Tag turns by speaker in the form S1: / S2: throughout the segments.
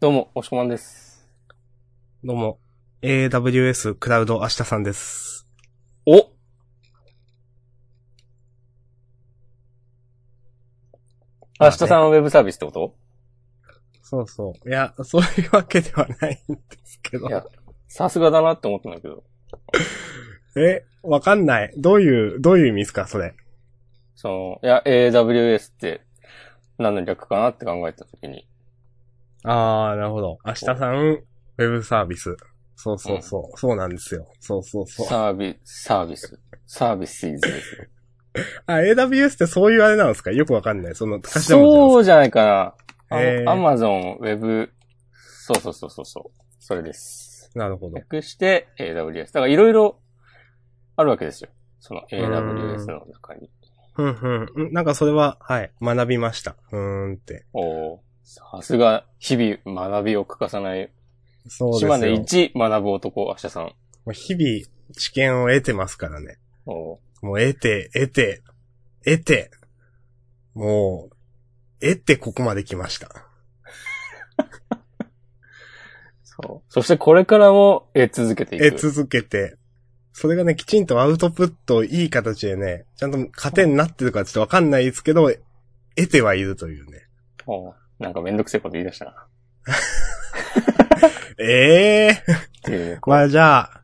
S1: どうも、おしこまんです。
S2: どうも、AWS クラウド明日さんです。
S1: お
S2: まあ
S1: 明
S2: ね
S1: 日さんはウェブサービスってこと
S2: そうそう。いや、そういうわけではないんですけど
S1: い。やさすがだなって思ったんだけど。
S2: え、わかんない。どういう、どういう意味ですか、それ。
S1: その、いや、AWS って何の略かなって考えたときに。
S2: あー、なるほど。明日さん、ウェブサービス。そうそうそう。そうなんですよ。そうそうそう。
S1: サービス、サービス、サービスイズですよ。
S2: あ、AWS ってそういうあれなんですかよくわかんない。その、頭文字なんです
S1: そうじゃないかな。あ
S2: えー
S1: の Amazon Web、そうそうそうそうそう。それです。
S2: かなるほど。
S1: 略して AWS。だからいろいろあるわけですよ。その
S2: ーん
S1: AWS の中に。
S2: ふんふんうん。なんかそれは、はい、学びました。うーんって。
S1: おーさすが、日々学びを欠かさない、
S2: そうですよ。
S1: 島根一学ぶ男、明日さん。
S2: もう日々、知見を得てますからね。
S1: おー
S2: もう得て、得て、得て、もう、得てここまで来ました。
S1: そう。そしてこれからも、え、続けていく。
S2: 得続けて、それがね、きちんとアウトプットをいい形でね、ちゃんと糧になってるかちょっとわかんないですけど、得てはいるというね。
S1: おーなんかめんどくせえこと言い出したな。っ
S2: ええー、
S1: ていうね。
S2: まあじゃあ、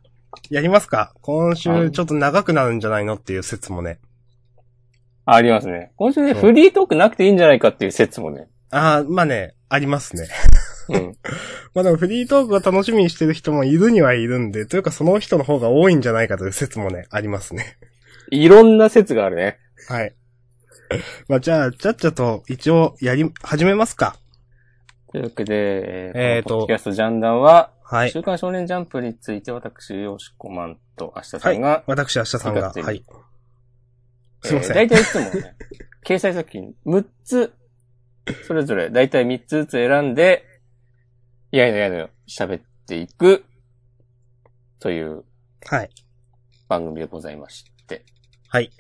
S2: やりますか。今週ちょっと長くなるんじゃないのっていう説もね。
S1: あありますね。今週ね、
S2: そう
S1: フリートークなくていいんじゃないかっていう説もね。
S2: ああ、まあね、ありますね。
S1: うん。
S2: まあでもフリートークを楽しみにしてる人もいるにはいるんで、というかその人の方が多いんじゃないかという説もね、ありますね。
S1: いろんな説があるね。
S2: はい。 まあじゃあ、ちゃっちゃと一応やり、始めますか。
S1: というわけで、
S2: え
S1: え
S2: ー
S1: ー、
S2: と
S1: このポッドキャストジャンダンは、
S2: はい。
S1: 週刊少年ジャンプについて私、よしこまんと明日さんが、
S2: 私、明日さんが。
S1: 使ってる
S2: はい。すいません。
S1: えー大体いつもね、掲載作品6つ、それぞれ大体3つずつ選んで、いやいのやいのよ喋っていく、という
S2: はい。
S1: 番組でございまして。
S2: はい。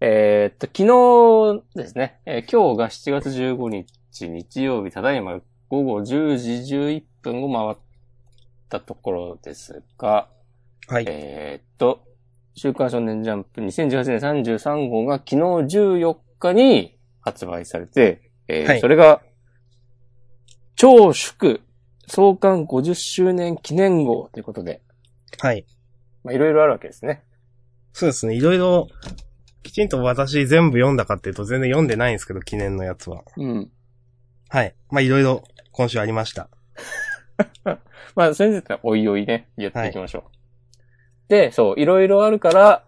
S1: えーっと、昨日ですね、えー今日が7月15日日曜日、ただいま午後10時11分を回ったところですが、
S2: はい。
S1: えーっと、週刊少年ジャンプ2018年33号が昨日14日に発売されて、えー
S2: はい
S1: それが、超祝創刊50周年記念号ということで、
S2: はい。
S1: まあ、いろいろあるわけですね。
S2: そうですね。いろいろ、きちんと私全部読んだかっていうと全然読んでないんですけど、記念のやつは。
S1: うん。
S2: はい。まあいろいろ今週ありました。
S1: まあ、先生っておいおいね、やっていきましょう。で、そう、いろいろあるから、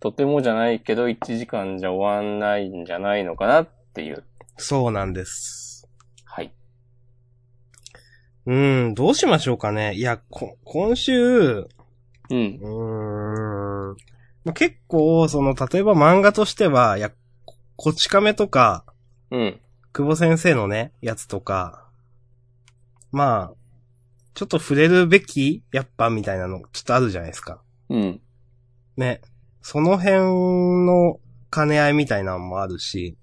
S1: とてもじゃないけど、1時間じゃ終わんないんじゃないのかなっていう。
S2: そうなんです。
S1: はい。
S2: うーん、どうしましょうかね。いや、こ、今週、う
S1: うん。
S2: ーん、まあ結構、その、例えば漫画としては、いや、ここち亀とか、
S1: うん。
S2: 久保先生のね、やつとか、まあ、ちょっと触れるべき、やっぱ、みたいなの、ちょっとあるじゃないですか。
S1: うん。
S2: ね。その辺の兼ね合いみたいなのもあるし、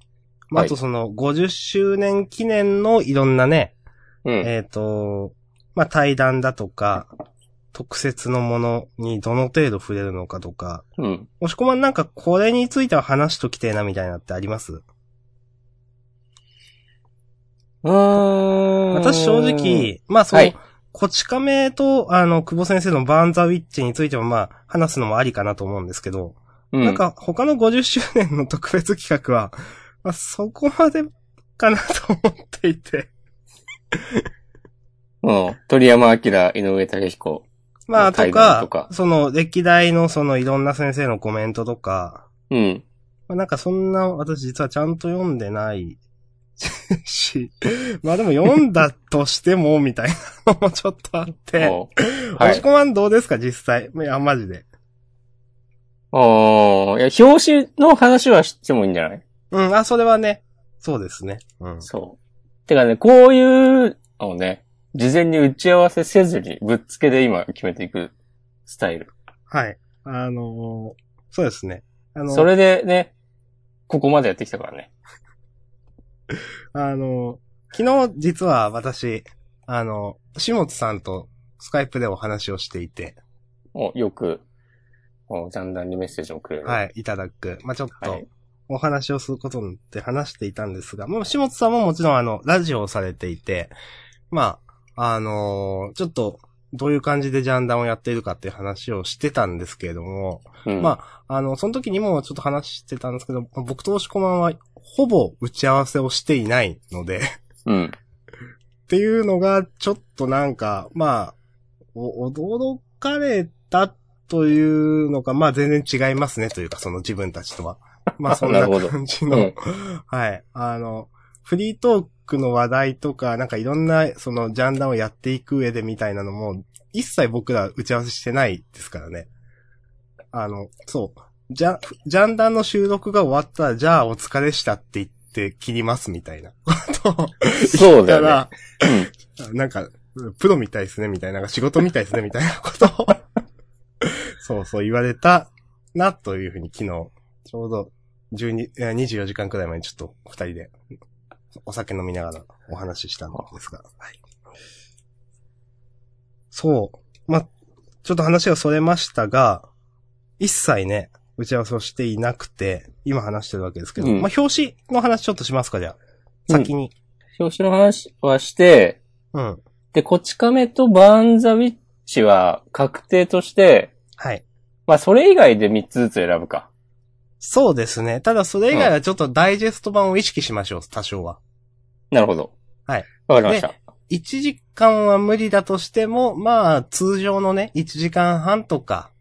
S2: まあ、
S1: はい
S2: あとその、50周年記念のいろんなね、
S1: うん。
S2: えっ、と、まあ、対談だとか、特設のものにどの程度触れるのかとか、
S1: うん。
S2: もしこまんなんかこれについては話しときてえなみたいなってあります私
S1: 私
S2: 正直、まあ、その、
S1: はい
S2: こち亀と、あの、久保先生のバーンザウィッチについては、まあ、話すのもありかなと思うんですけど、
S1: うん、
S2: なんか他の50周年の特別企画は、まあ、そこまでかなと思っていて、
S1: うん、鳥山明、井上武彦。
S2: まあ、と
S1: 対談
S2: か、
S1: とか
S2: その、歴代のそのいろんな先生のコメントとか、
S1: うん。
S2: まあ、なんかそんな、私実はちゃんと読んでないし、 まあでも読んだとしても、みたいなのもちょっとあって、
S1: おうは
S2: 押し
S1: い。
S2: 込まんどうですか、実際。いや、マジで。
S1: おーいや、表紙の話はしてもいいんじゃない
S2: うん、あ、それはね、そうですね。うん。
S1: そう。てかね、こういうのをね、事前に打ち合わせせずに、ぶっつけで今決めていくスタイル。
S2: はい。あのーそうですね。あのー
S1: それでね、ここまでやってきたからね。
S2: あの昨日、実は私、あの、下津さんとスカイプでお話をしていて、
S1: お、よく、お、ジャンダンにメッセージをくれる。。
S2: はいい、いただく。まあ、ちょっ
S1: は
S2: と
S1: い、
S2: お話をすることになって話していたんですが、もう、下津さんももちろんあの、ラジオをされていて、まあ、あのーちょっと、どういう感じでジャンダンをやっているかっていう話をしてたんですけれども、
S1: うん、
S2: まあ、あの、その時にもちょっと話してたんですけど、僕と押し込まんは、ほぼ打ち合わせをしてい ないので、
S1: うん。
S2: っていうのが、ちょっとなんか、まあ、お驚かれたというのか、まあ全然違いますねというか、その自分たちとは。 まあそんな
S1: なるほど
S2: 感じ
S1: う
S2: の、
S1: ん。
S2: はい。あの、フリートークの話題とか、なんかいろんな、そのジャンダンをやっていく上でみたいなのも、一切僕ら打ち合わせしてないですからね。あの、そう。ジャン、ジャンダンの収録が終わったら、じゃあお疲れしたって言って切りますみたいなことを
S1: そうだ
S2: だ
S1: よね。
S2: から、なんか、プロみたいですね、みたいな、なんか仕事みたいですね、みたいなことを、そうそう言われたな、というふうに昨日、ちょうど12えー24時間くらい前にちょっと二人で、お酒飲みながらお話ししたんですが、はい。そう。ま、ちょっと話がそれましたが、一切ね、打ち合わせをしていなくて、今話してるわけですけど、
S1: うん
S2: まあ、表紙の話ちょっとしますか、じゃあ。先に。
S1: 表紙の話はして、
S2: うん。
S1: で、こち亀とバーンザウィッチは確定として、
S2: はい。
S1: まあ、それ以外で3つずつ選ぶか。
S2: そうですね。ただそれ以外はちょっとダイジェスト版を意識しましょう、多少は。
S1: なるほど。
S2: はい。
S1: わかりました。
S2: 1時間は無理だとしても、まあ、通常のね、1時間半とか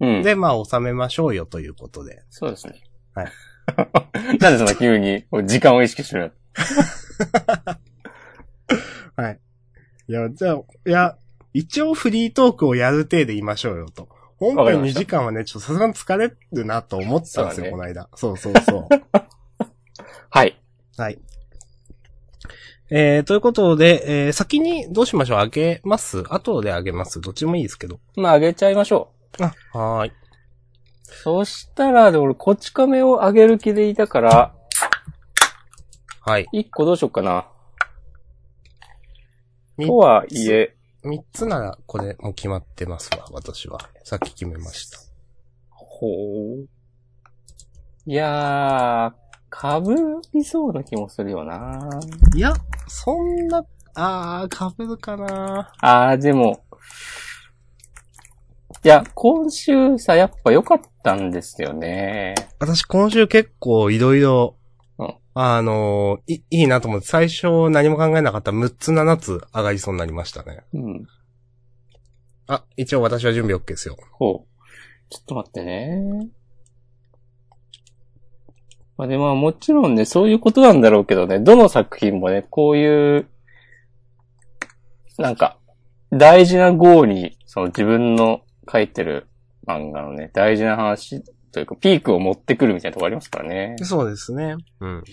S1: うん。
S2: で、まあ、収めましょうよということで。
S1: そうですね。
S2: は い。
S1: なんでそんな急に時間を意識する
S2: いや、じゃあ、いや、一応フリートークをやる程で言いましょうよと。本
S1: わかり
S2: 編
S1: ま
S2: 2
S1: した
S2: 時間はね、ちょっとさすがに疲れるなと思ってたんです
S1: そうだ
S2: よ、
S1: ね
S2: この間。そうそうそう。
S1: はい。
S2: はい。えー、ということで、えー、先にどうしましょうあげます後であげますどっちもいいですけど。
S1: まあ、あげちゃいましょ
S2: あ、はーい。
S1: う。そしたら、で、俺、こち亀をあげる気でいたから、
S2: はい。
S1: 1個どうしよっかな。
S2: み
S1: とはいえ、
S2: 三つなら、これもう決まってますわ、私は。さっき決めました。
S1: ほう。いやー、被りそうな気もするよない
S2: や、そんな、あー、被るかな
S1: あー、でも、いや、今週さ、やっぱ良かったんですよね。
S2: 私今週結構いろいろ
S1: うん、
S2: あのーい、いいなと思って、最初何も考えなかった6つ7つ上がりそうになりましたね。
S1: うん。
S2: あ、一応私は準備 OK ですよ。
S1: ほう。ちょっと待ってね。まあでもまあもちろんね、そういうことなんだろうけどね、どの作品もね、こういう、なんか、大事な号に、その自分の書いてる漫画のね、大事な話というか、ピークを持ってくるみたいなとこありますからね。
S2: そうですね。うん。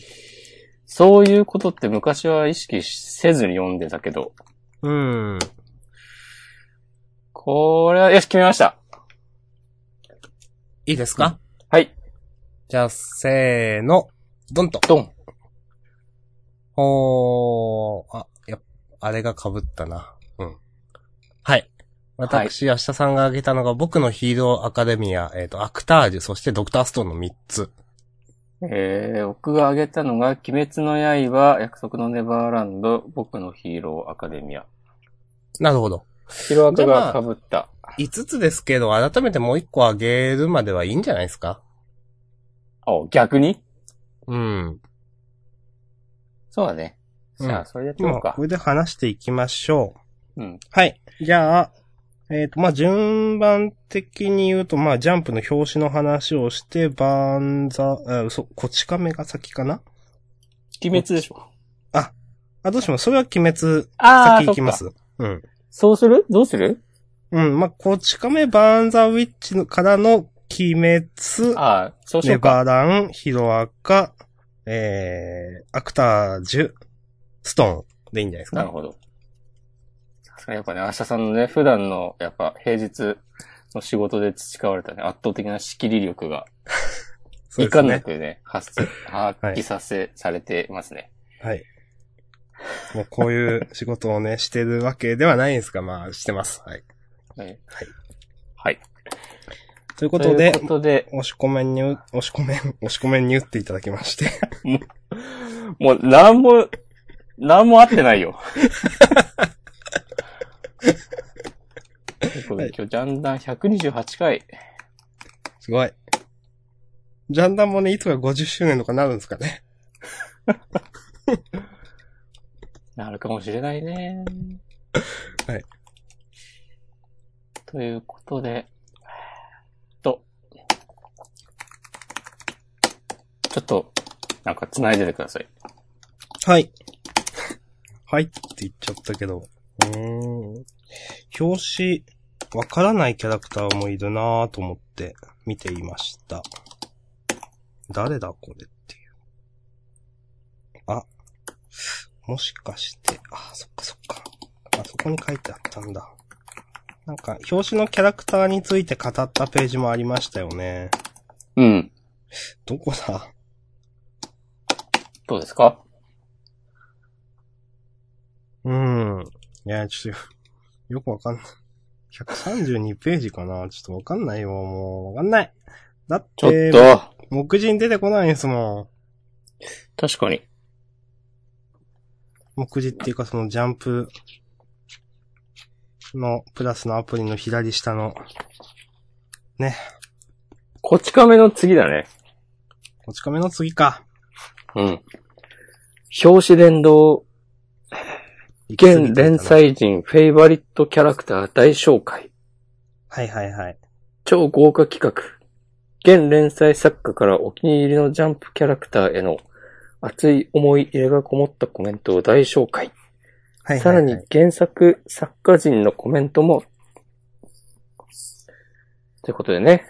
S1: そういうことって昔は意識せずに読んでたけど、
S2: うん。
S1: これは、よし、決めました。
S2: いいですか
S1: はい、
S2: じゃあ、せーの、ドンと。
S1: ドン。
S2: おー、あ、やっぱ、あれが被ったな。うん。はい。私、明日さんが挙げたのが、僕のヒーローアカデミア、えっ、と、アクタージュ、そしてドクターストーンの3つ。
S1: えー、僕が挙げたのが、鬼滅の刃、約束のネバーランド、僕のヒーローアカデミア。
S2: なるほど。
S1: ヒロアカが被った。
S2: 5つですけど、改めてもう1個挙げるまではいいんじゃないですか
S1: お、逆に
S2: うん。
S1: そうだね。じゃ
S2: うん
S1: あ、それでいき
S2: も
S1: ま
S2: う、
S1: うか
S2: こ。れで話していきましょう。
S1: うん。
S2: はい。じゃあ、えっ、と、まあ、順番的に言うと、まあ、ジャンプの表紙の話をして、バーンザ、あ、嘘、こち亀が先かな
S1: 鬼滅でしょ。
S2: あ、どうしますそれは鬼滅
S1: ああ、そ
S2: 先行
S1: っ
S2: きま
S1: か。
S2: す。うん。
S1: そうするどうする
S2: うん。まあ、こち亀バーンザウィッチのからの鬼滅、
S1: ああ、そうしよ
S2: ネ
S1: うか。
S2: バラン、ヒロアカ、えー、アクタージュ、ストーンでいいんじゃないです
S1: なる
S2: か。
S1: ほど。さすがやっぱね、明日さんのね、普段の、やっぱ平日の仕事で培われたね、圧倒的な仕切り力が、
S2: そう
S1: い
S2: です
S1: か
S2: ね
S1: なくね、発生、発揮させ、されてますね。
S2: はい。もうこういう仕事をね、してるわけではないんですが、まあ、してます。はい。
S1: はい。はい。
S2: という
S1: と
S2: ことで
S1: い、うことで、
S2: 押し込めに、押し込め、押し込めに打っていただきまして。
S1: もう、なんも、なんも合ってない よ。ということ
S2: は
S1: で
S2: い
S1: 今日、ジャンダン128回。
S2: すごい。ジャンダンもね、いつか50周年とかなるんですかね。
S1: なるかもしれない ね。
S2: はい。
S1: ということで、と、ちょっと、なんか繋いでてください。
S2: はい。はいって言っちゃったけど。うーん。表紙、わからないキャラクターもいるなぁと思って見ていました。誰だこれっていう。あ、もしかして、あ、そっかそっか。あそこに書いてあったんだ。なんか、表紙のキャラクターについて語ったページもありましたよね。
S1: うん。
S2: どこだ
S1: どうですか
S2: うん。いや、ちょっと、よくわ かんない。132ページかなちょっとわかんないよ、もう。わかんない。だっ、
S1: ちょってと、
S2: 目次に出てこないんですも
S1: 確かに。
S2: ん。目次っていうか、そのジャンプの、プラスのアプリの左下の、
S1: こち亀の次だね。
S2: こち亀の次か。
S1: うん。表紙連動、現連
S2: 行き過ぎて
S1: 載人フェイバリットキャラクター大紹介。
S2: たな。はいはいはい。
S1: 超豪華企画。現連載作家からお気に入りのジャンプキャラクターへの熱い思い入れがこもったコメントを大紹介。
S2: はいはいはい。
S1: さらに原作作家人のコメントも。ということでね。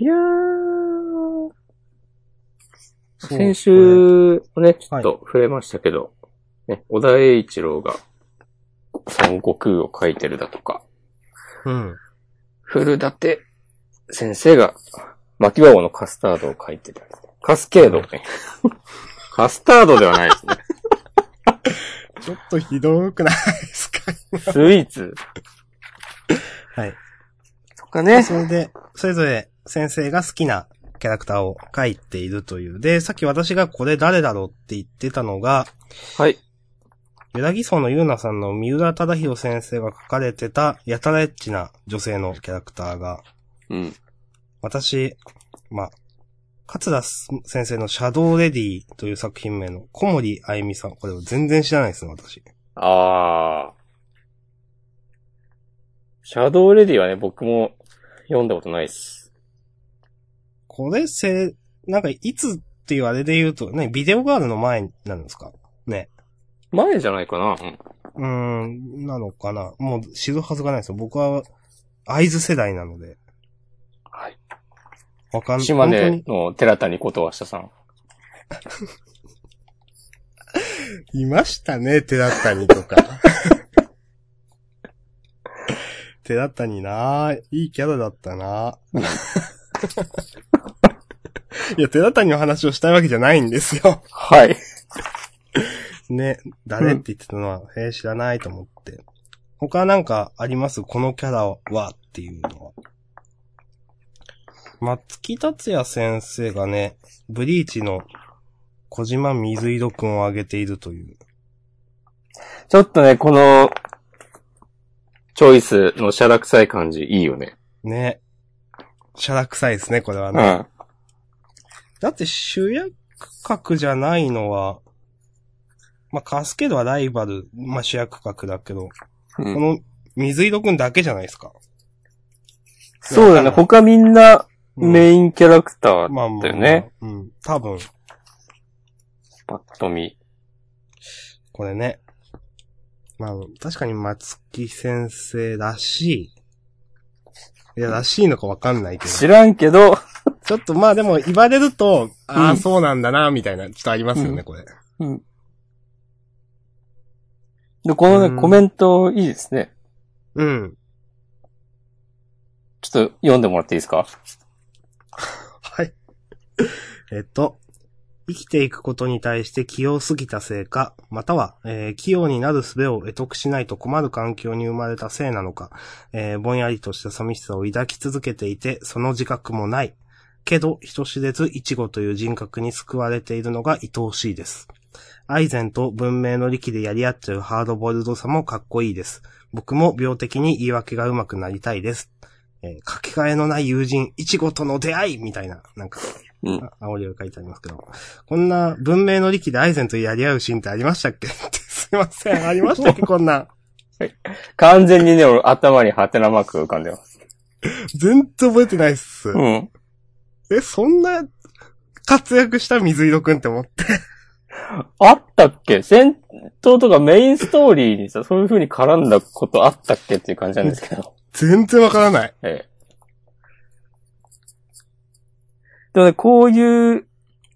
S1: いやー、
S2: そう、
S1: 先
S2: こ
S1: 週もね、ちょ
S2: は
S1: っ
S2: い
S1: と触れましたけど、ね、小田栄一郎が孫悟空を描いてるだとか、
S2: れ。うん。
S1: 古舘先生が、巻き場王のカスタードを書いてる。カスケードね。 カスタードではないですね。
S2: ちょっとひどくないですか
S1: スイーツ。
S2: はい。
S1: とかね。
S2: それで、それぞれ先生が好きなキャラクターを描いているという。で、さっき私がこれ誰だろうって言ってたのが、
S1: はい。
S2: ユラギソのユーナさんの三浦忠宏先生が描かれてた、やたらエッチな女性のキャラクターが、
S1: うん。
S2: 私、まあ、桂先生のシャドウレディという作品名の小森あゆみさん、これを全然知らないですね、私。
S1: あー。シャドウレディはね、僕も読んだことないです。
S2: これ、せ、なんかいつっていうあれで言うと、ね、ビデオガールの前になるんですかね。
S1: 前じゃないかな。うん
S2: うーん、なのかな。もう知るはずがないですよ。僕は、合図世代なので。
S1: はい。
S2: わかん
S1: 島
S2: 本当
S1: 根
S2: に
S1: の寺谷ことわしさん。
S2: いましたね、寺谷 とか。寺谷なぁ、いいキャラだったなぁ。いや、寺谷の話をしたいわけじゃないんですよ。
S1: はい。
S2: ね、誰って言ってたのは、えー知らないと思って。他なんかありますこのキャラはっていうのは。松木達也先生がね、ブリーチの小島水色くんを挙げているという。
S1: ちょっとね、この、チョイスのシャラ臭い感じ、いいよね。
S2: ね。シャラ臭いですね、これは
S1: う
S2: ね。
S1: ん。
S2: だって主役格じゃないのは、まあ、カスケードはライバル、まあ、主役格だけど、
S1: うん
S2: この水色くんだけじゃないですか。
S1: そうだね。他みんな
S2: うん
S1: メインキャラクター、
S2: まあまあ。
S1: だよね。
S2: うん。多分、
S1: パッと見。
S2: これね。まあ、確かに松木先生らしい。いや、らしいのかわかんないけど。
S1: 知らんけど、
S2: ちょっとまあでも言われると、あ
S1: う
S2: あ、
S1: ん
S2: そうなんだな、みたいな、ちょっとありますよ
S1: う
S2: ね、
S1: ん
S2: これ。
S1: で、この
S2: うん
S1: ね、コメントいいですね。
S2: うん。
S1: ちょっと 読んでもらっていいですか
S2: はい。えっと、生きていくことに対して器用すぎたせいか、または、えー器用になる術を得得しないと困る環境に生まれたせいなのか、えーぼんやりとした寂しさを抱き続けていて、その自覚もない。けど、人知れず、イチゴという人格に救われているのが愛おしいです。アイゼンと文明の力でやり合っちゃうハードボイルドさもかっこいいです。僕も病的に言い訳がうまくなりたいです。えー書き換えのない友人、イチゴとの出会いみたいな、なんか、
S1: うん。
S2: あ煽りが書いてありますけど。こんな文明の力でアイゼンとやり合うシーンってありましたっけ ってすいません、ありましたっけこんなん。
S1: 完全にね、俺頭にハテナマークが浮かんでます。
S2: 全然覚えてないっす。
S1: うん。
S2: え、そんな活躍した水色くんって思って。
S1: あったっけ戦闘とかメインストーリーにさ、そういう風に絡んだことあったっけっていう感じなんですけど。
S2: 全然わからない。
S1: ええ。でもね、こういう、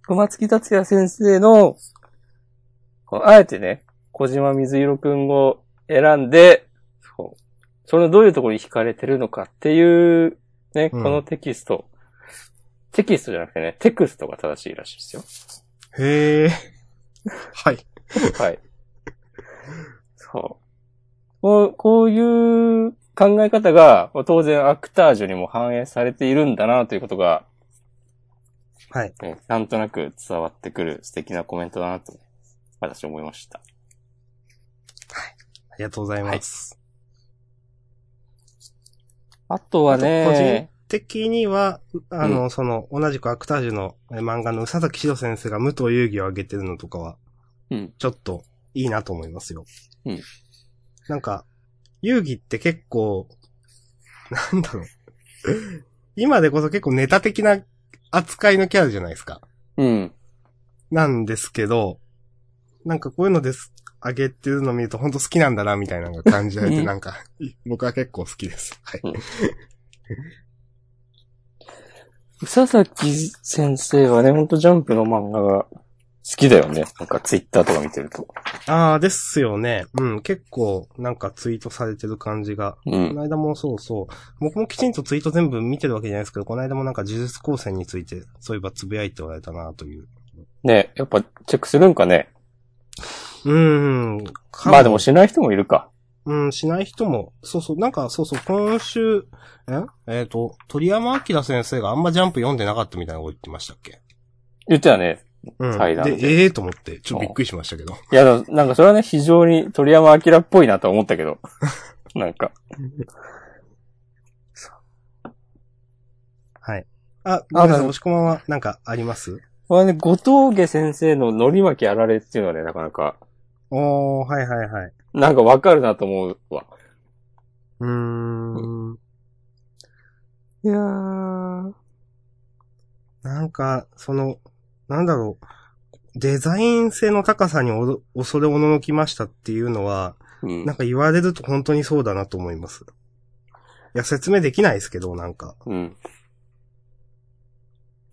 S1: 小松木達也先生の、こうあえてね、小島水色くんを選んで、そうそれのどういうところに惹かれてるのかっていう、ね、
S2: う
S1: こ
S2: ん
S1: のテキスト、テキストじゃなくてね、テクストが正しいらしいですよ。
S2: へえ。はい。
S1: はい。そう。こう、こういう考え方が、当然アクタージュにも反映されているんだなということが、
S2: はい。
S1: ねなんとなく伝わってくる素敵なコメントだなと、私思いました。
S2: ありがとうございます。
S1: あとは
S2: 個人
S1: ね、
S2: 的には、あの、その、同じくアクタージュのえ漫画の宇佐崎史郎先生が武藤遊戯を上げてるのとかは、
S1: うん。
S2: ちょっといいなと思いますよ。
S1: うん
S2: なんか、遊戯って結構、なんだろう。今でこそ結構ネタ的な扱いのキャラじゃないですか。
S1: うん。
S2: なんですけど、なんかこういうのです、あげてるの見ると本当好きなんだな、みたいなのが感じられ
S1: う
S2: て、
S1: ん
S2: なんか、僕は結構好きです。はい。
S1: 宇佐崎先生はね、ほんとジャンプの漫画が好きだよね。なんかツイッターとか見てると。
S2: あー、ですよね。うん、結構、なんかツイートされてる感じが。
S1: う
S2: こ
S1: ん。
S2: の間もそうそう。僕もきちんとツイート全部見てるわけじゃないですけど、この間もなんか呪術高専について、そういえばつぶやいておられたなという。
S1: ねやっぱチェックするんかね。
S2: うーん。か
S1: まあでもしない人もいるか。
S2: うん、しない人も、そうそう、なんか、そうそう、今週、ええっ、と、鳥山明先生があんまジャンプ読んでなかったみたいなこと言ってましたっけ
S1: 言ってたね。
S2: うん。
S1: 対談で
S2: で、ええー、と思って、ちょっとびっくりしましたけど。
S1: いや、でもなんかそれはね、非常に鳥山明っぽいなとは思った けど。なんか。
S2: はい。あ、
S1: あ
S2: ごめんなさ、
S1: ないん
S2: 押し込まんはなんかあります
S1: これはね、後藤家先生ののり巻きあられっていうのはね、なかなか、
S2: おー、はいはいはい。
S1: なんかわかるなと思うわ。
S2: うーん。
S1: いやー。
S2: なんか、その、なんだろう、デザイン性の高さにおど恐れおののきましたっていうのは、
S1: うん
S2: なん。か言われると本当にそうだなと思います。いや、説明できないですけど、なんか。
S1: うん。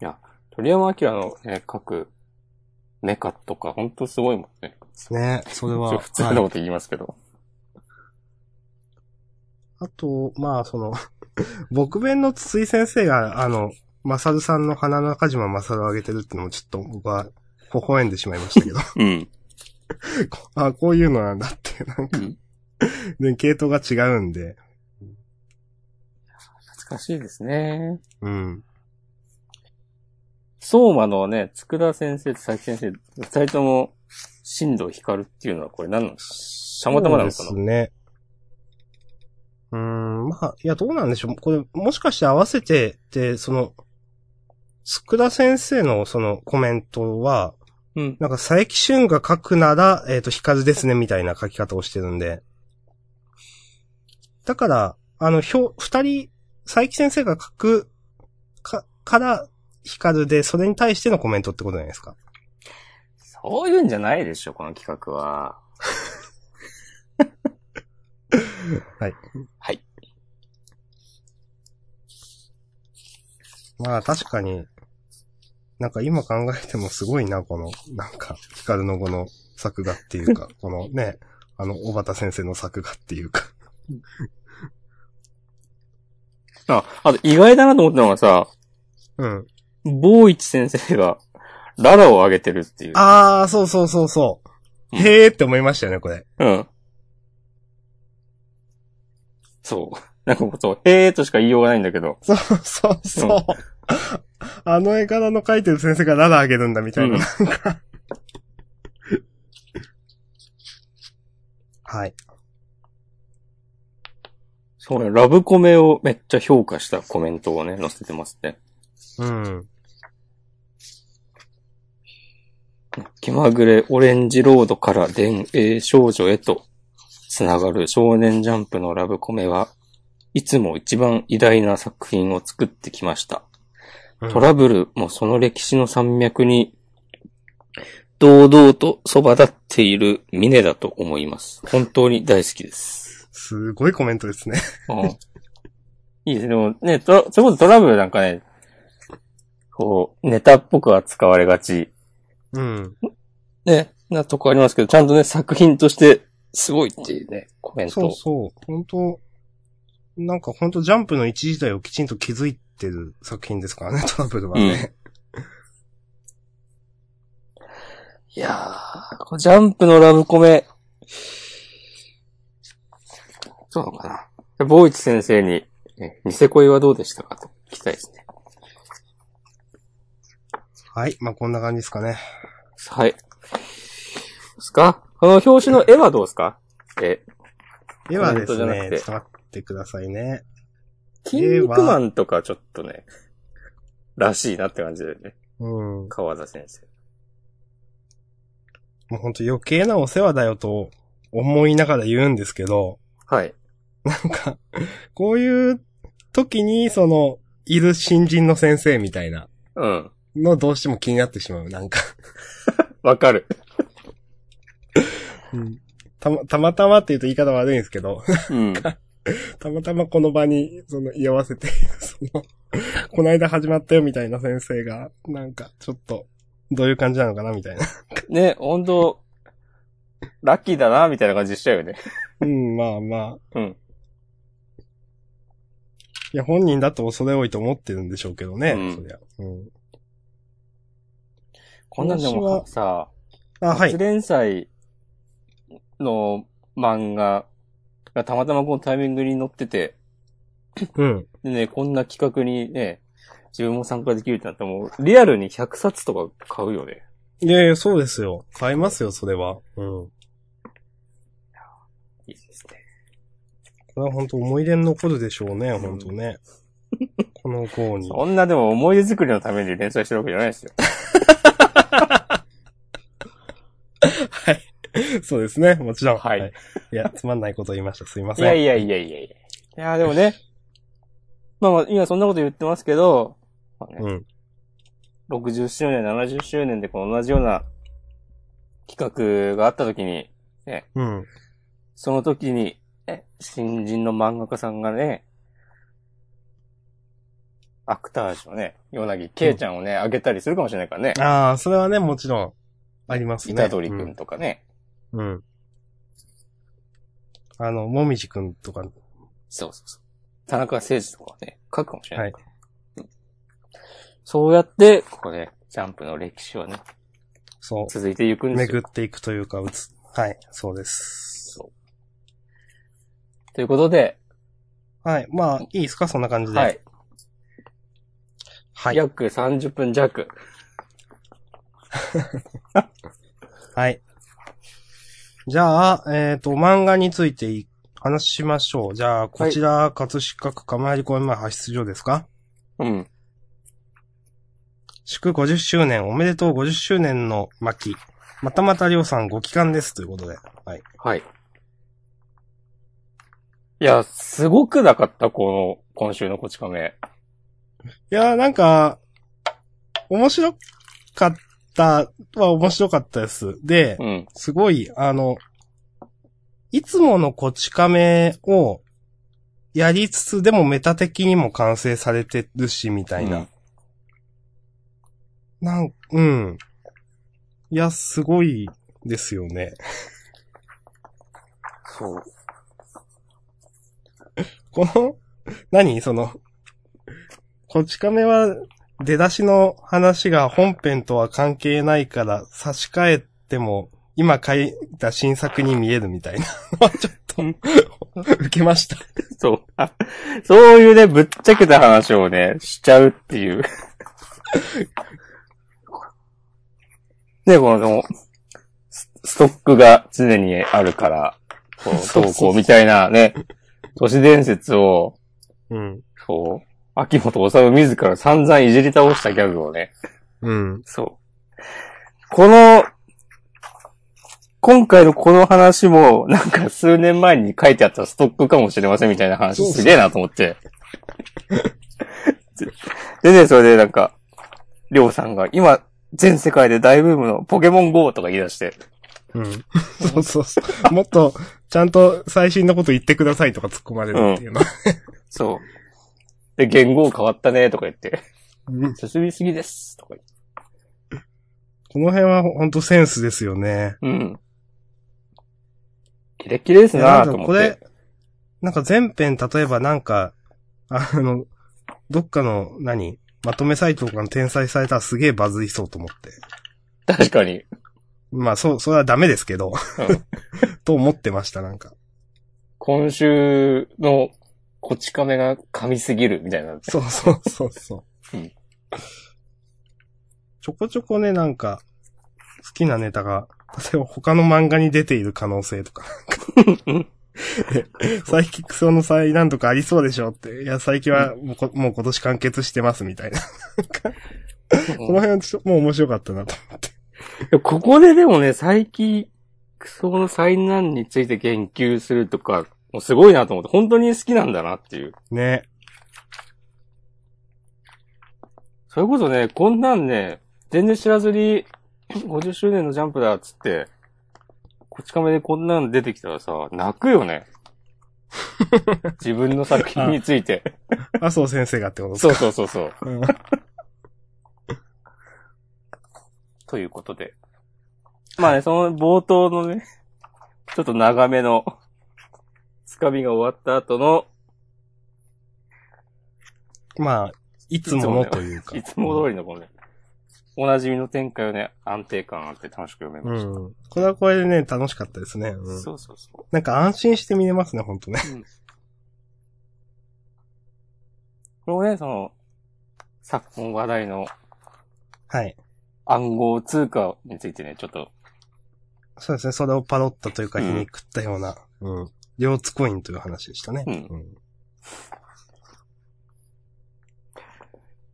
S1: いや、鳥山明のね、書くメカとか、ほんとすごいもんね。
S2: ね、それ
S1: ちょ
S2: は。
S1: 普通のこと言いますけど。
S2: あと、まあ、その、 僕弁の筒井先生が、あの、マサルさんの花中島マサルをあげてるってのもちょっと僕は、微笑んでしまいました けど。
S1: うん。
S2: こあ、こういうのなんだって、なんか、
S1: うん
S2: ね、系統が違うんで。
S1: 懐かしいですね。
S2: うん。
S1: 相馬のね、佃先生と佐伯先生、二人とも、進藤光っていうのはこれ何なんですかたまたまなのかな
S2: そうですね。うーん、まあ、いや、どうなんでしょう。これ、もしかして合わせて、で、その、佃先生のそのコメントは、
S1: うん。
S2: なんか佐伯俊が書くなら、えっ、と、光ですね、みたいな書き方をしてるんで。だから、あの、ひょ、二人、佐伯先生が書く、か、から、光で、それに対してのコメントってことじゃないですか。
S1: そういうんじゃないでしょ、この企画は。
S2: はい。
S1: はい。
S2: まあ、確かに、なんか今考えてもすごいな、この、なんか、光の語の作画って いうか、このね、あの、小畑先生の作画っていうか。
S1: あ、あと意外だなと思ったのがさ、
S2: うん。
S1: 坊一先生が、ララを上げてるっていう。
S2: あー、そうそうそうそ
S1: う
S2: う。
S1: ん
S2: へーって思いましたよね、これ。
S1: うん。そう。なんかもうそう、へーとしか言いようがないんだけど。
S2: そうそうそう。あの絵柄の描いてる先生がララあげるんだみたいな。
S1: うん
S2: なんか。はい。
S1: そうね、ラブコメをめっちゃ評価したコメントをね、載せてますね。
S2: うん。
S1: 気まぐれオレンジロードから伝影少女へと繋がる少年ジャンプのラブコメはいつも一番偉大な作品を作ってきました。トラブルもその歴史の山脈に堂々とそば立っているミネだと思います。本当に大好きです。
S2: すごいコメントですね。
S1: うん、いいですね。でもね、トラそれこそトラブルなんかね、こう、ネタっぽく扱われがち。
S2: うん。
S1: ね、なとこありますけど、ちゃんとね、作品として、すごいっていうね、コメント
S2: そう
S1: を。
S2: そう。本当なんか本当ジャンプの一時代をきちんと気づいてる作品ですからね、 トラブルはね。
S1: いやー、こうジャンプのラブコメ、そうなのかな。坊一先生に、ねニセ恋はどうでしたかと聞きたいですね。
S2: はい。まあ、こんな感じですかね。
S1: はい。どうですかこの表紙の絵はどうですかえ、
S2: ではで
S1: コメントじ
S2: す
S1: ゃなく
S2: ね、
S1: て
S2: ちょっと待ってくださいね。
S1: 筋肉マンとかちょっとね、らしいなって感じだよね。
S2: うん。
S1: 川田先生。
S2: もうほんと余計なお世話だよと思いながら言うんですけど、
S1: はい。
S2: なんか、こういう時に、その、いる新人の先生みたいな
S1: うん。
S2: のどうしても気になってしまう、なんか。
S1: わかる。
S2: たま、たまたまって言うと言い方悪いんですけど、
S1: うん。
S2: たまたまこの場に、その、居合わせてい る、その、この間始まったよみたいな先生が、なんか、ちょっと、どういう感じなのかなみたいな。
S1: ね、本当ラッキーだな、みたいな感じしちゃうよね。
S2: うん、まあまあ。
S1: うん。
S2: いや、本人だと恐れ多いと思ってるんでしょうけどね、
S1: うん
S2: そりゃ。うん。
S1: こんなんで
S2: 私
S1: も
S2: は
S1: さ、
S2: あ、はい
S1: 初。連載の漫画がたまたまこのタイミングに載ってて、
S2: うん。
S1: でね、こんな企画にね、自分も参加できるってなったらもう、リアルに100冊とか買うよね。
S2: いやいや、そうですよ。買いますよ、それは。うん。
S1: いいですね。
S2: これは本当思い出に残るでしょうね、本当ね。この子に。
S1: そんなでも思い出作りのために連載してるわけじゃないですよ。
S2: そうですね、もちろん。
S1: はい
S2: いや、つまんないこと言いました。すいま
S1: い
S2: せん。
S1: やいやいやいやいや。いや、でもね、まあまあ、今そんなこと言ってますけど、まあね
S2: うん。
S1: 60周年、70周年でこの同じような企画があった時に、
S2: うん。
S1: その時に、え新人の漫画家さんがね、アクタージュをね、ヨナギケイちゃんをね、あ、げたりするかもしれないからね。
S2: ああ、それはね、もちろん、ありますね。
S1: 板取くんとかね。
S2: うん。うん。あの、もみじくんとか、
S1: そうそうそう。田中誠二とかね、書くかもしれないから。うんそうやって、ここね、ジャンプの歴史はね、
S2: そ
S1: 続いていく
S2: う、
S1: んです
S2: 巡
S1: よ。
S2: っていくというか、うつ。はい、そうです。
S1: そう。ということで、
S2: はい、まあ、いいですかそんな感じで。
S1: はい。。
S2: はい。
S1: 約30分弱。
S2: はい。じゃあ、えっ、と、漫画についてい話しましょう。じゃあ、こちら、葛飾区釜有公園前派出所ですか
S1: うん。
S2: 祝50周年、おめでとう50周年の巻。またまたりょうさんご帰還です。ということで。はい。
S1: はい。いや、すごくなかった、この、今週のこち亀。
S2: いやー、なんか、面白かったは面白かったです。で、
S1: うん。
S2: すごい、あの、いつものこち亀をやりつつ、でもメタ的にも完成されてるし、みたいな。
S1: うん
S2: なん、うん。いや、すごいですよね。
S1: そう。
S2: この、何その、こち亀は、出だしの話が本編とは関係ないから差し替えても今書いた新作に見えるみたいな のはちょっと受けました。
S1: そう。 あそういうね、ぶっちゃけた話をね、しちゃうっていう。 で、この、スストックが常にあるから、 こう、
S2: そうそう
S1: 投
S2: そう
S1: 稿みたいなね、都市伝説を、
S2: うん。
S1: そう、秋元治自ら散々いじり倒したギャグをね、
S2: うん。
S1: そう。この、今回のこの話も、なんか数年前に書いてあったストックかもしれませんみたいな話
S2: そうそう
S1: すげえなと思って。でね、それでなんか、りょうさんが今、全世界で大ブームのポケモン GO とか言い出して、
S2: うん。そうそうそう。もっと、ちゃんと最新のこと言ってくださいとか突っ込まれるっていうの。
S1: そう。で、言語変わったねとか言って、
S2: うん
S1: 進みすぎですとか言って。
S2: この辺はほんとセンスですよね。
S1: うん。キレッキレですなぁと
S2: いやなんか
S1: 思
S2: こ
S1: って
S2: れ。、なんか全編例えばなんか、あの、どっかの何、まとめサイトとかに転載されたらすげえバズりそうと思って。
S1: 確かに。
S2: まあ、そう、それはダメですけど、 と思ってました、なんか。
S1: 今週のこち亀が噛みすぎるみたいな。
S2: そうそうそうそう。
S1: うん
S2: ちょこちょこね、なんか、好きなネタが、例えば他の漫画に出ている可能性 とか。サイキックスの災難とかありそうでしょって。いや、最近はもうこもう今年完結してますみたいな。この辺はちょっともう面白かったなと思っ て。
S1: ここででもね、最近、クソの災難について言及するとか、もうすごいなと思って、本当に好きなんだなっていう。
S2: ね。
S1: それこそね、こんなんね、全然知らずに、50周年のジャンプだっつって、こち亀でこんなの出てきたらさ、泣くよ ね。自分の作品について。
S2: 麻生先生がってことです
S1: そ
S2: か
S1: うそうそうそう。
S2: うん
S1: ということで。まあね、その冒頭のね、ちょっと長めの、つかみが終わった後の、
S2: まあ、いつものというか。
S1: いつも通りのこのね、おなじみの展開をね、安定感あって楽しく読めまし
S2: うん。これはこれでね、楽しかったですね。
S1: た。
S2: うん、
S1: そうそうそ
S2: なんか安心して見れますね、ほんとね。
S1: う。うん、これもね、その、昨今話題の
S2: はい。
S1: 暗号通貨についてね、ちょっと、
S2: そうですね、それをパロったというか、
S1: う
S2: 皮
S1: ん
S2: 肉ったような、うん。両津コインという話でしたね。
S1: うん
S2: ん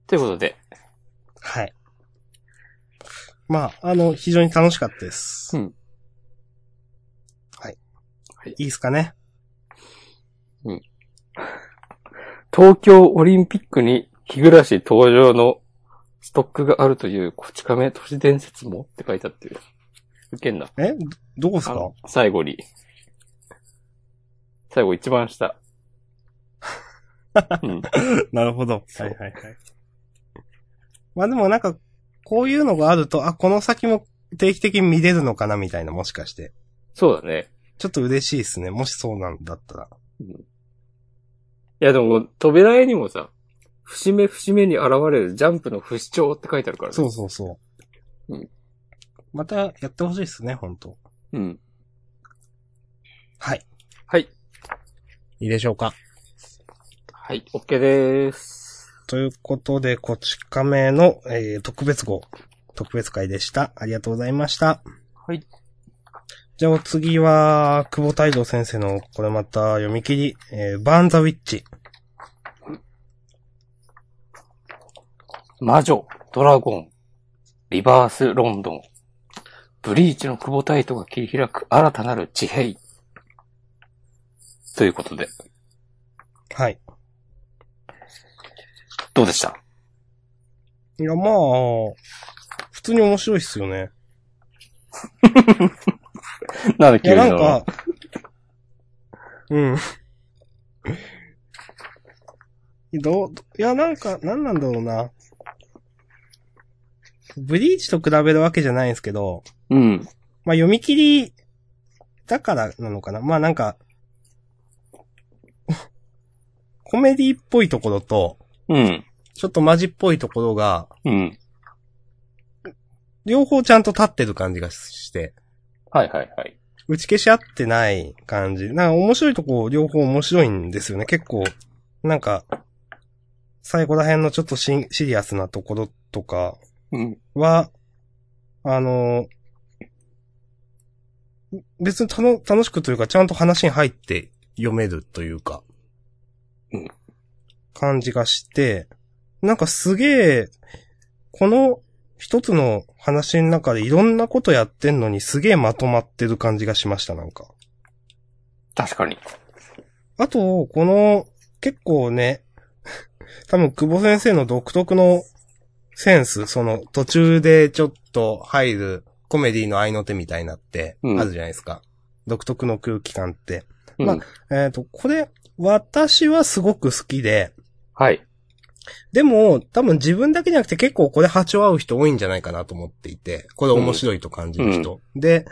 S1: ということで、
S2: はい。まあ、あの、非常に楽しかったです。
S1: うん
S2: はい。
S1: はい
S2: いいですかね。
S1: 東京オリンピックに日暮らし登場のストックがあるというこち亀都市伝説もって書いてあって、ウケんな。
S2: えどこです
S1: あ
S2: か
S1: の最後に。最後一番下。 うん、
S2: なるほど。
S1: そ
S2: は
S1: う
S2: いはいはい。まあでもなんか、こういうのがあると、あ、この先も定期的に見れるのかなみたいな、もしかして。
S1: そうだね。
S2: ちょっと嬉しいですね。もしそうなんだったら。
S1: いやでも、扉絵にもさ、節目節目に現れるジャンプの不死鳥って書いてあるからね。
S2: そうそうそう。
S1: うん
S2: またやってほしいですね、本当
S1: う。うん。
S2: はい。
S1: はい。
S2: いいでしょうか。
S1: はい、OK でーす。
S2: ということで、こち亀の、えー特別号、特別会でした。ありがとうございました。
S1: はい。
S2: じゃあお次は、久保太郎先生の、これまた読み切り、えーバーンザウィッチ。
S1: 魔女、ドラゴン、リバースロンドン、ブリーチの久保タイトが切り開く新たなる地平。ということで、
S2: はい。
S1: どうでした
S2: いや、まあ、普通に面白いっすよね。
S1: なんで
S2: い
S1: 急
S2: や、
S1: にな
S2: な
S1: んの
S2: か、うん。どう、いや、なんか、なんなんだろうな。ブリーチと比べるわけじゃないんですけど、
S1: うん。
S2: まあ、読み切りだからなのかな。まあ、なんか、 コメディっぽいところと、
S1: うん。
S2: ちょっとマジっぽいところが、
S1: うん。
S2: 両方ちゃんと立ってる感じがして、
S1: はいはいはい。
S2: 打ち消し合ってない感じ。なんか面白いとこ両方面白いんですよね。結構、なんか、最後ら辺のちょっとシンシリアスなところとか、
S1: うん。
S2: は、あの、別にたの楽しくというか、ちゃんと話に入って読めるというか、
S1: うん
S2: 感じがして、なんかすげえ、この一つの話の中でいろんなことやってんのにすげえまとまってる感じがしました、なんか。
S1: 確かに。
S2: あと、この、結構ね、 多分、久保先生の独特のセンス、その、途中でちょっと入るコメディの合いの手みたいなって、
S1: うん
S2: あるじゃないですか。独特の空気感って。
S1: うん。
S2: まえっ、と、これ、私はすごく好きで、
S1: はい。
S2: でも、多分自分だけじゃなくて結構これ波長合う人多いんじゃないかなと思っていて、これ面白いと感じる人。で、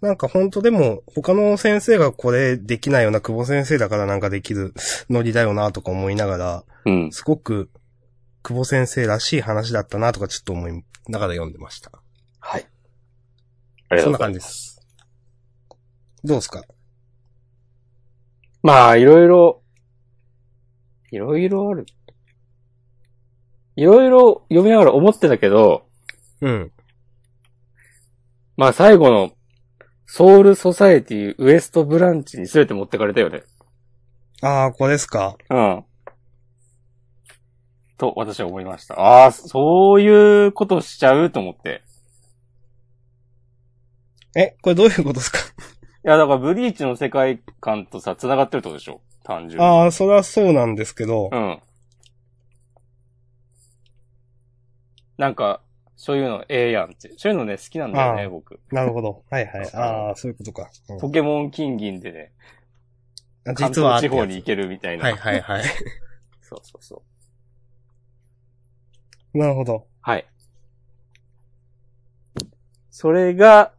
S2: なんか本当でも、他の先生がこれできないような久保先生だからなんかできるノリだよなとか思いながら、
S1: うん。
S2: すごく久保先生らしい話だったなとかちょっと思いながら読んでました。
S1: はい。ありが
S2: そ
S1: と
S2: ん
S1: うご
S2: な
S1: ざい
S2: 感
S1: ます。
S2: じです。どうですか
S1: まあ、いろいろ、いろいろある。いろいろ読みながら思ってたけど、
S2: うん。
S1: まあ最後の、ソウルソサエティウエストブランチに全て持ってかれたよね。
S2: ああ、これですか。
S1: うん。と、私は思いました。ああ、そういうことしちゃうと思って。
S2: え、これどういうことですか
S1: いや、だからブリーチの世界観とさ、繋がってるってことでしょ単純に。
S2: ああ、それはそうなんですけど
S1: う、ん。なんか、そういうのええやんって。そういうのね、好きなんだよ
S2: あ
S1: ね、
S2: ー
S1: 僕。
S2: なるほど。はいはい。ああ、そういうことか。うん
S1: ポケモン金銀でね、
S2: あ
S1: 関
S2: 実は
S1: 東
S2: って
S1: 地
S2: や
S1: 方
S2: つ
S1: に行けるみたいな。
S2: はいはいはい。
S1: そうそうそう。
S2: なるほど。
S1: はい。それが、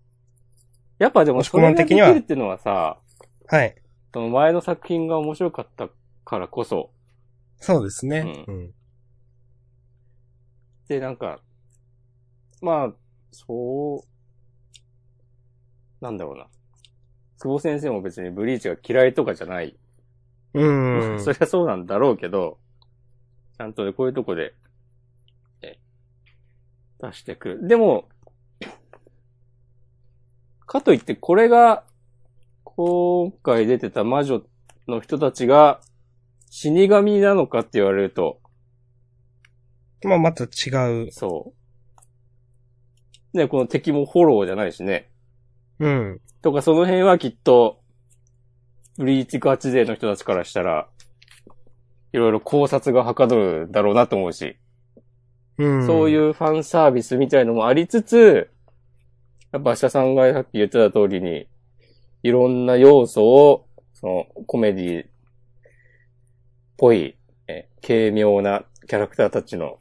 S1: やっぱでも
S2: 押し
S1: そ
S2: 込
S1: れ
S2: ま
S1: が
S2: ん
S1: で
S2: 的
S1: き
S2: には
S1: るっていうのはさ、
S2: はい。
S1: その前の作品が面白かったからこそ、
S2: そうですね。うん。
S1: で、なんか、まあ、そう、なんだろうな。久保先生も別にブリーチが嫌いとかじゃない。
S2: う ん。
S1: そりゃそうなんだろうけど、ちゃんとねこういうとこで、え出してくる。でも、かといってこれが、今回出てた魔女の人たちが死神なのかって言われると、
S2: まあまた違う。
S1: そう。ね、この敵もフォローじゃないしね。
S2: うん。
S1: とか、その辺はきっと、ブリーチガチ勢の人たちからしたら、いろいろ考察がはかどるだろうなと思うし、
S2: うん。。
S1: そういううファンサービスみたいのもありつつ、やっぱ、社さんがさっき言ってた通りに、いろんな要素を、その、コメディっぽい、え軽妙なキャラクターたちの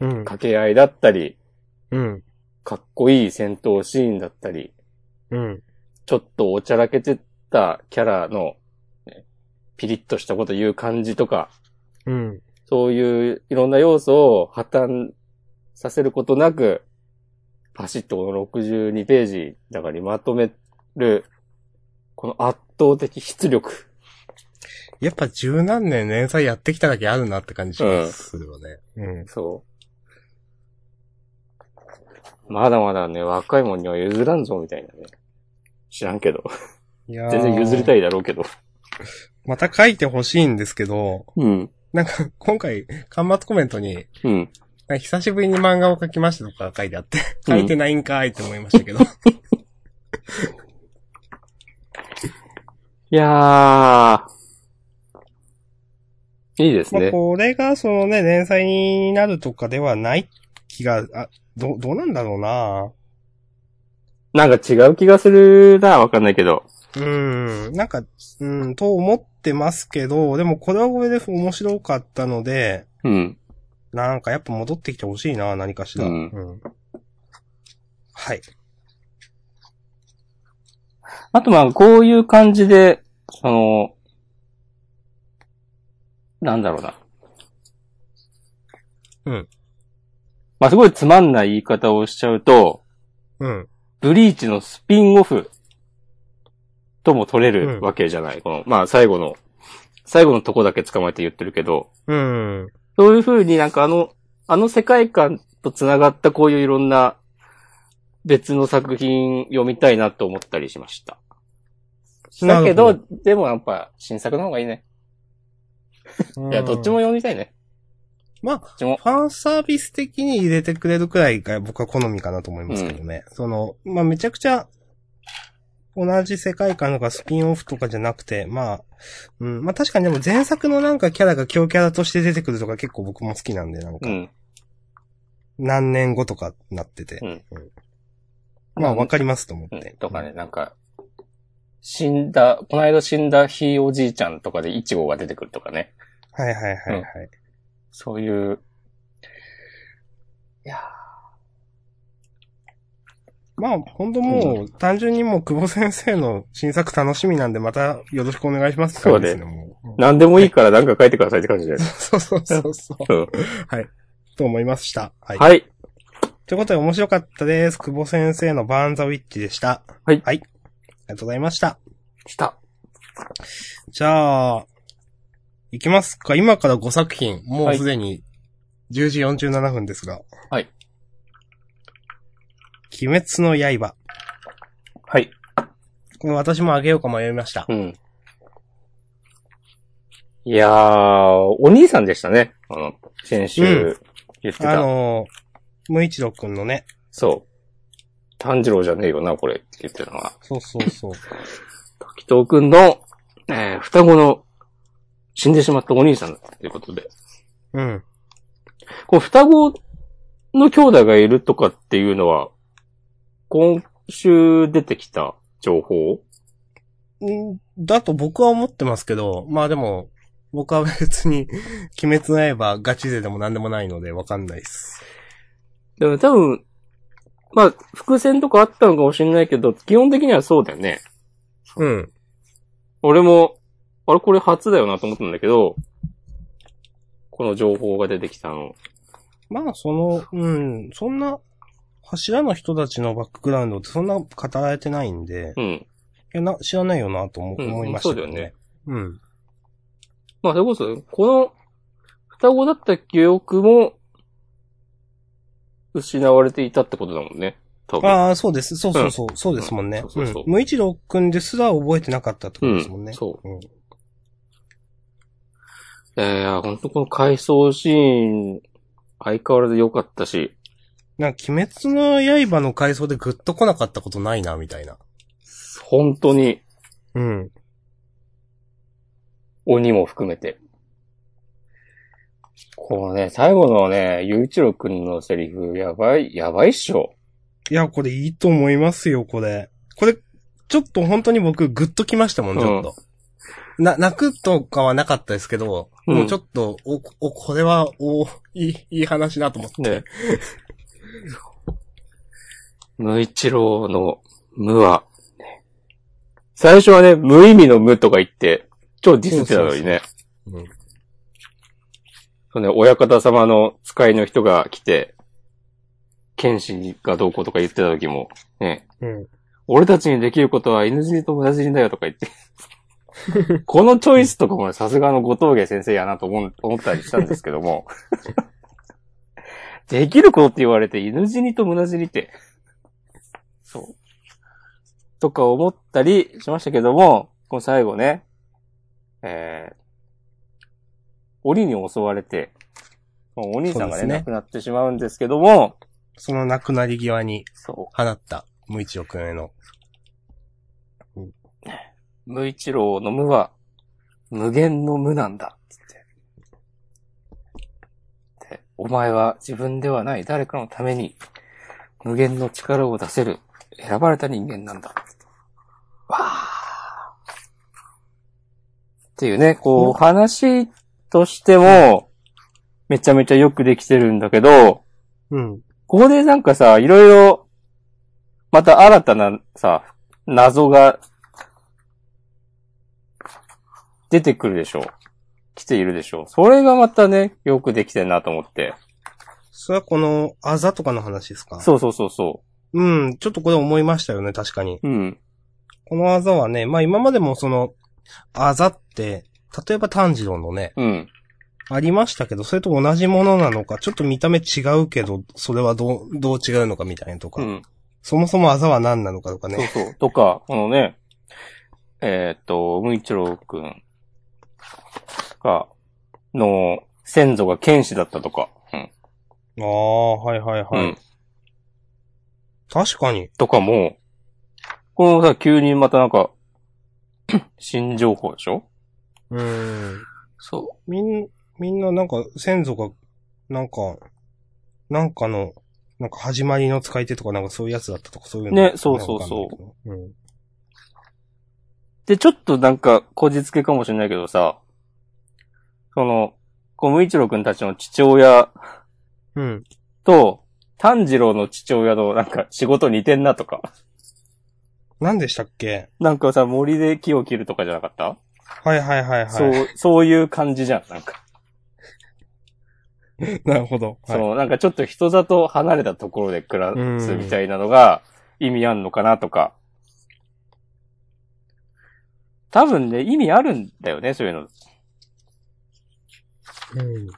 S2: うん。
S1: 掛け合いだったり、
S2: うん。
S1: かっこいい戦闘シーンだったり、
S2: うん。
S1: ちょっとおちゃらけてたキャラの、ねピリッとしたこと言う感じとか、
S2: うん。
S1: そういういろんな要素を破綻させることなく、パシッとこの62ページだからにまとめる、この圧倒的出力。
S2: やっぱ十何年連載やってきただけあるなって感じしますよね。うん。
S1: そう。まだまだね、若いもんには譲らんぞ、みたいなね。知らんけど。
S2: いやー
S1: 全然譲りたいだろうけど。
S2: また書いてほしいんですけど、
S1: うん。
S2: なんか今回、巻末コメントに、
S1: うん。
S2: なんか久しぶりに漫画を書きましたとか書いてあって、 書いてないんかーいって思いましたけど。
S1: いやー。いいです
S2: まあ、
S1: ね。
S2: これが、そのね、連載になるとかではない気が、あ、ど、どうなんだろうな
S1: なんか違う気がするな、わかんないけど。
S2: うん、なんか、うん、と思ってますけど、でもこれはこれで面白かったので、
S1: うん。
S2: なんかやっぱ戻ってきてほしいな何かしら。
S1: うん
S2: はい。
S1: あとまあ、こういう感じで、その、なんだろうな。
S2: うん。
S1: まあ、すごいつまんない言い方をしちゃうと、
S2: うん。
S1: ブリーチのスピンオフとも取れるわけじゃない。この、まあ、最後の、最後のとこだけ捕まえて言ってるけど、
S2: うん。
S1: そういう風になんかあの、あの世界観と繋がったこういういろんな別の作品読みたいなと思ったりしました。だけど、でもやっぱ新作の方がいいね。
S2: ど
S1: いや、どっちも。読みたいね。
S2: まあ
S1: どっちも。
S2: ファンサービス的に入れてくれるくらいが僕は好みかなと思いますけどね。その、まあめちゃくちゃ、同じ世界観とかスピンオフとかじゃなくて、まあ、うん、まあ確かにでも前作のなんかキャラが強キャラとして出てくるとか結構僕も好きなんで、なん
S1: う
S2: か、
S1: ん。
S2: 何年後とかなってて、
S1: うん
S2: まあわかりますと思
S1: う
S2: っ
S1: ん
S2: て。。
S1: とかね、なんか、死んだ、この間死んだひいおじいちゃんとかでイチゴが出てくるとかね。
S2: はいはいはいはい。
S1: そういう、いや
S2: まあ本当もう、単純にもう久保先生の新作楽しみなんでまたよろしくお願いしますって感じですね、もう。
S1: ーなんでもいいからなんか書いてくださいって感じです。
S2: そうそうそうそう。
S1: うん
S2: と思いました。はい。
S1: はい。
S2: ということで面白かったです。久保先生のバーンザウィッチでした。
S1: はい
S2: はい。ありがとうございました。
S1: した。
S2: じゃあ、いきますか。今から5作品。もうすでに10時47分ですが。
S1: はい。
S2: 鬼滅の刃。
S1: はい。
S2: これ私もあげようか迷いました
S1: う。ん。いやー、お兄さんでしたね。あの、先週言って
S2: あ
S1: た。
S2: のー、無一郎くんのね。
S1: そう。炭治郎じゃねえよな、これって言ってたのは。
S2: そうそうそう。
S1: 滝藤くんの、えー双子の死んでしまったお兄さんだったということで。
S2: うん。
S1: この双子の兄弟がいるとかっていうのは、今週出てきた情報
S2: んだと僕は思ってますけど、まあでも、僕は別に、鬼滅の刃ガチ勢でも何でもないのでわかんないです。
S1: でも多分、まあ、伏線とかあったのかもしれないけど、基本的にはそうだよね。
S2: うん。
S1: 俺も、あれこれ初だよなと思ったんだけど、この情報が出てきたの。
S2: まあその、うん、そんな、柱の人たちのバックグラウンドってそんな語られてないんで、
S1: う
S2: い
S1: ん。
S2: やな、知らないよなと思,、
S1: うん
S2: 思いましたけど
S1: そうだよね
S2: ね。うん。
S1: まあ、それこそ、この、双子だった記憶も、失われていたってことだもんね。多分。
S2: ああ、そうです。そうそうそう。そうですもんね。
S1: そう
S2: う。
S1: そうそうん
S2: 無一郎くんですら覚えてなかったってことですもん
S1: う
S2: ね。。
S1: んそう
S2: うん。
S1: いやいや、ほんとこの回想シーン、相変わらず良かったし、
S2: なんか、鬼滅の刃の回想でグッと来なかったことないな、みたいな。
S1: 本当に、
S2: うん。
S1: 鬼も含めて。このね、最後のね、ゆういちろうくんのセリフ、やばい、やばいっしょ。
S2: いや、これいいと思いますよ、これ。これ、ちょっと本当に僕、グッときましたもん、ちょっと。な、泣くとかはなかったですけど、
S1: うん
S2: もうちょっと、お、お、これは、お、いい、いい話だと思って。
S1: ね。 無一郎の無は、最初はね、無意味の無とか言って、超ディスってたのにね。
S2: うん
S1: そうね、親方様の使いの人が来て、剣士がどうこうとか言ってた時も、ね、
S2: うん。
S1: 俺たちにできることは犬死にと無駄死にだよとか言って。このチョイスとかもねさすがの後藤家先生やなと思う 思ったりしたんですけども。 できることって言われて犬死にと無駄死にって。そう。とか思ったりしましたけども、この最後ね、えー、鬼に襲われて、もうお兄さんが
S2: そ
S1: ね、
S2: うですね
S1: 亡くなってしまうんですけども、
S2: その亡くなり際に
S1: そう。
S2: 放った、無一郎くんへの。
S1: 無一郎の無は、無限の無なんだ。つってでお前は自分ではない誰かのために、無限の力を出せる、選ばれた人間なんだ。わーっていうね、こう、話としても、めちゃめちゃよくできてるんだけど、
S2: うん。
S1: ここでなんかさ、いろいろ、また新たなさ、謎が、出てくるでしょう。来ているでしょう。それがまたね、よくできてるなと思って。
S2: それはこの、あざとかの話ですか
S1: そうそうそうそ
S2: うん、ちょっとこれ思いましたよね、確かに。
S1: う。うん。
S2: このあざはね、まあ今までもその、あざって、例えば炭治郎のね、
S1: うん。
S2: ありましたけど、それと同じものなのか、ちょっと見た目違うけど、それはどう、どう違うのかみたいなとか、
S1: うん。
S2: そもそもあざは何なのかとか
S1: そう
S2: ね。
S1: そう。とか、このね、えーっと、無一郎くんが、の、先祖が剣士だったとか、うん。
S2: ああ、はいはいはい。
S1: うん。
S2: 確かに。
S1: とかも、このさ、急にまたなんか、 新情報でしょ
S2: うん。
S1: そ
S2: みん、みんななんか先祖が、なんか、なんかの、なんか始まりの使い手とかなんかそういうやつだったとかそういうの
S1: ねそうそうそう
S2: う。うん。
S1: う。で、ちょっとなんか、こじつけかもしれないけどさ、その、この無一郎くんたちの父親
S2: うん。
S1: と、炭治郎の父親のなんか仕事似てんなとか。
S2: 何でしたっけ
S1: なんかさ、森で木を切るとかじゃなかった
S2: はいはいはいはい。
S1: そう、そういう感じじゃん、なんか。
S2: なるほど。
S1: そ
S2: はい
S1: の、なんかちょっと人里離れたところで暮らす
S2: うん
S1: みたいなのが意味あんのかなとか。多分ね、意味あるんだよね、そういうの。
S2: うん。わ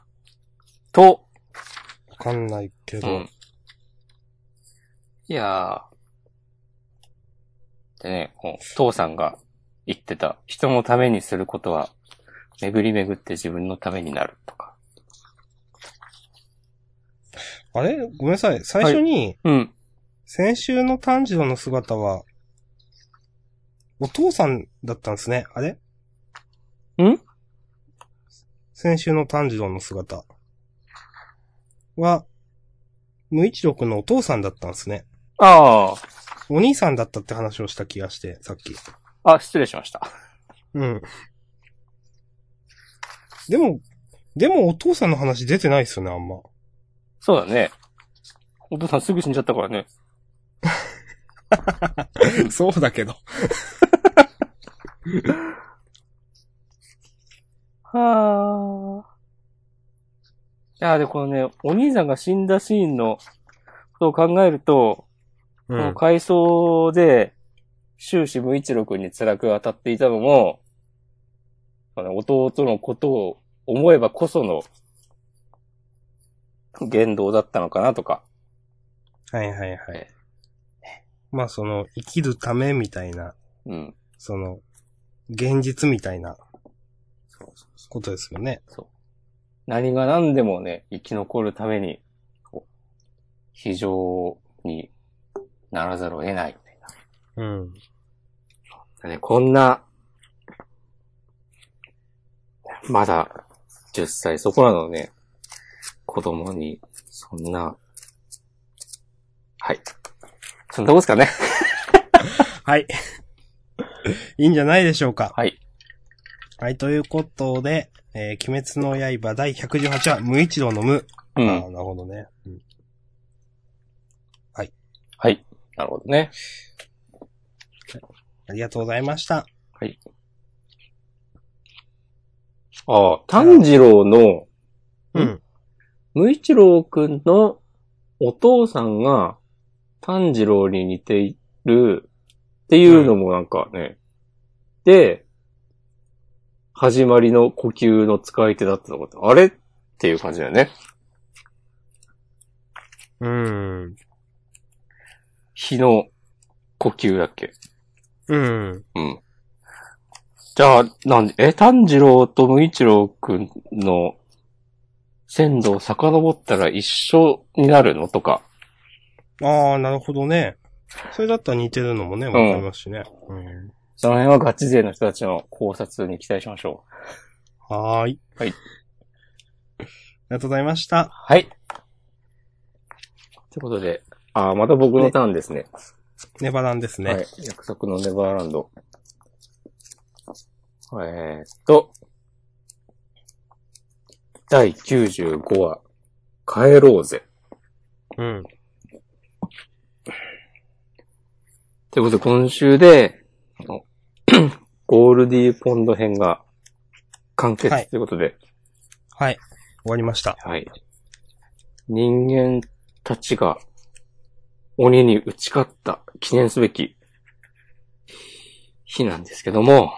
S1: と、
S2: かんないけ
S1: う
S2: ど。
S1: ん。いやー。でね、こう父さんが言ってた、人のためにすることは、巡り巡って自分のためになるとか。
S2: あれごめんなさい。最初に、
S1: うん。
S2: 先週の炭治郎の姿は、お父さんだったんですね。あれ
S1: ん
S2: 先週の炭治郎の姿は、無一郎くんのお父さんだったんですね。
S1: あ
S2: お兄さんだったって話をした気がして、さっき。
S1: あ。あ、失礼しました。
S2: うん。でも、でもお父さんの話出てないですよね、あんま。
S1: そうだね。お父さんすぐ死んじゃったからね。
S2: そうだけど。
S1: はあ。いや、で、このね、お兄さんが死んだシーンのことを考えると、こ
S2: う
S1: の
S2: ん。
S1: 回想で、終始無一郎君に辛く当たっていたのも、この弟のことを思えばこその言動だったのかなとか。
S2: はいはいはい
S1: ね。
S2: まあその、生きるためみたいな、
S1: うん。
S2: その、現実みたいな、ことですよね。
S1: 何が何でもね、生き残るために、こう非常にならざるを得ないみたいな。
S2: うん。
S1: ね、こんな、まだ10歳そこらのね、子供に、そんな、はい。そんなことですかね。
S2: はい。 いいんじゃないでしょうか。
S1: はい。
S2: はい、ということで、えー鬼滅の刃第118話、無一郎の無。
S1: う
S2: あ
S1: ん。
S2: ーなるほどね。うん
S1: はい。なるほどね。
S2: ありがとうございました。
S1: ああ、炭治郎の、う
S2: うんん。
S1: 無一郎くんのお父さんが炭治郎に似ているっていうのもなんかね、で、始まりの呼吸の使い手だったのこと、あれっていう感じだよね。
S2: うん。
S1: 火の呼吸だっけ
S2: うん。
S1: うん。じゃあ、なんで、え、炭治郎と無一郎くんの先祖を遡ったら一緒になるのとか。
S2: ああ、なるほどね。それだったら似てるのもね、わかりますしね。うん
S1: その辺はガチ勢の人たちの考察に期待しましょう。
S2: はーい。
S1: はい
S2: ありがとうございました。
S1: はい。ということで、あーまた僕のターンですね。
S2: ネバランですね。
S1: はい。約束のネバーランド。えー、っと、第95話、帰ろうぜ。
S2: うん。
S1: ということで、今週で、あの ゴールディーポンド編が完結ということで、
S2: はい。終わりました。
S1: はい。人間たちが鬼に打ち勝った記念すべき日なんですけども、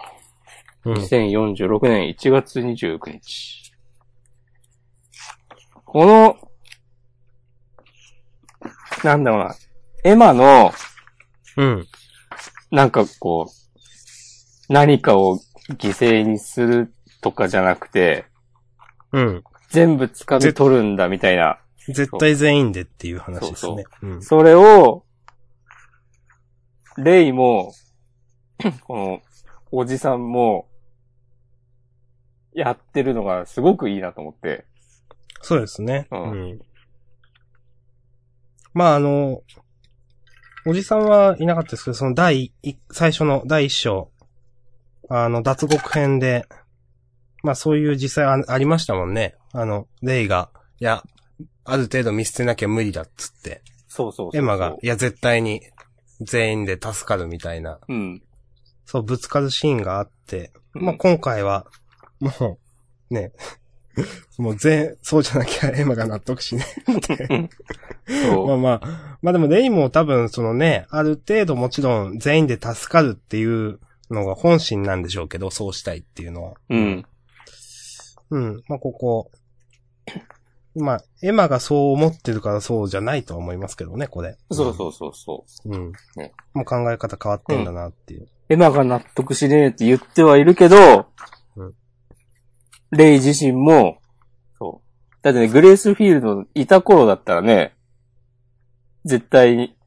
S2: うん。
S1: 2046年1月29日。この、なんだろうな、エマの、
S2: うん。
S1: なんかこう、何かを犠牲にするとかじゃなくて、
S2: うん。
S1: 全部掴み取るんだみたいな、
S2: 絶対全員でっていう話ですね。うん。
S1: それを、レイも、 この、おじさんも、やってるのがすごくいいなと思って。
S2: そうですね。
S1: う
S2: うんん。まあ、あの、おじさんはいなかったですけど、その第一、最初の第一章、あの、脱獄編で、まあそういう実際あありましたもんね。あの、レイが、いや、ある程度見捨てなきゃ無理だっつって、
S1: そうそうそう
S2: エマが、いや、絶対に全員で助かるみたいな、
S1: うん。
S2: そう、ぶつかるシーンがあって、
S1: うん
S2: まあ、今回は、もう、ね、 もう全、そうじゃなきゃエマが納得しね
S1: そう。
S2: まあまあ、まあでもレイも多分そのね、ある程度もちろん全員で助かるっていうのが本心なんでしょうけど、そうしたいっていうのは。
S1: うん。
S2: うん。まあここ、まあ、エマがそう思ってるからそうじゃないとは思いますけどね、これ。
S1: そうそうそうそう。
S2: う。うん
S1: ね。
S2: もう考え方変わってんだなっていう。
S1: エマが納得しねえって言ってはいるけど、
S2: うん
S1: レイ自身も、そう。だってね、グレースフィールドいた頃だったらね、絶対に、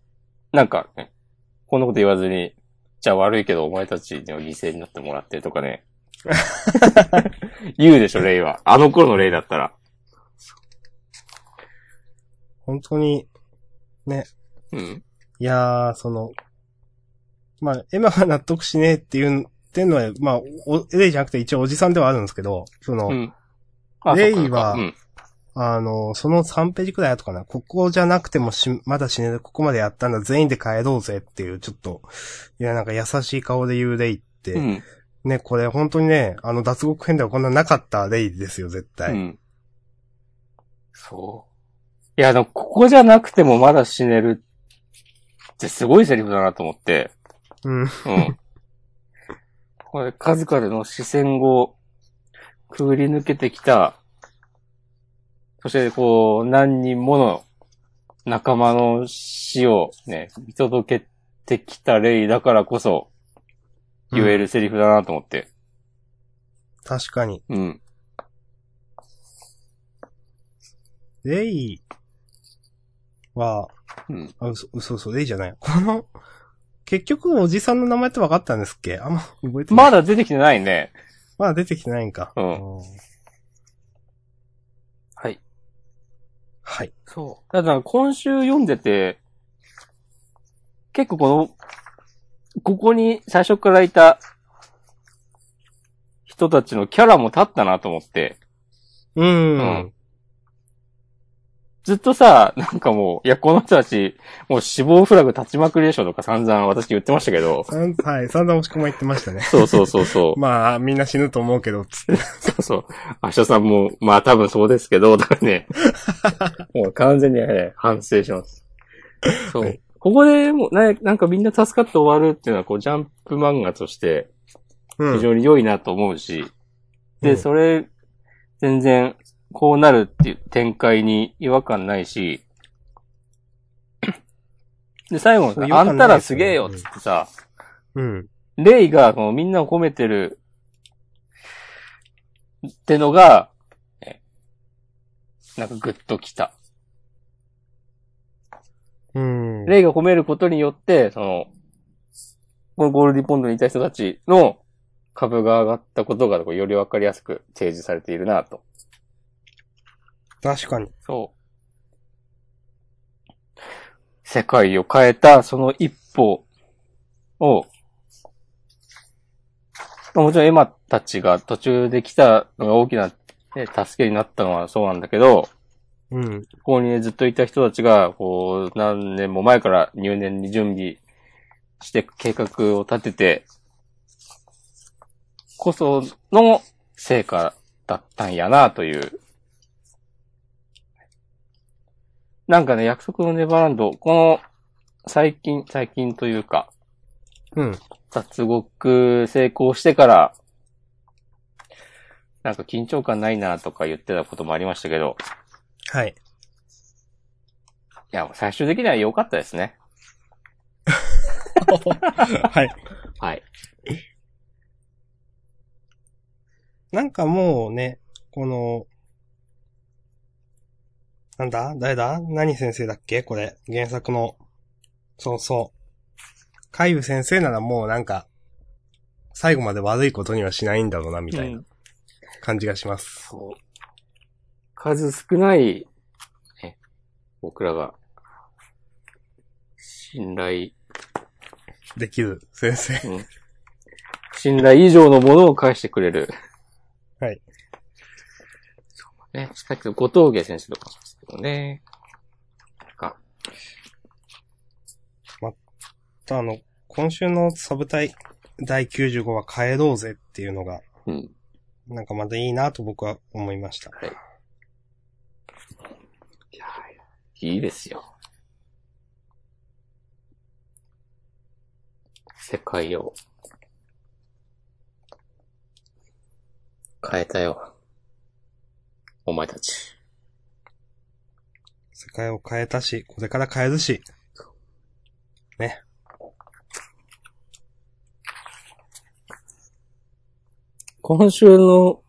S1: なんかね、こんなこと言わずに、じゃあ悪いけどお前たちには犠牲になってもらってとか ね。言うでしょ、レイは。あの頃のレイだったら。
S2: 本当に、
S1: うん。
S2: いやー、その、まあ、エマが納得しねえっていう、っていうのは、まあ、おレイじゃなくて一応おじさんではあるんですけど、その、
S1: うん。あ
S2: レイ
S1: そっかそっか
S2: は
S1: うん。
S2: あの、その3ページくらいあとかな。ここじゃなくてもし、まだ死ねる、ここまでやったんだ、全員で帰ろうぜっていう、ちょっと、いや、なんか優しい顔で言うレイって、
S1: うん。
S2: ね、これ本当にね、あの、脱獄編ではこんななかったレイですよ、絶対。
S1: うん。そう。いや、でも、ここじゃなくてもまだ死ねるってすごいセリフだなと思って。
S2: う ん。
S1: うん。これ、数々の視線をくぐり抜けてきた、そして、こう、何人もの仲間の死をね、見届けてきたレイだからこそ言え
S2: る。
S1: るセリフだなと思って。
S2: 確かに。
S1: うん。
S2: レイは、
S1: うん。
S2: あ、嘘、嘘、嘘、レイじゃない。この、 結局、おじさんの名前って分かったんですっけあんま覚えてない。
S1: まだ出てきてないね。
S2: まだ出てきてないんか。
S1: うんはい。
S2: はい。
S1: そう。ただ、今週読んでて、結構この、ここに最初からいた人たちのキャラも立ったなと思って、う
S2: う
S1: ん
S2: ん。
S1: ずっとさ、なんかもう、いや、この人たち、もう死亡フラグ立ちまくりでしょとか散々私言ってましたけ ど、
S2: さんはい、散々押し込ま言ってましたね。
S1: そうそうそうそう。
S2: まあ、みんな死ぬと思うけど、つっ て。
S1: そうそう。明日さんも、まあ多分そうですけど、だから ね。もう完全にね、反省します。そう。
S2: はい
S1: ここでもうな、なんかみんな助かって終わるっていうのは、こう、ジャンプ漫画として、
S2: う
S1: 非
S2: ん。
S1: 常に良いなと思うし、
S2: う
S1: で、
S2: ん
S1: それ、全然、こうなるっていう展開に違和感ない し、で、最後の
S2: そ
S1: さ
S2: う違
S1: あ
S2: 和感ない
S1: んたらすげえよっつってさ、
S2: うん。
S1: レイがこうみんなを褒めてるってのが、えなんかグッときた。
S2: うん。
S1: レイが褒めることによって、その、このゴールディポンドにいた人たちの株が上がったことがこうよりわかりやすく提示されているなと。
S2: 確かに。
S1: そう。世界を変えたその一歩を、まあもちろんエマたちが途中で来たのが大きな、ね、助けになったのはそうなんだけど、
S2: うん。
S1: ここにね、ずっといた人たちが、こう、何年も前から入念に準備して計画を立てて、こその成果だったんやな、という。なんかね、約束のネバーランド、この、最近、最近というか、
S2: うん。
S1: 脱獄成功してから、なんか緊張感ないなとか言ってたこともありましたけど、
S2: はい。
S1: いや、最終的には良かったですね。
S2: はい。
S1: はい。
S2: なんかもうね、この、なんだ誰だ何先生だっけこれ。原作の。そうそう。海部先生ならもうなんか、最後まで悪いことにはしないんだろうな、みたいな感じがします。
S1: そう。数少ない、ね、僕らが、信頼、
S2: できる先生。
S1: 信頼以上のものを返してくれる。
S2: はい。
S1: そうね。さっきの後藤家選手とかもそうですけどね。なんか、
S2: あの、今週のサブタイ第95話帰ろうぜっていうのが、
S1: うん。
S2: なんかまたいいなと僕は思いました。
S1: いやいいですよ。世界を変えたよ。お前たち。
S2: 世界を変えたし、これから変えるし。ね。
S1: 今週の、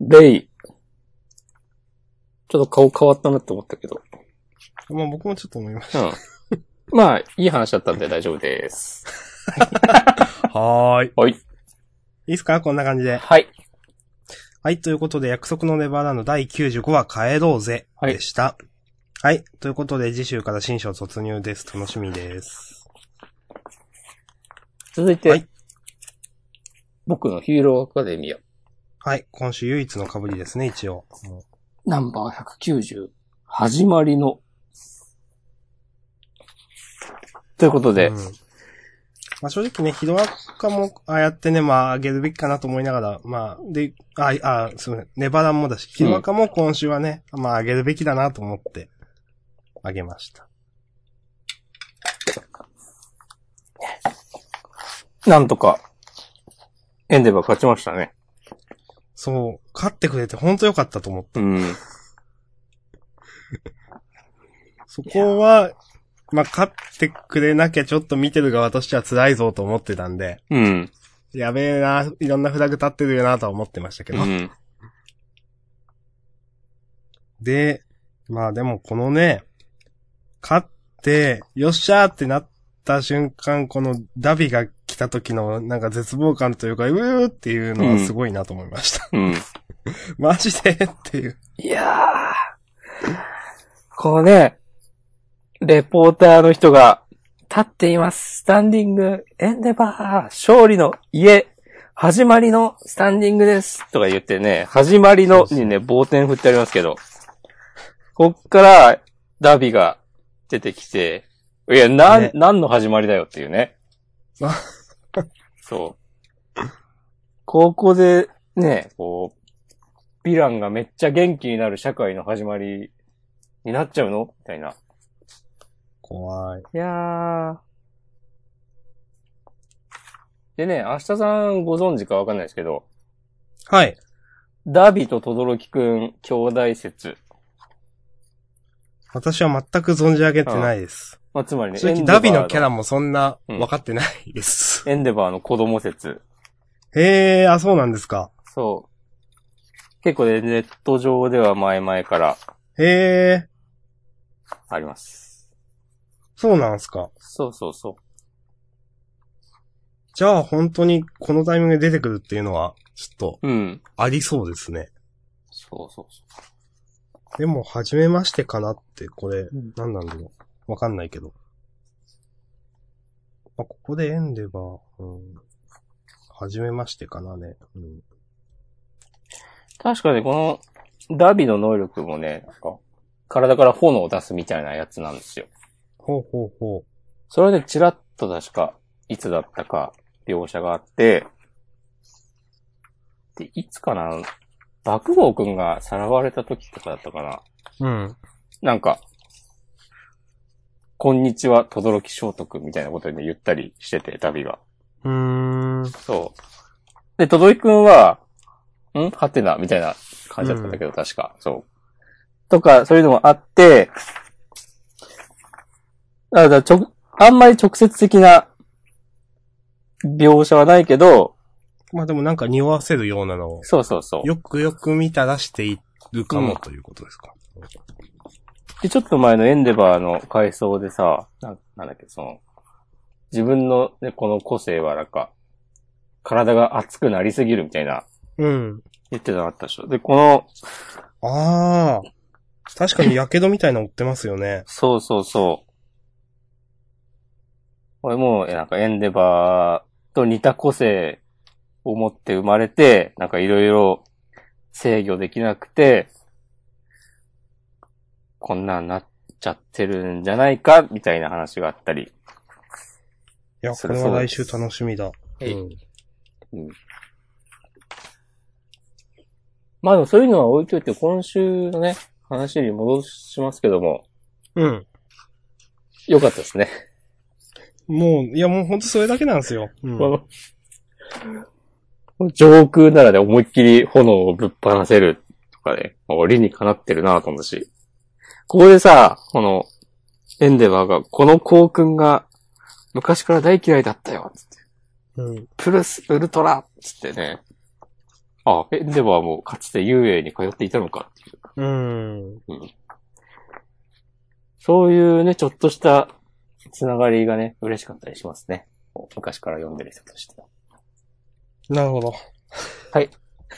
S1: レイ、ちょっと顔変わったなって思ったけど。
S2: まあ僕もちょっと思いまし
S1: うん。 まあ、いい話だったんで大丈夫です。
S2: た。はーい。
S1: はい。
S2: いいっすかこんな感じで。
S1: はい。
S2: はい、ということで、約束のネバーランド第95話帰ろうぜ。
S1: はい
S2: でした。はい、ということで、次週から新章突入です。楽しみです。
S1: 続いて、
S2: はい
S1: 僕のヒーローアカデミア、
S2: はい、今週唯一の被りですね、一応。も
S1: ナンバー190、始まりの。ということ
S2: う
S1: で、
S2: うんまあ正直ね、ヒロアカも、ああやってね、まあ、あげるべきかなと思いながら、まあ、で、あ、あ、すみません、ネバランもだし、ヒロアカも今週はね、まあ、あげるべきだなと思って、あげました。
S1: なんとか、エンデバー勝ちましたね。
S2: そう、勝ってくれて本当良かったと思って。
S1: うん。
S2: そこは、まあ、勝ってくれなきゃちょっと見てる側としては辛いぞと思ってたんで、
S1: うん。
S2: やべえな、いろんなフラグ立ってるよなとは思ってましたけ
S1: う
S2: ど。
S1: ん。
S2: で、まあでもこのね、勝って、よっしゃーってなった瞬間、このダビが来た時のなんか絶望感というか、うーっていうのはすごいなと思いました。
S1: うん。
S2: マジでっていう。
S1: いやー。このね、レポーターの人が、立っています。スタンディング、エンデバー、勝利の家、始まりのスタンディングです。とか言ってね、始まりのにね、棒点振ってありますけど、こっから、ダビが出てきて、いや、なん、
S2: ね
S1: なんの始まりだよっていうね
S2: あ。
S1: そう。高校で、ね、こう、ヴィランがめっちゃ元気になる社会の始まりになっちゃうのみたいな。
S2: 怖い。
S1: いやー。でね、明日さんご存知かわかんないですけど、
S2: はい。
S1: ダビと轟くん兄弟説。
S2: 私は全く存じ上げてないです。
S1: まあ、つまりね、
S2: 正
S1: エ
S2: 直
S1: ンデバ
S2: ダ
S1: ー
S2: ビのキャラもそんな分かってないです。
S1: エンデバーの子供説。
S2: へえ、あ、そうなんですか。
S1: そう。結構ね、ネット上では前々から
S2: へえ、
S1: あります。
S2: そうなんですか。
S1: そうそうそ
S2: じゃあ本当にこのタイミングで出てくるっていうのは、ちょっと
S1: う。うん。
S2: ありそうですね。
S1: そうそうそ
S2: でも、初めましてかなって、これ
S1: ん、
S2: 何なんだろう。わかんないけど。あ、ここでエンデバー、うん。初めましてかなね。うん。
S1: う。確かにこのダビの能力もね、なんか、体から炎を出すみたいなやつなんですよ。
S2: ほうほうほう。
S1: それでチラッと確か、いつだったか、描写があって、で、いつかな、爆豪くんがさらわれた時とかだったかな。
S2: うん。
S1: なんか、こんにちは、とどろき聖徳みたいなことで、ね、言ったりしてて、ダビが。
S2: うーん。
S1: そう。で、とどろきくんは、んはてなみたいな感じだったんだけど、確か。そう。とか、そういうのもあって、だからちょ、あんまり直接的な描写はないけど、
S2: まあでもなんか匂わせるようなのを、
S1: そうそうそう。
S2: よくよく見たらしているかもということですか。
S1: で、ちょっと前のエンデバーの回想でさ、ななんだっけ、その、自分のね、この個性はなんか、体が熱くなりすぎるみたいな
S2: うん。
S1: 言ってたのあったでしょ。で、この、
S2: ああ。確かに火傷みたいなの売ってますよね。
S1: そうそうそう。これもう、えなんかエンデバーと似た個性を持って生まれて、なんかいろいろ制御できなくて、こんなんなっちゃってるんじゃないか、みたいな話があったり。
S2: い や、
S1: そ
S2: こ
S1: りゃ
S2: れ
S1: そう
S2: は
S1: で
S2: 来
S1: す
S2: 週楽しみだ。
S1: はい
S2: うん
S1: まあでもそういうのは置いといて、今週のね、話に戻しますけども、
S2: うん。
S1: 良かったですね。
S2: もう、いやもうほんとそれだけなんですよ。うん。
S1: この 上空ならで思いっきり炎をぶっ放せるとかね、まあ理にかなってるなと思うし。ここでさ、この、エンデバーが、この校訓が昔から大嫌いだったよ、つって。
S2: うん。
S1: プルス、ウルトラつってね。あ、エンデバーもかつて遊泳に通っていたのかっていう。
S2: うん。
S1: そういうね、ちょっとしたつながりがね、嬉しかったりしますね。昔から読んでる人としては。
S2: なるほど。
S1: はい。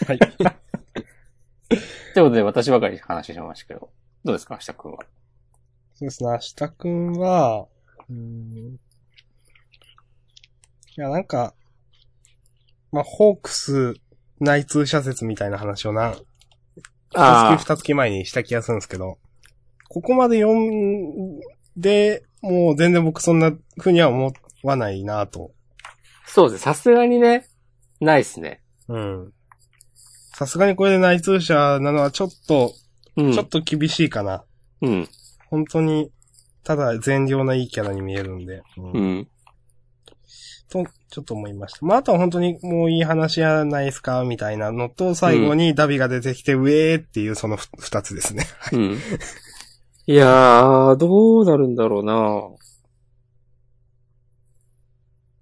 S2: はい。
S1: ということで、私ばかり話しましたけど、どうですか、明日くんは。
S2: そうですね、明日くんは、うーんいや、なんか、まあ、ホークス内通者説みたいな話をな、
S1: あ
S2: 一
S1: あ
S2: 月二月前にした気がするんですけど、ここまで読んで、もう全然僕そんな風には思わないなと。
S1: そうですね。さすがにね、ないっすね。
S2: うん。さすがにこれで内通者なのはちょっと、
S1: うん
S2: ちょっ。と厳しいかな。
S1: うん。
S2: 本当に、ただ善良ないいキャラに見えるんで。うん
S1: うん。
S2: と、ちょっと思いました。まあ、あとは本当にもういい話やないですかみたいなのと、最後にダビが出てきて、ウェーっていうそのふ二つですね。
S1: うん。 いやー、どうなるんだろうなこ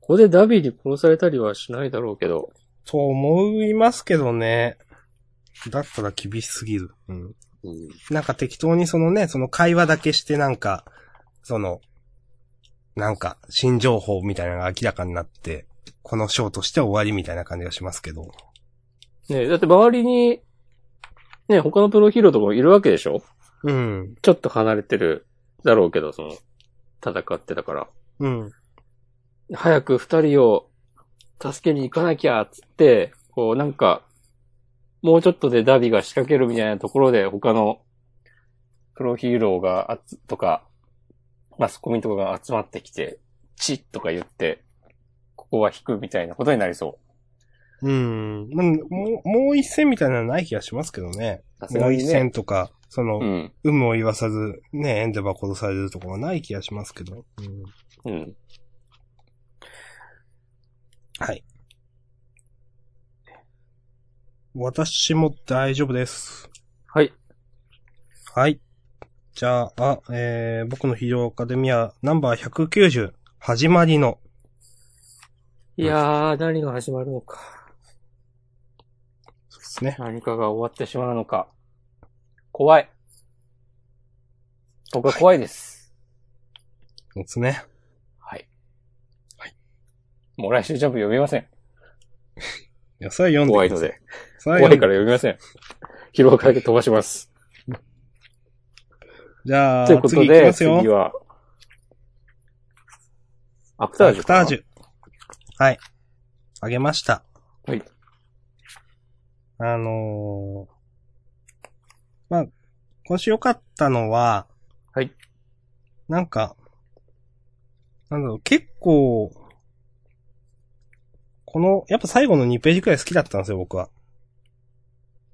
S1: こでダビーに殺されたりはしないだろうけど。
S2: と思いますけどね。だったら厳しすぎる。うん。
S1: うん。
S2: なんか適当にそのね、その会話だけしてなんか、その、なんか、新情報みたいなのが明らかになって、この章として終わりみたいな感じがしますけど。
S1: ねだって周りに、ね他のプロヒーローとかもいるわけでしょ
S2: うん。
S1: ちょっと離れてるだろうけど、その、戦ってたから。
S2: うん。
S1: 早く二人を助けに行かなきゃ、つって、こうなんか、もうちょっとでダビが仕掛けるみたいなところで他のプロヒーローがあつ、とか、マスコミとかが集まってきて、チッとか言って、ここは引くみたいなことになりそ
S2: うん。まあもう、もう一戦みたいなのはない気がしますけどね。
S1: う。さす
S2: も
S1: が
S2: う
S1: に
S2: 一
S1: ね。
S2: 戦とか、その、
S1: うん。
S2: 有無を言わさず、ね、エンデバー殺されるとかはない気がしますけど。うん、
S1: うん。
S2: はい。私も大丈夫です。
S1: はい。
S2: はい。じゃあ、えー、僕の非常アカデミアナンバー190、始まりの。
S1: いやー、何が始まるのか。
S2: そうですね。
S1: 何かが終わってしまうのか。怖い。僕は怖いです。
S2: そうですね。
S1: はい。はい。もう来週ジャンプ読みません。
S2: いや、それは読んで
S1: 怖い
S2: くだ
S1: の
S2: さ
S1: で。
S2: それは
S1: 怖い
S2: 読んで
S1: から読みません。疲労から飛ばします。
S2: じゃあ、
S1: ということ
S2: 次行き
S1: で、
S2: ます
S1: 次
S2: よ。
S1: は、アクタージュ
S2: アクタ
S1: かな。
S2: ージュ。はい。あげました。
S1: はい。
S2: あのー、まあ、今週良かったのは、
S1: はい。
S2: なんか、なんだろう、結構、この、やっぱ最後の2ページくらい好きだったんですよ、僕は。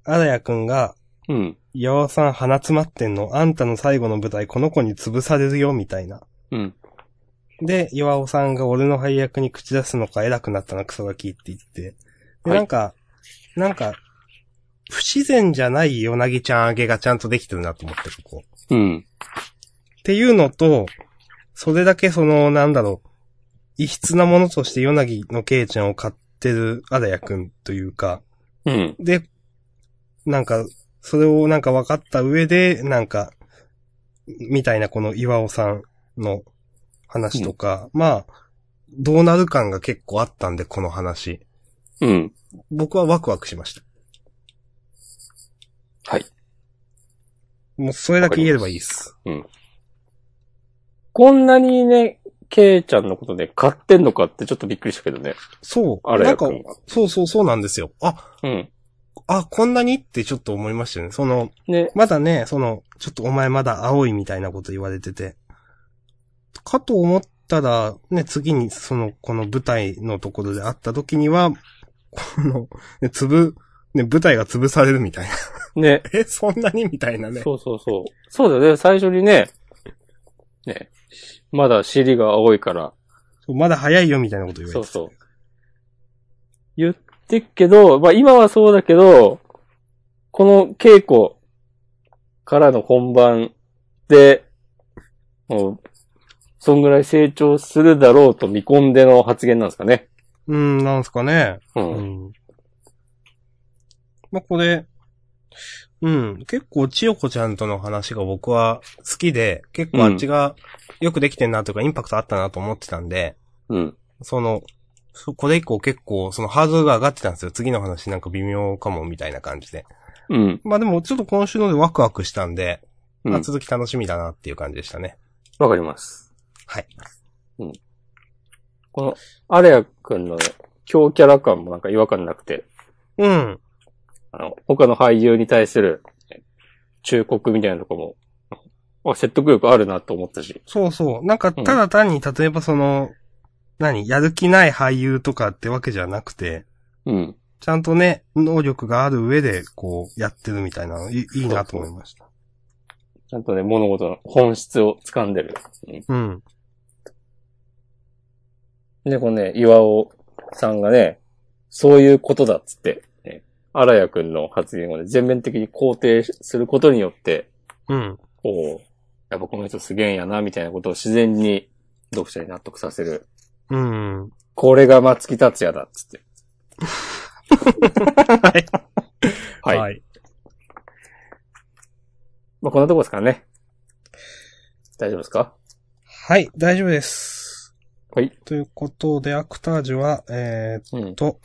S2: 荒谷くんが、
S1: うん。
S2: 岩尾さん鼻詰まってんのあんたの最後の舞台この子に潰されるよ、みたいな。
S1: うん。
S2: で、岩尾さんが俺の配役に口出すのか偉くなったな、クソガキって言って。で、
S1: はい
S2: なんか、なんか、不自然じゃないヨナギちゃんあげがちゃんとできてるなと思って、ここ。
S1: うん。
S2: っていうのと、それだけその、なんだろう、異質なものとしてヨナギのケイちゃんを買ってるアラヤくんというか、
S1: うん。
S2: で、なんか、それをなんか分かった上で、なんか、みたいなこの岩尾さんの話とか、まあ、どうなる感が結構あったんで、この話。
S1: うん。
S2: 僕はワクワクしました。
S1: はい。
S2: もうそれだけ言えればいいです。
S1: こんなにね、ケイちゃんのことで買ってんのかってちょっとびっくりしたけどね。
S2: そう。
S1: あれ
S2: なん
S1: や
S2: か
S1: く、んが。
S2: そうそうそうなんですよ。あ、
S1: うん。
S2: あ、こんなにってちょっと思いましたよね。その、
S1: ね、
S2: まだね、その、ちょっとお前まだ青いみたいなこと言われてて。かと思ったら、ね、次にその、この舞台のところで会った時には、この、ね、ぶ、ね、舞台が潰されるみたいな。
S1: ね、
S2: え、そんなにみたいなね。
S1: そうそうそう。そうだよね、最初にね、ね、まだ尻が青いから、
S2: まだ早いよみたいなこと言われ
S1: そう
S2: て。
S1: そう。言ってっけど、まあ今はそうだけど、この稽古からの本番で、もう、そんぐらい成長するだろうと見込んでの発言なんですかね。
S2: うん、なんすかね。
S1: う。
S2: うんん。まあ、これ、うん、結構千代子ちゃんとの話が僕は好きで、結構あっちがよくできてんなというか、インパクトあったなと思ってたんで、
S1: うん。
S2: その、そこれ以降結構、そのハードルが上がってたんですよ。次の話なんか微妙かも、みたいな感じで。
S1: うん。
S2: まあでも、ちょっと今週のでワクワクしたんで、
S1: うん
S2: あ続き楽しみだなっていう感じでしたね。
S1: わかります。
S2: はい。
S1: この、アレア君の強キャラ感もなんか違和感なくて、
S2: うん。
S1: あの、他の俳優に対する忠告みたいなとこも、あ説得力あるなと思ったし。
S2: そうそう。なんか、
S1: う
S2: た
S1: ん
S2: だ単に、例えばその、何、やる気ない俳優とかってわけじゃなくて、
S1: うん。
S2: ちゃんとね、能力がある上で、こう、やってるみたいなの、いいいなと思いました。
S1: ちゃんとね、物事の本質を掴んでる。
S2: うん。
S1: で、このね、岩尾さんがね、そういうことだっつって、ね、荒谷くんの発言をね、全面的に肯定することによって、
S2: うん。
S1: おおやっぱこの人すげえんやな、みたいなことを自然に読者に納得させる。
S2: うん。
S1: これが松木達也だっつ って。はい。
S2: い。
S1: まあ、こんなとこですかね。大丈夫ですか
S2: はい、大丈夫です。
S1: はい。
S2: ということで、アクタージュは、えー、
S1: うん
S2: っ。と、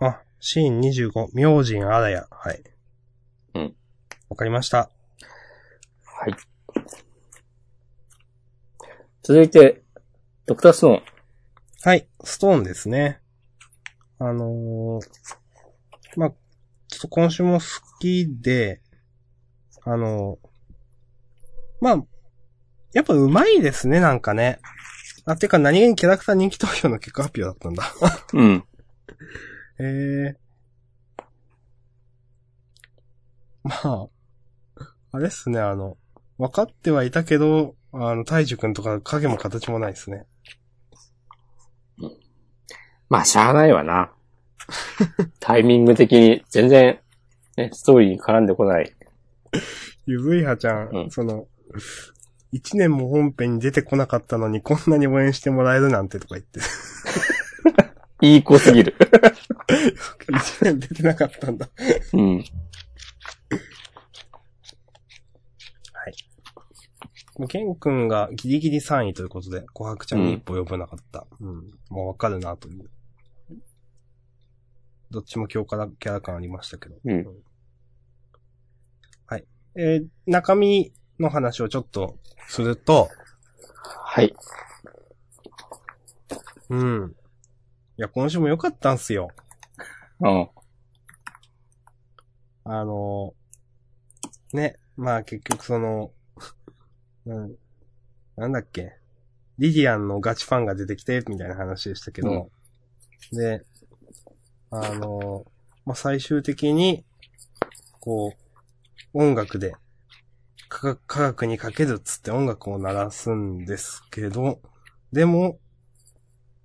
S2: あ、シーン25、明神あらや。はい。
S1: うん。
S2: わかりました。
S1: はい。続いて、ドクターストーン。
S2: はい、ストーンですね。あのー、まあ、ちょっと今週も好きで、あのー、まあ、やっぱ上手いですね、なんかね。あ、てか何気にキャラクター人気投票の結果発表だったんだ。
S1: うん。
S2: ええまあ、あれっすね、あの、分かってはいたけど、あの、大樹くんとか影も形もないですね。
S1: まあ、しゃあないわな。 タイミング的に全然、ね、ストーリーに絡んでこない。
S2: ゆずいはちゃん、
S1: うん
S2: その、一年も本編に出てこなかったのにこんなに応援してもらえるなんてとか言って、
S1: いい子すぎる。
S2: 一年出てなかったんだ。
S1: うん。
S2: もうケンくんがギリギリ3位ということで、琥珀ちゃんに一歩及ばなかった。うん。もうわかるなという。どっちも強化なキャラ感ありましたけど。
S1: うん
S2: はい。えー中身の話をちょっとすると、
S1: はい。
S2: うん。いや、今週も良かったんすよ。
S1: うん。
S2: あのーね、まあ結局その、 うん、なんだっけ、リディアンのガチファンが出てきて、みたいな話でしたけど、で、あのーまあ最終的に、こう、音楽で、科学科学にかけるっつって音楽を鳴らすんですけど、でも、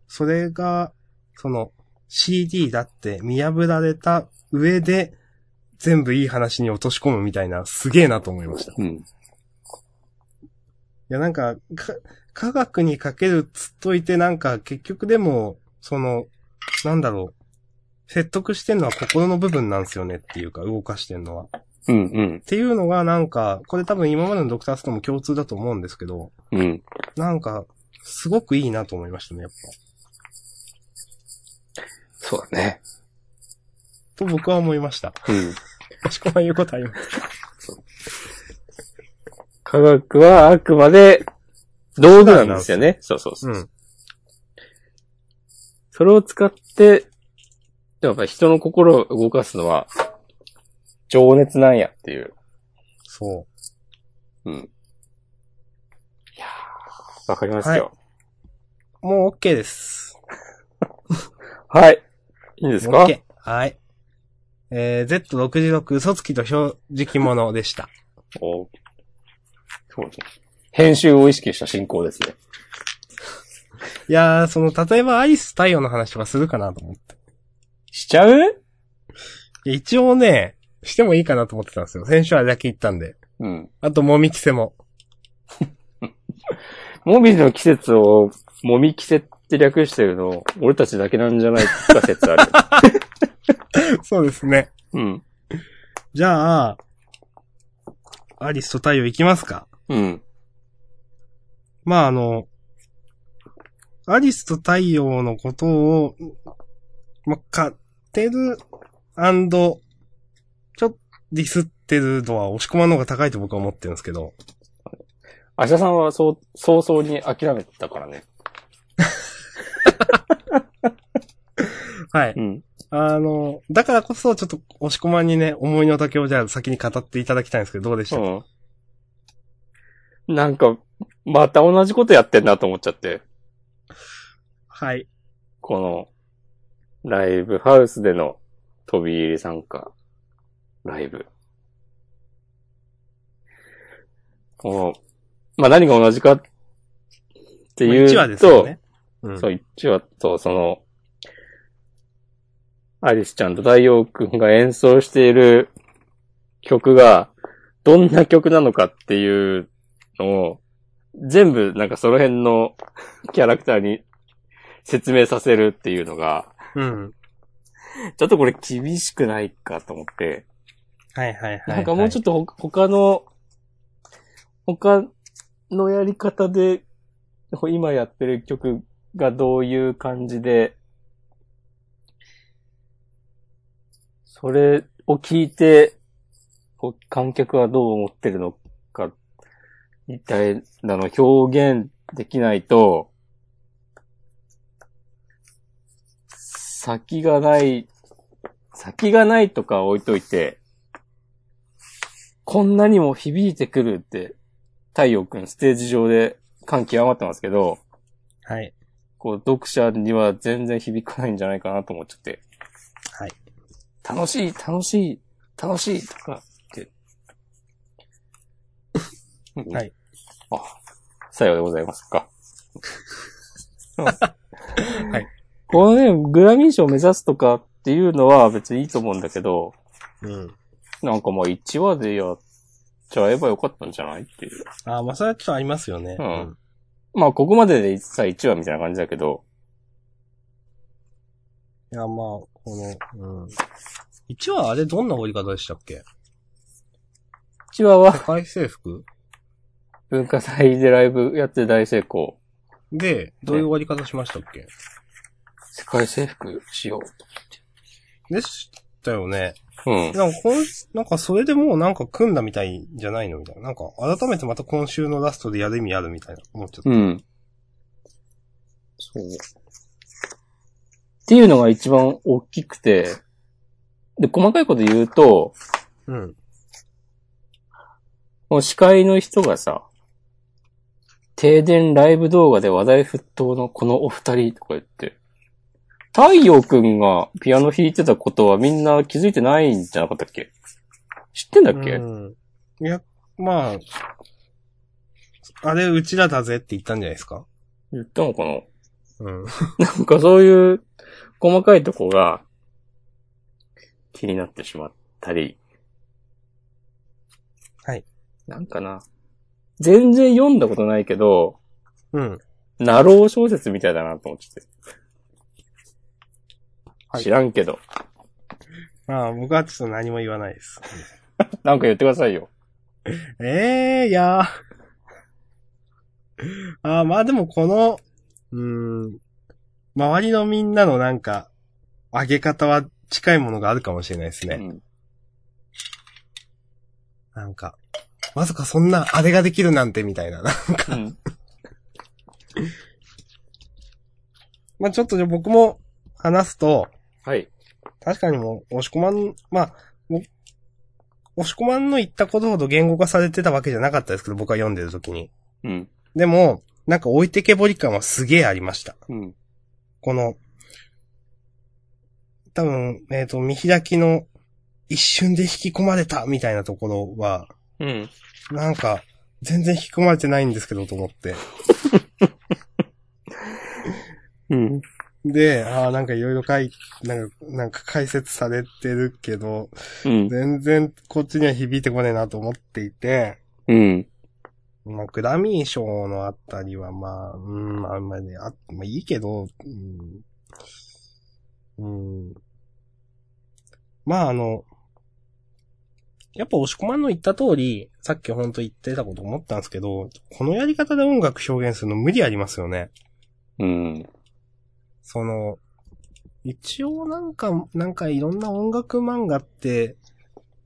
S2: それが、その、CD だって見破られた上で、全部いい話に落とし込むみたいな、すげえなと思いました。い
S1: うん。
S2: や、なんか、か科学にかけるっつっといて、なんか、結局でも、その、なんだろう、説得してんのは心の部分なんですよねっていうか、動かしてんのは。
S1: うん、うん
S2: っ、ていうのがなんか、これ多分今までのドクターストーンも共通だと思うんですけど、
S1: うん。
S2: なんか、すごくいいなと思いましたね、やっぱ。
S1: そうだね。
S2: と僕は思いました。
S1: うん。
S2: もしこまん言うことあります。
S1: 科学はあくまで道具なんですよね。そうそうそう。
S2: うん。
S1: それを使って、やっぱ人の心を動かすのは、情熱なんやっていう。
S2: そ
S1: うん。いやーわかりますよ。
S2: う。もう OK です。
S1: はい。い、いんですか、
S2: OK。はい。えー、Z66 嘘つきと正直者でした。
S1: おそうですね。編集を意識した進行ですね。
S2: いやー、その、例えばアイス太陽の話とかするかなと思って。
S1: しちゃう
S2: いや一応ね、してもいいかなと思ってたんですよ。先週あれだけ言ったんで。
S1: うん。
S2: あと、もみきせも。
S1: モビルの季節を、もみ季節って略してるの、俺たちだけなんじゃないか説ある。
S2: そうですね。
S1: うん。
S2: じゃあ、アリスと太陽行きますか
S1: うん。
S2: まああの、アリスと太陽のことを、まあ、買ってる、アンド、ちょっとディスってる度は押し込まんの方が高いと僕は思ってるんですけど、
S1: アシャさんはそう、早々に諦めてたからね。
S2: はい。
S1: うん。
S2: あの、だからこそちょっと押し込まんにね、思いの丈をじゃあ先に語っていただきたいんですけど、どうでした、
S1: うん。なんか、また同じことやってんなと思っちゃって。
S2: はい。
S1: この、ライブハウスでの飛び入り参加、ライブ。この、まあ、何が同じかっていうと、
S2: 1話ですよね。うん
S1: そう、一話と、その、アリスちゃんと太陽くんが演奏している曲が、どんな曲なのかっていうのを、全部、なんかその辺の キャラクターに説明させるっていうのが、
S2: うん。
S1: ちょっとこれ厳しくないかと思って、
S2: はいはいはい、はい。
S1: なんかもうちょ
S2: ょっ
S1: っとほ他の、他のやり方で、ほ今やってる曲がどういう感じで、それを聞いて、こう観客はどう思ってるのか、みたいなの表現できないと、先がない、先がないとか置いといて、こんなにも響いてくるって、太陽くんステージ上で感極まってますけど、
S2: と。はい。
S1: こう、読者には全然響かないんじゃないかなと思っちゃって。
S2: はい。
S1: 楽しい、楽しい、楽しいとかって。
S2: はい。。
S1: あ、さようでございますか。はいこのね、グラミー賞を目指すとかっていうのは別にいいと思うんだけど、
S2: うん。
S1: なんかまあ1話でやっちゃえばよかったんじゃないっていう。
S2: あーまあそれはちょっとありますよね。
S1: うんまあ、ここまででさ、1話みたいな感じだけど、
S2: いや、まあ、この、うん。1話あれどんな終わり方でしたっけ
S1: 1話は
S2: 回制服
S1: 文化祭でライブやって大成功。
S2: で、どういう終わり方しましたっけ
S1: 世界征服しよ
S2: でしたよね。
S1: う。うん。
S2: なんか、こんなんかそれでもうなんか組んだみたいじゃないのみたいな。なんか、改めてまた今週のラストでやる意味あるみたいな思っちゃった。
S1: うん。そう。っていうのが一番大きくて、で、細かいこと言うと、
S2: うん。
S1: もう司会の人がさ、停電ライブ動画で話題沸騰のこのお二人とか言って、太陽くんがピアノ弾いてたことはみんな気づいてないんじゃなかったっけ知ってんだっけ、
S2: うんいや、まあ、あれ、うちらだぜって言ったんじゃないですか
S1: 言ったのかな
S2: うん。
S1: なんかそういう細かいとこが気になってしまったり。
S2: はい。
S1: なんかな。全然読んだことないけど、
S2: うん。
S1: ナロー小説みたいだなと思ってて。
S2: はい
S1: 知らんけど。
S2: まあ、僕はちょっと何も言わないです。
S1: なんか言ってくださいよ。
S2: ええいやー。 あーまあでもこの、うーん、周りのみんなのなんか、上げ方は近いものがあるかもしれないですね。
S1: うん
S2: なんか、まさかそんなあれができるなんてみたいな。
S1: うん。
S2: まあちょっとじゃあ僕も話すと、
S1: はい。
S2: 確かにもう、押し込まん、まあ、お押し込まんの言ったことほど言語化されてたわけじゃなかったですけど、僕は読んでる時に。
S1: うん。
S2: でも、なんか置いてけぼり感はすげえありました。
S1: うん。
S2: この、多分、えっ、と、見開きの一瞬で引き込まれたみたいなところは、
S1: うん。
S2: なんか、全然引き込まれてないんですけどと思って。
S1: うん。
S2: で、ああ、なんかいろいろ書い、なんか、なんか解説されてるけど、
S1: うん。
S2: 全然こっちには響いてこねえなと思っていて、
S1: うん。
S2: まあ、グラミー賞のあたりは、まあ、うん、まあ、まあね、あ、まあいいけど、うん。うん。まあ、あの、やっぱ押し込まんの言った通り、さっきほんと言ってたこと思ったんですけど、このやり方で音楽表現するの無理ありますよね。
S1: うん。
S2: その、一応なんか、なんかいろんな音楽漫画って、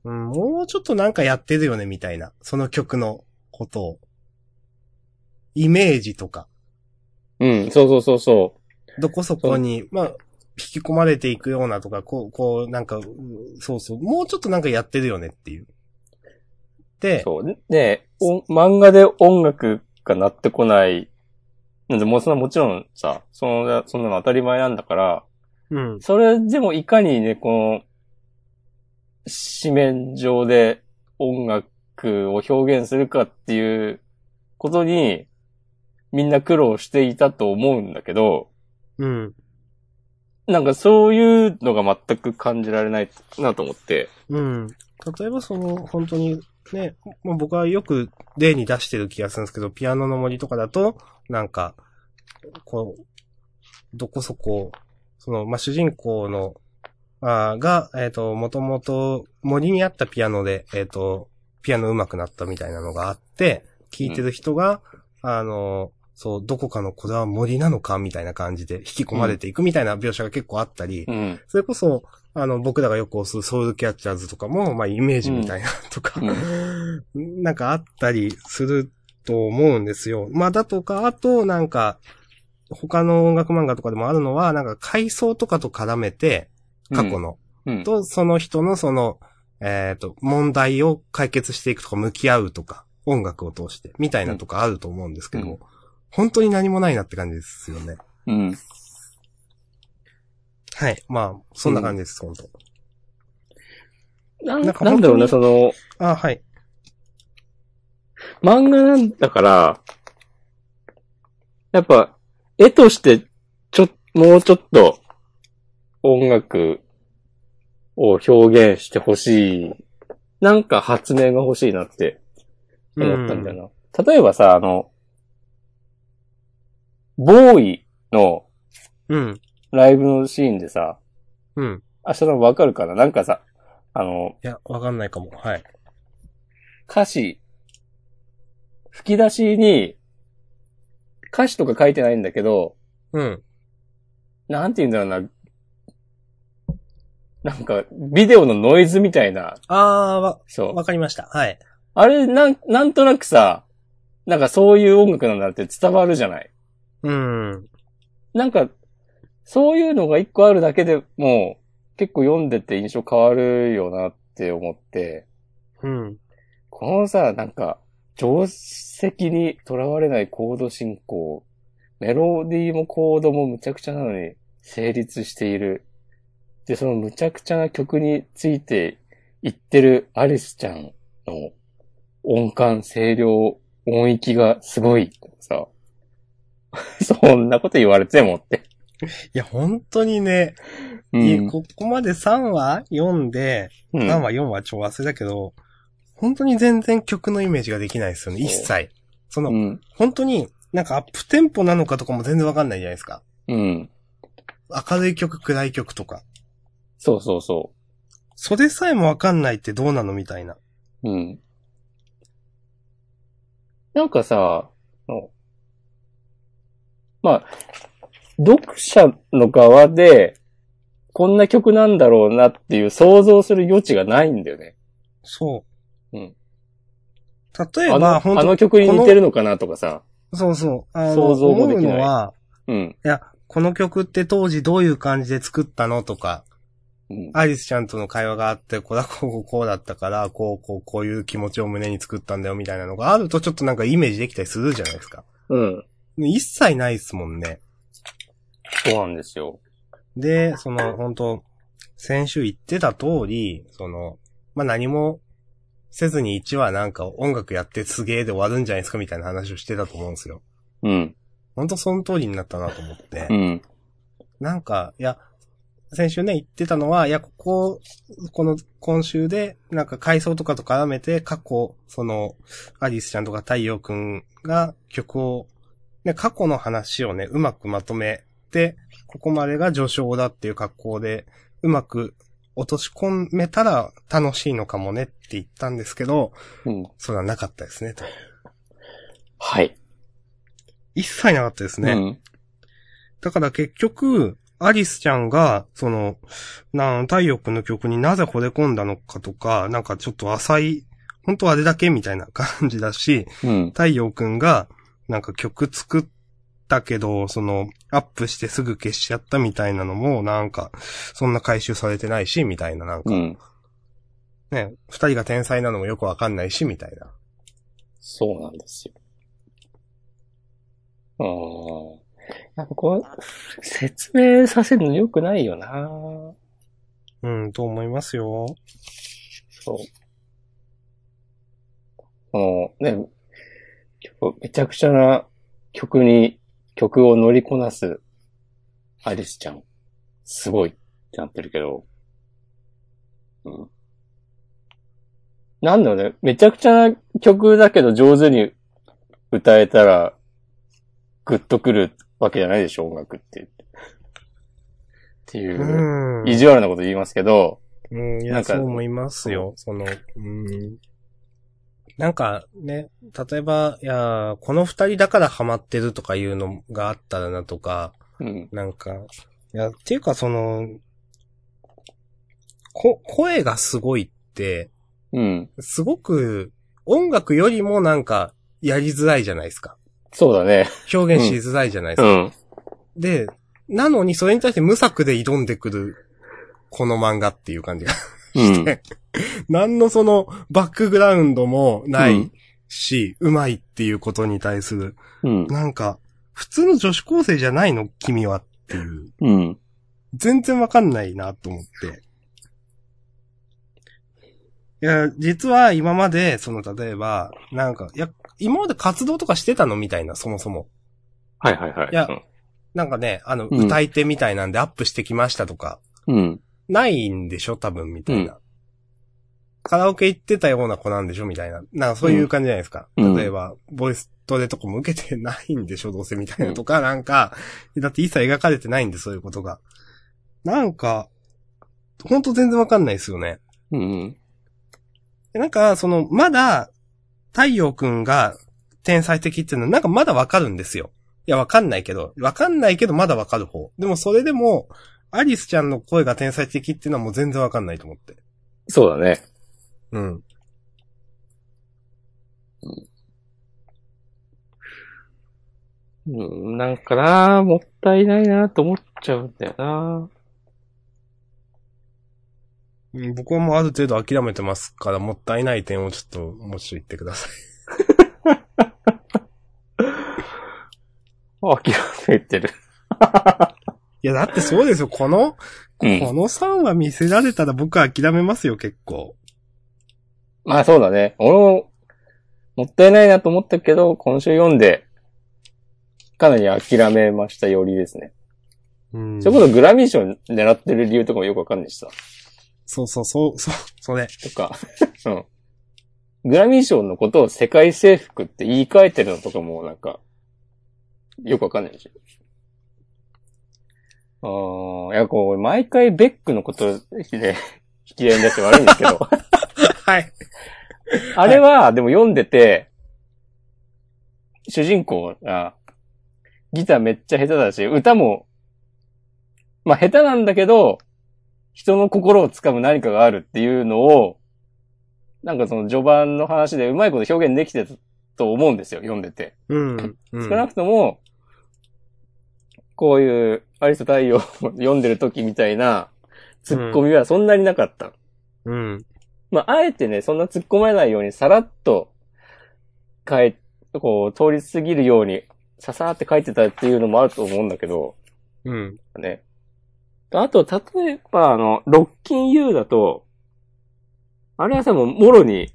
S2: うん、もうちょっとなんかやってるよね、みたいな。その曲のことを。イメージとか。
S1: うん。そうそうそうそ
S2: どこそこに、まあ、引き込まれていくようなとか、こう、こう、なんか、うんそうそう。もうちょっとなんかやってるよねっていう。
S1: う。
S2: で、
S1: そう。で、お漫画で音楽が鳴ってこない。なんで、もうそんなもちろんさ、その、そんなの当たり前なんだから、
S2: うん。
S1: それでもいかにね、この、紙面上で音楽を表現するかっていうことに、みんな苦労していたと思うんだけど、
S2: うん。
S1: なんかそういうのが全く感じられないなと思って。
S2: うん。例えばその、本当に、ね、まあ、僕はよく例に出してる気がするんですけど、ピアノの森とかだと、なんか、こう、どこそこ、その、まあ、主人公の、あーが、えっ、と、もともと森にあったピアノで、えっ、と、ピアノ上手くなったみたいなのがあって、聴いてる人が、あの、そう、どこかのこれは森なのかみたいな感じで引き込まれていくみたいな描写が結構あったり、
S1: うん。
S2: それこそ、あの、僕らがよく押すソウルキャッチャーズとかも、まあ、イメージみたいなとか、なんかあったりすると思うんですよ。まあ、だとか、あと、なんか、他の音楽漫画とかでもあるのは、なんか階層とかと絡めて、過去の、
S1: うん。
S2: と、その人のその、えっ、と、問題を解決していくとか、向き合うとか、音楽を通して、みたいなとかあると思うんですけど、
S1: うん
S2: 本当に何もないなって感じですよね。
S1: うん。
S2: はい。まあ、そんな感じです、本
S1: なん
S2: な
S1: なん
S2: か本当に
S1: んだろうね、その、
S2: 当。あ、はい。
S1: 漫画なんだから、やっぱ、絵として、ちょ、もうちょっと、音楽を表現してほしい。なんか発明が欲しいなって思ったんだよな。例えばさ、あの、ボーイの
S2: うん。
S1: ライブのシーンでさ、
S2: うん。
S1: 明日のわかるかななんかさ、あの、
S2: いや、わかんないかも。はい。
S1: 歌詞、吹き出しに、歌詞とか書いてないんだけど、
S2: うん。
S1: なんて言うんだろうな。なんか、ビデオのノイズみたいな。
S2: あー、わ、
S1: そう。
S2: わかりました。はい。
S1: あれ、なん、なんとなくさ、なんかそういう音楽なんだって伝わるじゃない。
S2: うん。
S1: なんか、そういうのが一個あるだけでもう、結構読んでて印象変わるよなって思って、
S2: うん。
S1: このさ、なんか、定石にとらわれないコード進行、メロディーもコードもむちゃくちゃなのに成立している。で、そのむちゃくちゃな曲について言ってるアリスちゃんの音感、声量、音域がすごい。さ、そんなこと言われてもって。
S2: いや、本当にね、
S1: う
S2: い
S1: ん。
S2: ここまで3話読んで、
S1: うん
S2: 3話4話ちょ忘れだけど、本当に全然曲のイメージができないですよね、一切。その、
S1: うん。
S2: 本当に、なんかアップテンポなのかとかも全然わかんないじゃないですか。
S1: うん。
S2: 明るい曲、暗い曲とか。
S1: そうそうそ
S2: それさえもわかんないってどうなのみたいな。
S1: う。うん。なんかさ、あのまあ、読者の側で、こんな曲なんだろうなっていう想像する余地がないんだよね。
S2: そう。
S1: うん
S2: 例え
S1: あ
S2: ば、
S1: の、あ
S2: 本
S1: の曲に似てるのかなとかさ。
S2: 当そうそう。あの、
S1: 想像も
S2: 思
S1: でき
S2: う
S1: ない
S2: のは、
S1: うん。
S2: いや、この曲って当時どういう感じで作ったのとか、
S1: うん。
S2: アリスちゃんとの会話があって、これはこうこうだったから、こうこうこういう気持ちを胸に作ったんだよみたいなのがあるとちょっとなんかイメージできたりするじゃないですか。
S1: うん。
S2: 一切ないですもんね。
S1: そうなんですよ。
S2: で、その、本当先週言ってた通り、その、まあ、何もせずに1話なんか音楽やってすげえで終わるんじゃないですかみたいな話をしてたと思うんですよ。
S1: うん。
S2: 本当その通りになったなと思って
S1: う。ん。
S2: なんか、いや、先週ね、言ってたのは、いや、ここ、この、今週で、なんか回想とかと絡めて、過去、その、アリスちゃんとか太陽くんが曲を、ね、過去の話をね、うまくまとめて、ここまでが序章だっていう格好で、うまく落とし込めたら楽しいのかもねって言ったんですけど、
S1: うん。
S2: それはなかったですね、と。
S1: はい。
S2: 一切なかったですね。
S1: うん。
S2: だから結局、アリスちゃんが、その、なん、太陽君の曲になぜ惚れ込んだのかとか、なんかちょっと浅い、本当あれだけみたいな感じだし、
S1: うん。
S2: 太陽君が、なんか曲作ったけど、その、アップしてすぐ消しちゃったみたいなのも、なんか、そんな回収されてないし、みたいな、なんか
S1: う、ん。
S2: ね、二人が天才なのもよくわかんないし、みたいな。
S1: そうなんですよ。うん。やっぱこの、説明させるの良くないよな
S2: うん、と思いますよ。
S1: そう。この、ね、結構めちゃくちゃな曲に、曲を乗りこなすアリスちゃん。すごいってなってるけど。うん。なんだろうね、めちゃくちゃな曲だけど上手に歌えたら、グッとくるわけじゃないでしょ、音楽って。って
S2: う
S1: いう、
S2: ん。
S1: 意地悪なこと言いますけど、
S2: うん、い
S1: な
S2: や、
S1: んか
S2: そう思いますよ。その、うん。なんかね、例えば、いや、この二人だからハマってるとかいうのがあったらなとか、
S1: うん、
S2: なんか、いや、っていうかその、こ、声がすごいって、
S1: うん、
S2: すごく音楽よりもなんか、やりづらいじゃないですか。
S1: そうだ ね。
S2: 表現しづらいじゃないですか。
S1: ん。
S2: で、なのにそれに対して無策で挑んでくる、この漫画っていう感じが
S1: うん。
S2: 何のそのバックグラウンドもな
S1: う
S2: い
S1: ん
S2: し、うまいっていうことに対する、
S1: うん。
S2: なんか、普通の女子高生じゃないの君はっていう。
S1: うん。
S2: 全然わかんないなと思って。いや、実は今まで、その例えば、なんか、いや、今まで活動とかしてたのみたいな、そもそも。
S1: はいはいはい。
S2: いやなんかね、あの、
S1: うん
S2: 歌い手みたいなんでアップしてきましたとか、
S1: うん。
S2: ないんでしょ多分、みたいな。カラオケ行ってたような子なんでしょみたいな。なんかそういう感じじゃないですか。
S1: うん
S2: 例えば、ボイストレとかも受けてないんでしょどうせみたいなとか、なんか、だって一切描かれてないんで、そういうことが。なんか、ほんと全然わかんないですよね。
S1: うん。
S2: でなんか、その、まだ、太陽くんが天才的っていうのは、なんかまだわかるんですよ。いや、わかんないけど、わかんないけど、まだわかる方。でも、それでも、アリスちゃんの声が天才的っていうのはもう全然わかんないと思って。
S1: そうだね。
S2: うん。
S1: うん。なんかなもったいないなと思っちゃうんだよな
S2: うん僕はもうある程度諦めてますから、もったいない点をちょっと、もうちょっと言ってください。
S1: 諦めてる。
S2: いや、だってそうですよ。この、
S1: う
S2: こ
S1: ん。
S2: の3話見せられたら僕は諦めますよ、結構。
S1: まあそうだね。俺も、もったいないなと思ったけど、今週読んで、かなり諦めましたよりですね。
S2: うん
S1: それこそグラミー賞狙ってる理由とかもよくわかんないしさ。
S2: そうそうそう、そう、それ。
S1: とか、 うん。グラミー賞のことを世界征服って言い換えてるのとかもなんか、よくわかんないし。あーいや、こう、毎回ベックのことで引き合いに出して悪いんですけど。
S2: はい。
S1: あれは、でも読んでて、主人公が、ギターめっちゃ下手だし、歌も、まあ下手なんだけど、人の心を掴む何かがあるっていうのを、なんかその序盤の話でうまいこと表現できてたと思うんですよ、読んでて。
S2: うん。うん
S1: 少なくとも、こういうアリスト太陽を読んでる時みたいな、ツッコミはそんなになかった。
S2: うん。
S1: まあ、あえてね、そんな突っ込まれないように、さらっと、書い、こう、通り過ぎるように、ささーって書いてたっていうのもあると思うんだけど、
S2: うん。
S1: ね。あと、例えば、あの、ロッキン U だと、あれはさ、もう、もろに、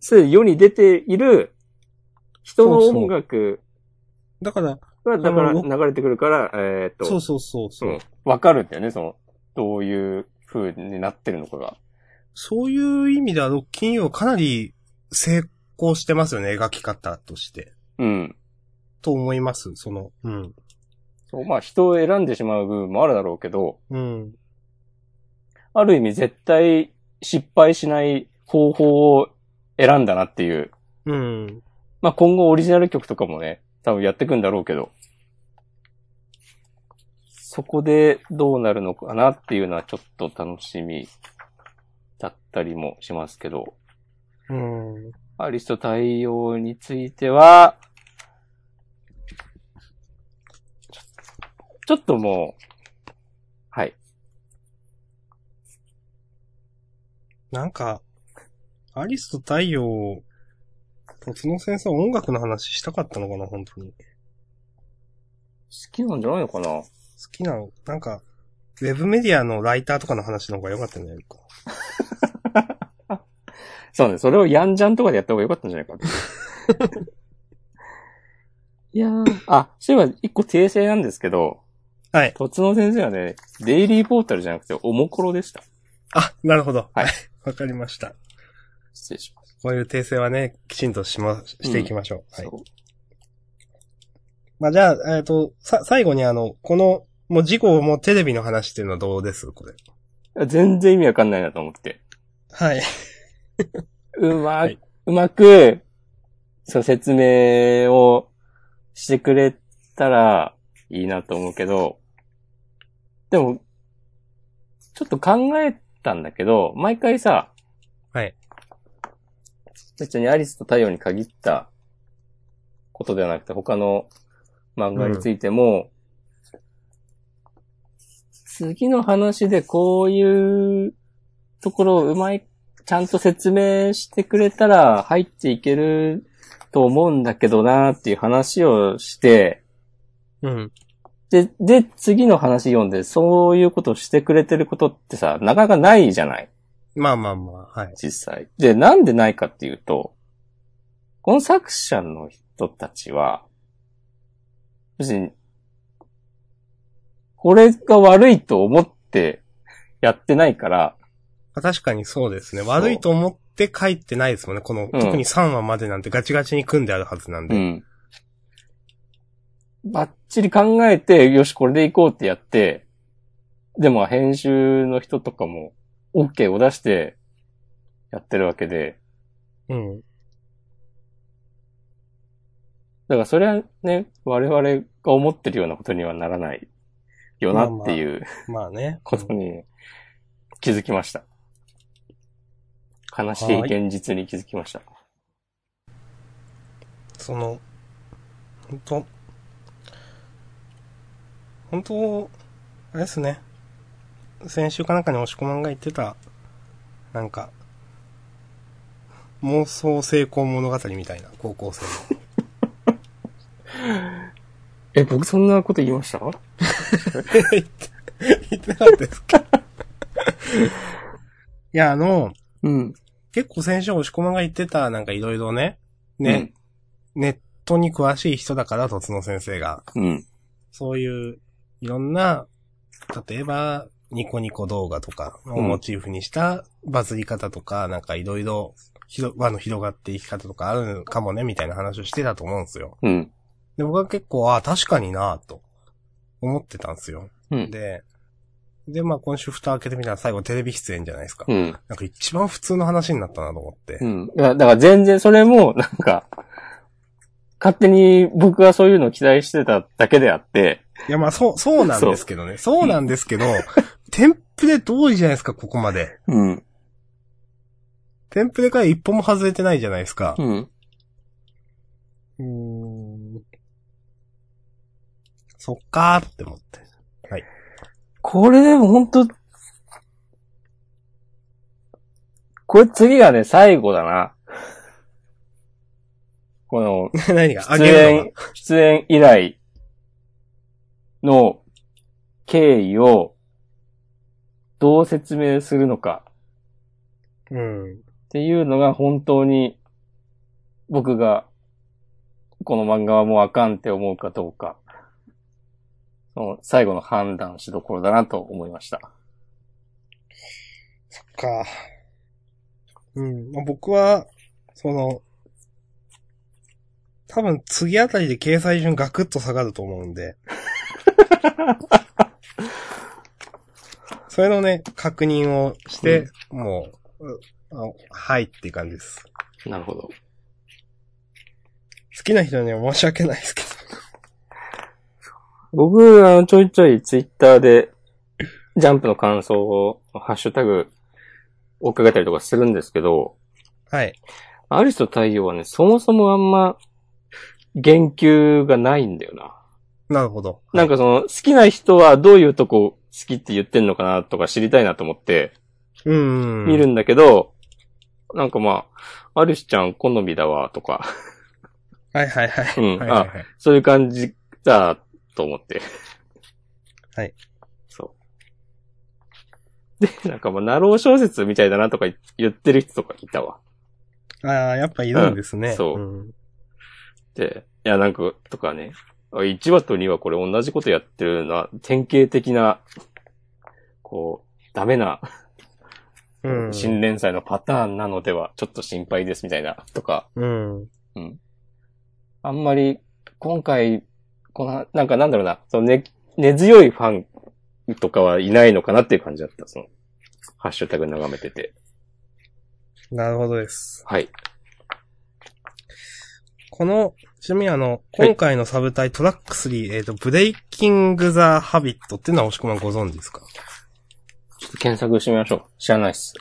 S1: すでに世に出ている、人の音楽
S2: だから、
S1: が、だから、
S2: あの
S1: 流れてくるから、えーっと、
S2: そうそうそうそう、
S1: うんわかるんだよね、その、どういう風になってるのかが。
S2: そういう意味では、ロッキンオかなり成功してますよね、描き方として。
S1: うん。
S2: と思います、その。うん。
S1: そう、まあ人を選んでしまう部分もあるだろうけど、
S2: うん。
S1: ある意味絶対失敗しない方法を選んだなっていう。
S2: うん。
S1: まあ今後オリジナル曲とかもね、多分やってくんだろうけど、そこでどうなるのかなっていうのはちょっと楽しみだったりもしますけど、
S2: うん。
S1: アリスト対応については、ちょちょっともう、はい。
S2: なんか、アリスと太陽、突野先生は音楽の話したかったのかな、本当に。好
S1: 好きなんじゃないのかな
S2: きなの、なんか、ウェブメディアのライターとかの話の方が良かったんじゃないか。
S1: そうね、それをヤンジャンとかでやった方が良かったんじゃない かって。いやー、あ、そういえば一個訂正なんですけど、
S2: はい。
S1: とつの先生はね、デイリーポータルじゃなくておもころでした。
S2: あ、なるほど。
S1: はい。
S2: わかりました。
S1: 失礼しまし
S2: こういう訂正はね、きちんとしま、していきましょう。
S1: た。
S2: はい。
S1: そう
S2: まあ、じゃあ、えっ、と、さ、最後にあの、この、もう事故もテレビの話っていうのはどうですこれ。
S1: いや全然意味わかんないなと思って。
S2: はい。
S1: うま、
S2: はい
S1: くうまく、その説明をしてくれたらいいなと思うけど、でも、ちょっと考えたんだけど、毎回さ、
S2: はい。
S1: 別にアリスと太陽に限ったことではなくて、他の漫画についても、次の話でこういうところをうまいちゃんと説明してくれたら入っていけると思うんだけどなっていう話をして、
S2: うん。
S1: で、で、次の話読んで、そういうことをしてくれてることってさ、なかなかないじゃない
S2: まあまあまあ、はい。
S1: 実際。で、なんでないかっていうと、この作者の人たちは、別に、これが悪いと思ってやってないから、
S2: あ確かにそうですね。
S1: そう
S2: 悪いと思って書いてないですもんね。こ
S1: う
S2: の、
S1: ん
S2: 特に3話までなんてガチガチに組んであるはずなんで。
S1: うん。ばっちり考えて、よし、これでいこうってやって、でも編集の人とかも、OK を出して、やってるわけで、
S2: うん。
S1: だからそれはね、我々が思ってるようなことにはならないよなっていう
S2: まあね。
S1: こと
S2: うん
S1: に気づきました。悲しい現実に気づきました。
S2: その、本当本当あれですね。先週かなんかに押し込まんが言ってた、なんか、妄想成功物語みたいな、高校生の。
S1: え、僕そんなこと言いました
S2: 言って、 言ってなかったですかいや、あの、
S1: うん。
S2: 結構先週押し込まが言ってた、なんかいろいろね、ね、ネットに詳しい人だから、とつの先生が。
S1: うん。うん。
S2: そういう、いろんな、例えば、ニコニコ動画とかをモチーフにしたバズり方とか、なんかいろいろ、ひろ輪の広がっていき方とかあるかもね、みたいな話をしてたと思うんですよ。
S1: うん。
S2: で、僕は結構、ああ、確かになぁと、思ってたんですよ。
S1: うん。
S2: で、で、まあ今週蓋開けてみたら最後テレビ出演じゃないですか。
S1: うん。
S2: なんか一番普通の話になったなと思って。
S1: うん。だからだから全然それも、 なんか、勝手に僕がそういうのを期待してただけであって、
S2: いや、まあそう、そうなんですけどね。そうなんですけど、テンプレ通りじゃないですか、ここまで。
S1: うん。
S2: テンプレから一歩も外れてないじゃないですか。
S1: うん。
S2: うーん。そっかーって思って。
S1: これでも本当これ次がね、最後だな。この、
S2: 何があ
S1: 出
S2: げるの
S1: 演、出演以来の経緯をどう説明するのか
S2: がうん。
S1: っていうのが本当に僕がこの漫画はもうあかんって思うかどうか、その最後の判断しどころだなと思いました。
S2: そっか。うん。まあ僕は、その、多分次あたりで掲載順ガクッと下がると思う んで。それのね、確認をして、もう、うあはいっていう感じです。
S1: なるほど。
S2: 好きな人には申し訳ないですけど。
S1: 僕、あの、ちょいちょいツイッターで、ジャンプの感想を、ハッシュタグ、追っかけたりとかするんですけど、
S2: はい。
S1: アリスと太陽はね、そもそもあんま、言及がないんだよな。
S2: なるほど。
S1: なんかその、好きな人はどういうとこ好きって言ってんのかなとか知りたいなと思って、
S2: うん。
S1: 見るんだけど、なんかまあ、アリスちゃん好みだわ、と か、
S2: はいはいはい。
S1: うん
S2: はいはいはい
S1: そういう感じだ、と思って。
S2: はい。
S1: そう。で、なんかまあ、ナロー小説みたいだなとか言ってる人とかいたわ。
S2: ああ、やっぱいるんですね。
S1: うんそうんで、いや、なんか、とかね、あ1話と2話これ同じことやってるな、典型的な、こう、ダメな、
S2: うん。
S1: 新連載のパターンなのでは、ちょっと心配ですみたいな、とか、
S2: うん。
S1: あんまり、今回、この、なんかなんだろうな、そのね、根強いファンとかはいないのかなっていう感じだった、その、ハッシュタグ眺めてて。
S2: なるほどです。
S1: はい。
S2: この、ちなみにあの、
S1: はい
S2: 今回のサブタイトラック3、えっ、と、ブレイキング・ザ・ハビットっていうのは押し込まんご存知ですか
S1: ちょっと検索してみましょう。知らないっす。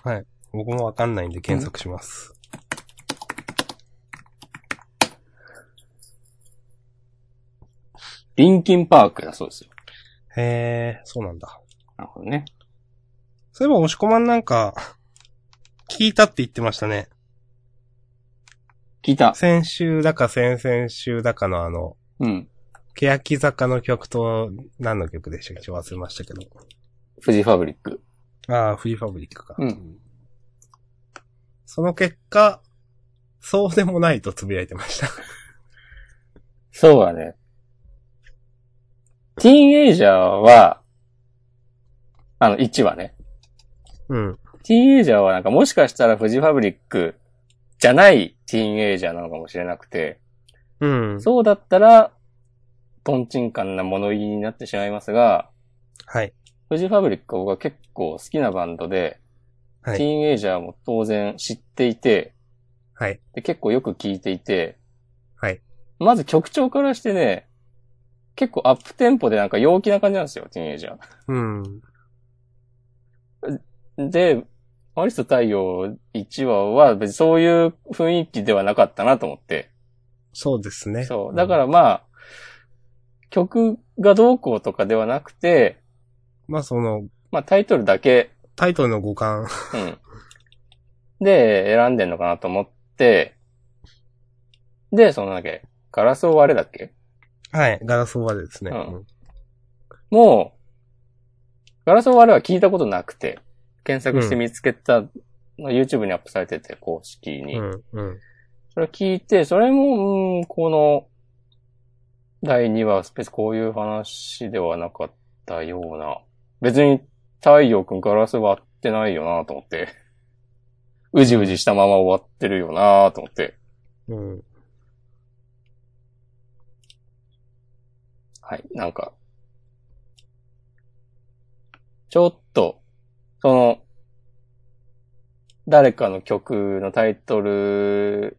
S2: 僕もわかんないんで検索します。
S1: リンキンパークだそうですよ。
S2: へえ、そうなんだ。
S1: なるほどね。
S2: そういえば押し込まんなんか、聞いたって言ってましたね。
S1: 聞いた。
S2: 先週だか先々週だかのあの、
S1: うん。
S2: 欅坂の曲と、何の曲でしたっけちょっと忘れましたけど。
S1: 富士ファブリック。
S2: ああ、フリーファブリックか。
S1: うん。
S2: その結果、そうでもないと呟いてました。
S1: そうだね。ティーンエイジャーは、あの、1話ね。
S2: うん。
S1: ティーンエイジャーはなんかもしかしたら富士ファブリックじゃないティーンエイジャーなのかもしれなくて、
S2: うん。
S1: そうだったら、トンチンカンな物言いになってしまいますが、
S2: はい。
S1: 富士ファブリックは僕は結構好きなバンドで、
S2: は
S1: ティ
S2: い。
S1: ーンエイジャーも当然知っていて、
S2: はい。
S1: で結構よく聴いていて、
S2: はい。
S1: まず曲調からしてね、結構アップテンポでなんか陽気な感じなんですよ、ティーンエイジャ
S2: うん。
S1: ー。で、アリスと太陽1話は別にそういう雰囲気ではなかったなと思って。
S2: そうですね。
S1: そう。だからまあ、曲がどうこうとかではなくて、
S2: まあその、
S1: まあタイトルだけ、
S2: タイトルの五感。
S1: うん。で、選んでんのかなと思って、で、そのなんだっけ、ガラスを割れだっけ
S2: はい。ガラスオーバーですね。
S1: うんもう、ガラスを割れは聞いたことなくて、検索して見つけたまあ YouTube にアップされてて、公式に。
S2: うん、うん。
S1: それ聞いて、それも、うん、この、第2話、スペースこういう話ではなかったような。別に、太陽くんガラス割ってないよなと思って。うじうじしたまま終わってるよなと思って。
S2: うん。
S1: はい、なんか、ちょっと、その、誰かの曲のタイトル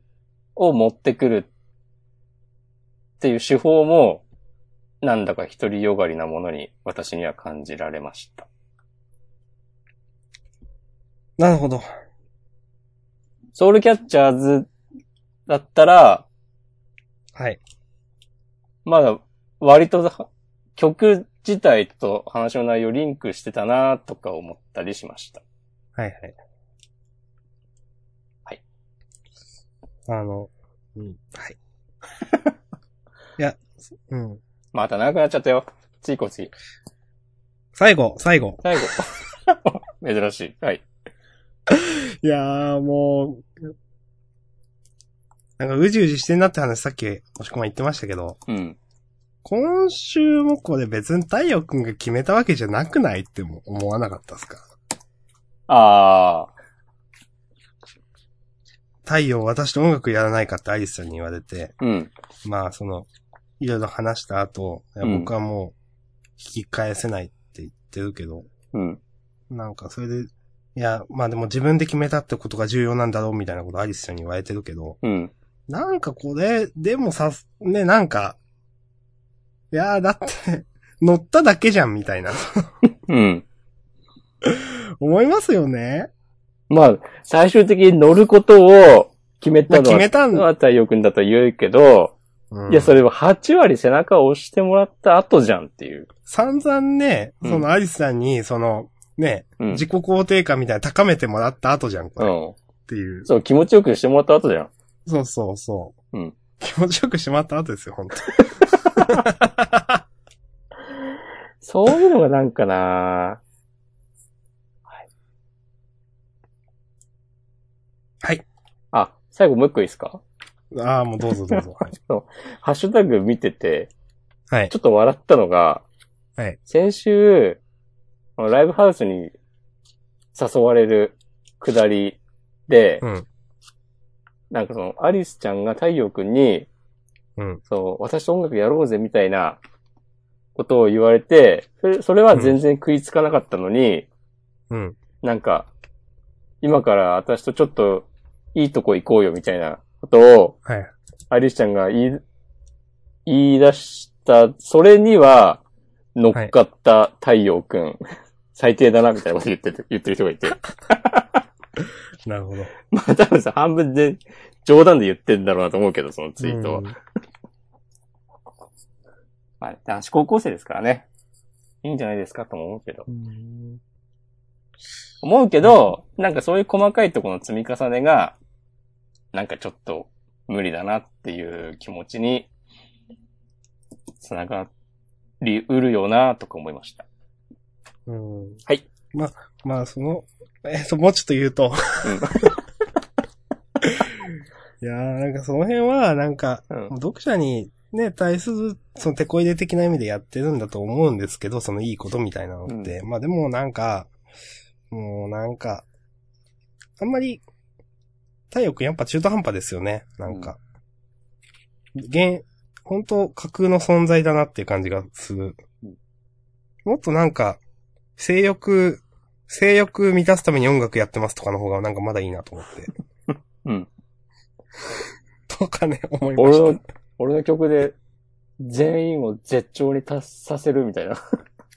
S1: を持ってくるっていう手法も、なんだか独りよがりなものに私には感じられました。
S2: なるほど。
S1: ソウルキャッチャーズだったら、
S2: はい。
S1: まだ割とは曲自体と話の内容リンクしてたなとか思ったりしました。
S2: はいはい。
S1: はい。
S2: あの、うん、はい。 いや、うん。
S1: また長くなっちゃったよ。次行こう次。
S2: 最後、最後。
S1: 最後。 珍しい。はい。
S2: いやー、もう、なんかうじうじしてんなって話さっき、もしくは言ってましたけど、
S1: うん。
S2: 今週もこれ別に太陽くんが決めたわけじゃなくないっても思わなかったですか
S1: ああ、
S2: 太陽、私と音楽やらないかってアリスさんに言われて、
S1: うん。
S2: まあその、いろいろ話した後、いや
S1: うん
S2: 僕はもう、引き返せないって言ってるけど、
S1: うん。
S2: なんかそれで、いや、まあでも自分で決めたってことが重要なんだろうみたいなことアリスさんに言われてるけど、
S1: うん。
S2: なんかこれ、でもさす、ね、なんか、いやーだって、乗っただけじゃんみたいな、
S1: うん。
S2: 思いますよね。
S1: まあ、最終的に乗ることを決め
S2: ま
S1: たの
S2: あ決
S1: は、
S2: めたんだ。
S1: は太陽君だと言うけど、
S2: うん
S1: いや、それは8割背中を押してもらった後じゃんっていう。
S2: 散々ね、
S1: うん
S2: そのアリスさんに、その、ね、
S1: うん。
S2: 自己肯定感みたいなの高めてもらった後じゃん、こ
S1: う
S2: れ。っ
S1: ん。
S2: ていう。
S1: そう、気持ちよくしてもらった後じゃん。
S2: そうそうそう。
S1: うん
S2: 気持ちよくしまった後ですよ、本当
S1: そういうのがなんかな
S2: はい。
S1: あ、最後もう一個いいですか
S2: ああ、もうどうぞど うぞ。はい
S1: ハッシュタグ見てて、
S2: はい
S1: ちょっと笑ったのが、
S2: はい
S1: 先週、あのライブハウスに誘われるくだりで、
S2: うん。
S1: なんかその、アリスちゃんが太陽くんに、
S2: うん
S1: そう、私と音楽やろうぜみたいなことを言われて、それそれは全然食いつかなかったのに、
S2: うん。
S1: なんか、今から私とちょっといいとこ行こうよみたいなことを
S2: はい。
S1: アリスちゃんが言い、言い出した、それには、乗っかった太陽くん、最低だな、みたいなこと言ってて、言ってる人がいて。
S2: なるほど。
S1: まあ多分さ、半分で、冗談で言ってんだろうなと思うけど、そのツイートは。
S2: うん
S1: まあ、男子高校生ですからね。いいんじゃないですかとも思うけど。
S2: うん
S1: 思うけど、なんかそういう細かいところの積み重ねが、なんかちょっと無理だなっていう気持ちに、つながりうるよなとか思いました。
S2: うん
S1: はい。
S2: ま、まあ、その、えっと、もうちょっと言うと。 いやー、なんかその辺は、なんか、
S1: うん
S2: 読者にね、対する、その、テこ入れ的な意味でやってるんだと思うんですけど、そのいいことみたいなのって。まあでもなんか、もうなんか、あんまり、太陽くんやっぱ中途半端ですよね、なんか。現、本当架空の存在だなっていう感じがする。もっとなんか、性欲、性欲満たすために音楽やってますとかの方がなんかまだいいなと思って。
S1: うん。
S2: とかね、思いま
S1: 俺
S2: し
S1: の、俺の曲で全員を絶頂に達させるみたいな。
S2: た。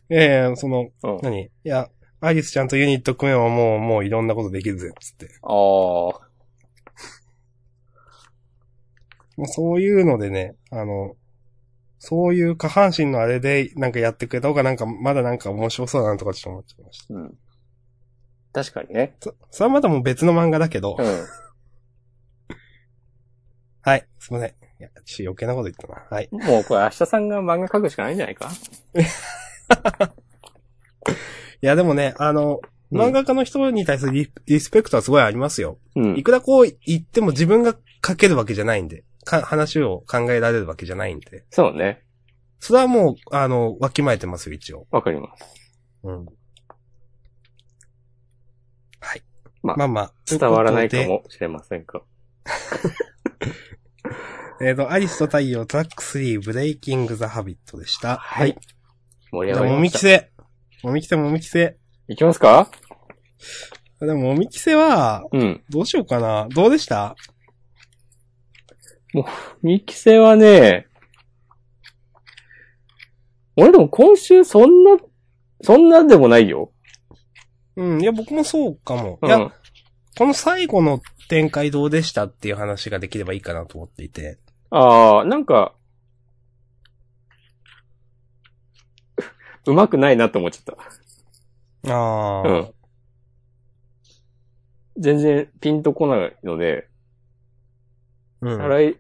S2: ええその、
S1: うん。あ
S2: 何いや、アリスちゃんとユニット組めばもう、もういろんなことできるぜ、つって。
S1: あ。
S2: もうそういうのでね、あの、そういう下半身のあれでなんかやってくれた方がなんか、まだなんか面白そうだなとかちょっと思っちゃいました。
S1: うん。確かにね。
S2: そ、それはまだもう別の漫画だけど
S1: う、ん。
S2: はい、すいません。いや、ちょっと余計なこと言ったな。はい。
S1: もうこれ明日さんが漫画描くしかないんじゃないか
S2: いや、でもね、あの、
S1: うん
S2: 漫画家の人に対するリリスペクトはすごいありますよ。
S1: う
S2: い
S1: ん。
S2: くらこう言っても自分が書けるわけじゃないんで、か話を考えられるわけじゃないんで。
S1: そうね。
S2: それはもう、あの、わきまえてますよ、一応。
S1: わかります。
S2: うん。はい。
S1: まあ
S2: まあまあ。
S1: 伝わらない
S2: と
S1: か
S2: いうこ
S1: もしれませんが。
S2: とで。えっ、と、アリスと太陽、トラック3、ブレイキング・ザ・ハビットでした。
S1: はい。盛り
S2: じゃ
S1: 上
S2: あ、
S1: が
S2: も
S1: り
S2: み
S1: ま
S2: き
S1: した。
S2: せ。もみきせ、もみきせ。
S1: いきますか
S2: でも、もみきせは、
S1: うん。
S2: どうしようかな。どうでした
S1: ミキセはね、俺でも今週そんな、そんなでもないよ。
S2: うん。いや、僕もそうかも。
S1: う
S2: いや、
S1: ん。
S2: この最後の展開どうでしたっていう話ができればいいかなと思っていて。
S1: ああ、なんか、 うまくないなって思っちゃっ
S2: あ
S1: た。
S2: あ。
S1: うん。全然ピンとこないので、
S2: うん。
S1: 来、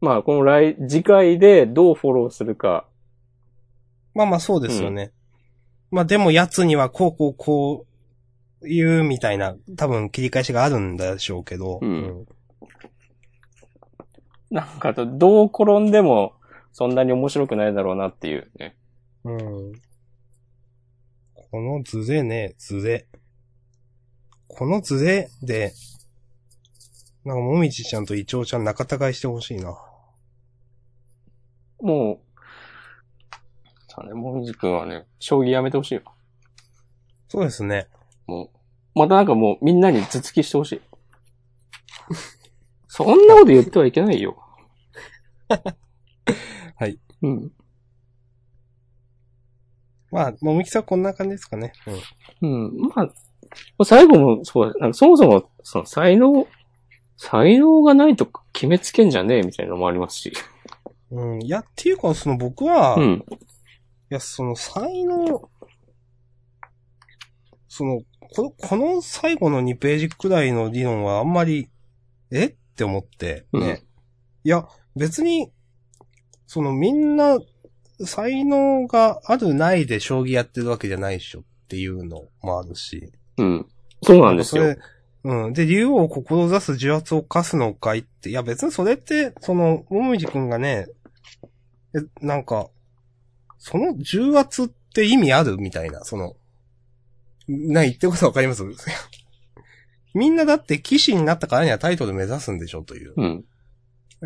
S1: まあこの来、次回でどうフォローするか。
S2: まあまあそうですよね。まあでも奴にはこうこうこういうみたいな多分切り返しがあるんでしょうけど。
S1: うんなんかと、どう転んでもそんなに面白くないだろうなっていうね。
S2: うん。うんこのズレね、ズレ。このズレで、なんかもみじちゃんとイチョウちゃん仲違いしてほしいな。
S1: もう、そうね、もみじくんはね、将棋やめてほしいわ。
S2: そうですね。
S1: もう、またなんかもうみんなに頭突きしてほしい。 そんなこと言ってはいけないよ。
S2: はい。
S1: うん。
S2: まあ、もみきさんはこんな感じですかね。うん。
S1: うん。まあ、最後も、そう、なんかそもそも、その才能、才能がないと決めつけんじゃねえみたいなのもありますし。
S2: うん。いや、っていうか、その僕は、
S1: うん。
S2: いや、その才能、その、この、この最後の2ページくらいの理論はあんまり、えって思って、
S1: うん
S2: ね。いや、別に、そのみんな、才能があるないで将棋やってるわけじゃないでしょっていうのもあるし。
S1: うん。そうなんですよ。
S2: それうん。で、竜王を志す重圧を課すのかいって、いや別にそれって、その、もみじくんがね、え、なんか、その重圧って意味あるみたいな、その、な、言ってることわかります みんなだって騎士になったからにはタイトル目指すんでしょという。
S1: うん。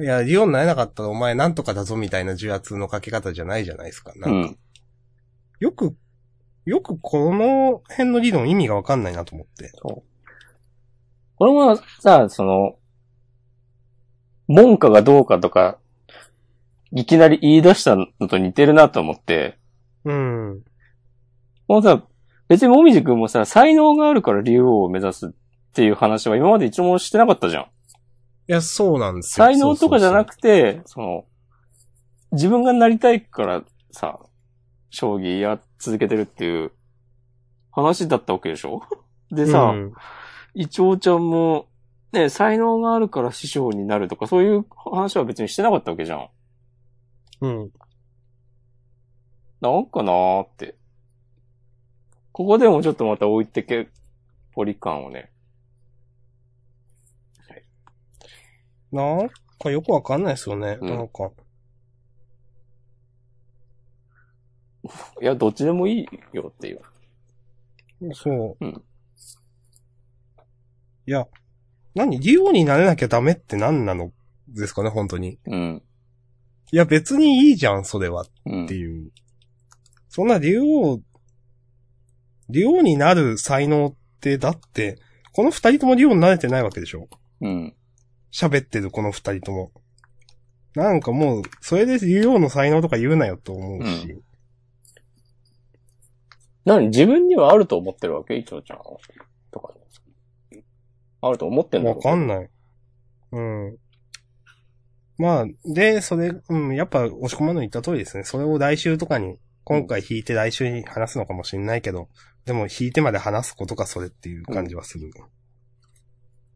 S2: いや、竜王になれなかったらお前なんとかだぞみたいな重圧のかけ方じゃないじゃないですか。なん
S1: う
S2: か、
S1: ん。
S2: よく、よくこの辺の理論意味がわかんないなと思って。
S1: これもさ、その、文化がどうかとか、いきなり言い出したのと似てるなと思って、
S2: うん。
S1: もうさ、別にもみじくんもさ、才能があるから竜王を目指すっていう話は今まで一度もしてなかったじゃん。
S2: いや、そうなんですよ。
S1: 才能とかじゃなくて、その、自分がなりたいからさ、将棋や続けてるっていう話だったわけでしょ で
S2: て
S1: さ、イチョウちゃんも、ね、才能があるから師匠になるとか、そういう話は別にしてなかったわけじゃん。
S2: うん。
S1: なんかなーって。ここでもちょっとまた置いてけポリ感をね。
S2: なんかよくわかんないですよね。
S1: うん
S2: なんか。
S1: いや、どっちでもいいよっていう。
S2: そう。
S1: うん
S2: いや、何竜王になれなきゃダメって何なのですかね、本当に。
S1: うん。
S2: いや、別にいいじゃん、それは。
S1: う
S2: っ
S1: ん
S2: て。いう。そんな竜王、竜王になる才能って、だって、この二人とも竜王になれてないわけでしょ
S1: うん。
S2: 喋ってるこの二人とも。なんかもう、それで竜王の才能とか言うなよと思うし。
S1: 何自分にはあると思ってるわけイチョウちゃんはとか。あると思ってんだ
S2: わかん
S1: い。
S2: ない。うん。まあ、で、それ、うん、やっぱ、押し込まんの言った通りですね。それを来週とかに、今回引いて来週に話すのかもしれないけど、でも引いてまで話すことがそれっていう感じはする。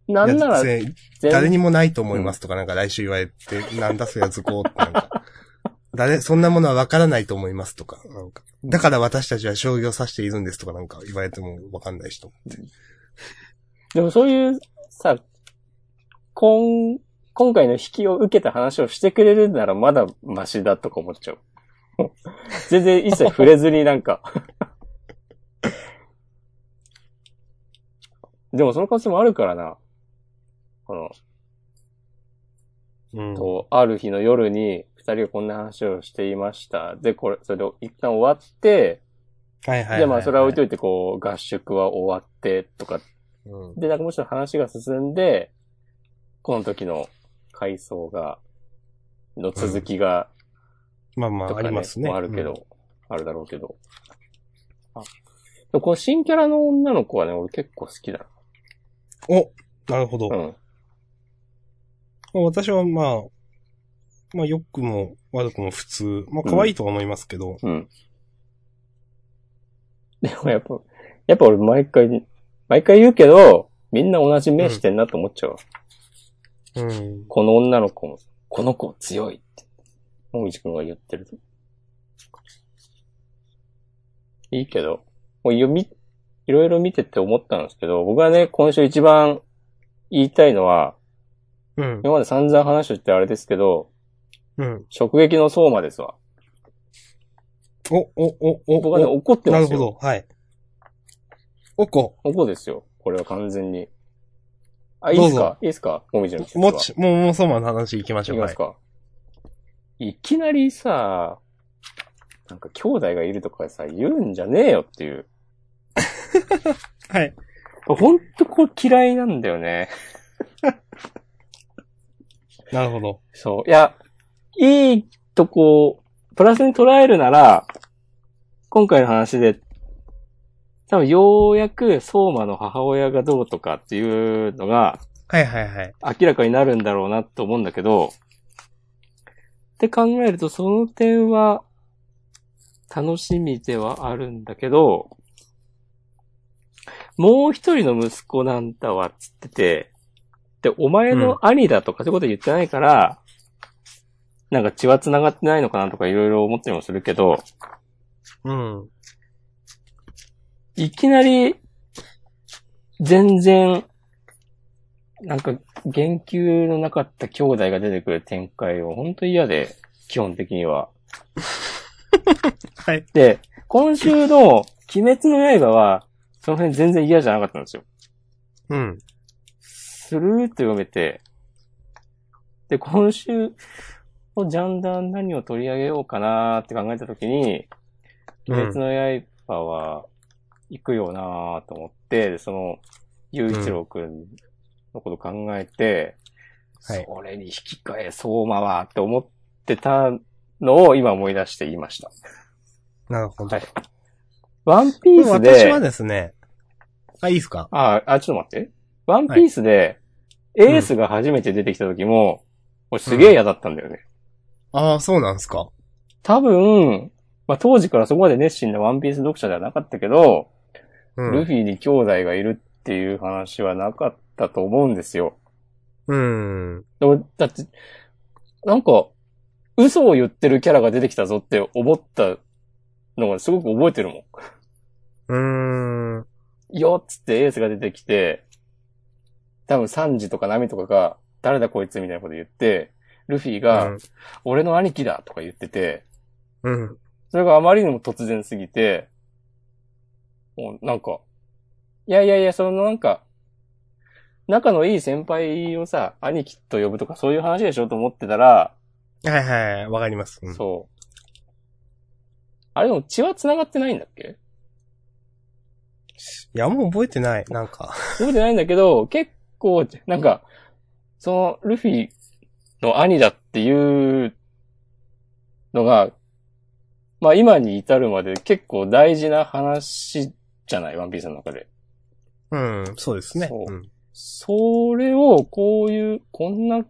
S1: なんなら
S2: いや
S1: 全
S2: 誰にもないと思いますとかなんか来週言われて、なんだそや図工ってなんか。誰、そんなものはわからないと思いますとか、なんか。だから私たちは商業さしているんですとかなんか言われてもわかんない人。
S1: でもそういう、さ、今、今回の引きを受けた話をしてくれるならまだマシだとか思っちゃう。 全然一切触れずになんか でもその可能性もあるからな。この、
S2: うん
S1: と、ある日の夜に、二人がこんな話をしていました。で、これ、それで一旦終わって、
S2: はいはいはい、
S1: で、まあ、それは置いと
S2: い
S1: いて、こう、合宿は終わって、とか。
S2: て。うん。
S1: で、なんかもちろん話が進んで、この時の回想が、の続きが、
S2: まあま
S1: と
S2: あ、
S1: か
S2: ありますね。
S1: あるけ
S2: うん
S1: ど、あるだろうけど。あでもこの新キャラの女の子はね、俺結構好きだ
S2: おなるほど。
S1: な。うん。
S2: まあ私はまあ、まあ良くも悪くも普通。まあ可愛いとは思いますけど。
S1: うん。でもやっぱ、やっぱ俺毎回、毎回言うけど、みんな同じ目してんなと思っちゃうわ。
S2: うん。
S1: この女の子も、この子強いって、もみじくんが言ってると。いいけど、もう読み、いろいろ見てて思ったんですけど、僕はね、今週一番言いたいのは、
S2: うん。
S1: 今まで散々話してあれですけど、
S2: うん。
S1: 直撃の相馬ですわ。
S2: お、お、お、お、
S1: 僕はね、
S2: お
S1: 怒って
S2: な
S1: ま
S2: る
S1: す
S2: ほ
S1: よ。
S2: ど。はい。おこ、
S1: 怒ですよ。これは完全に。あ、いい
S2: ど
S1: で
S2: う
S1: す
S2: ぞ
S1: かいいですかもみじの季節は
S2: もち、もう、もう、そうまの話行きまし
S1: い
S2: ょ
S1: き
S2: う。
S1: ま
S2: は
S1: す
S2: い。
S1: か。いきなりさ、なんか兄弟がいるとかさ、言うんじゃねえよっていう。
S2: はい。
S1: ほんとこう嫌いなんだよね。
S2: なるほど。
S1: そう。いや、いいとこ、プラスに捉えるなら、今回の話で、多分ようやく相馬の母親がどうとかっていうのが
S2: はいはいはい。
S1: 明らかになるんだろうなと思うんだけど、って考えるとその点は楽しみではあるんだけど、もう一人の息子なんだわっつってて、で、お前の兄だとかそういうこと言ってないから、なんか血は繋がってないのかなとかいろいろ思ったりもするけど、
S2: うん。
S1: いきなり、全然、なんか、言及のなかった兄弟が出てくる展開を本当嫌で、基本的には。
S2: はい。
S1: で、今週の鬼滅の刃は、その辺全然嫌じゃなかったんですよ。
S2: うん。
S1: スルーっと読めて、で、今週のジャンダン何を取り上げようかなーって考えたときに、
S2: うん
S1: 鬼滅の刃は行くよなーと思って、でその、雄一郎くんのこと考えて、
S2: うんはい
S1: それに引き換え相馬はって思ってたのを今思い出して言いました。
S2: なるほど。
S1: はいワンピ
S2: で
S1: ー
S2: も
S1: ス
S2: 私
S1: で、
S2: はですね。あ、いいっすか
S1: ああ、ちょっと待って。ワンピースで、エースが初めて出てきた時も、俺すげえ嫌だったんだよね。
S2: ああ、そうなんすか
S1: 多分、まあ、当時からそこまで熱心なワンピース読者ではなかったけど、
S2: う
S1: ル
S2: ん。
S1: フィに兄弟がいるっていう話はなかったと思うんですよ。
S2: うん。
S1: でもだって、なんか、嘘を言ってるキャラが出てきたぞって思ったのがすごく覚えてるも
S2: うーん。
S1: ん。よっつってエースが出てきて、多分サンジとかナミとかが、誰だこいつみたいなこと言って、ルフィが、
S2: うん
S1: 俺の兄貴だとか言ってて、
S2: うん。
S1: それがあまりにも突然すぎて、もうなんか、いやいやいや、そのなんか、仲のいい先輩をさ、兄貴と呼ぶとかそういう話でしょと思ってたら、
S2: はいはい。わかります。うん
S1: そう。あれでも血は繋がってないんだっけ
S2: いや、もう覚えてない。なんか。
S1: そうじゃないんだけど、結構、なんか、その、ルフィの兄だっていうのが、まあ今に至るまで結構大事な話じゃない、ワンピースの中で。
S2: うん。そうですね。
S1: そう
S2: うん
S1: それをこういう、こんな、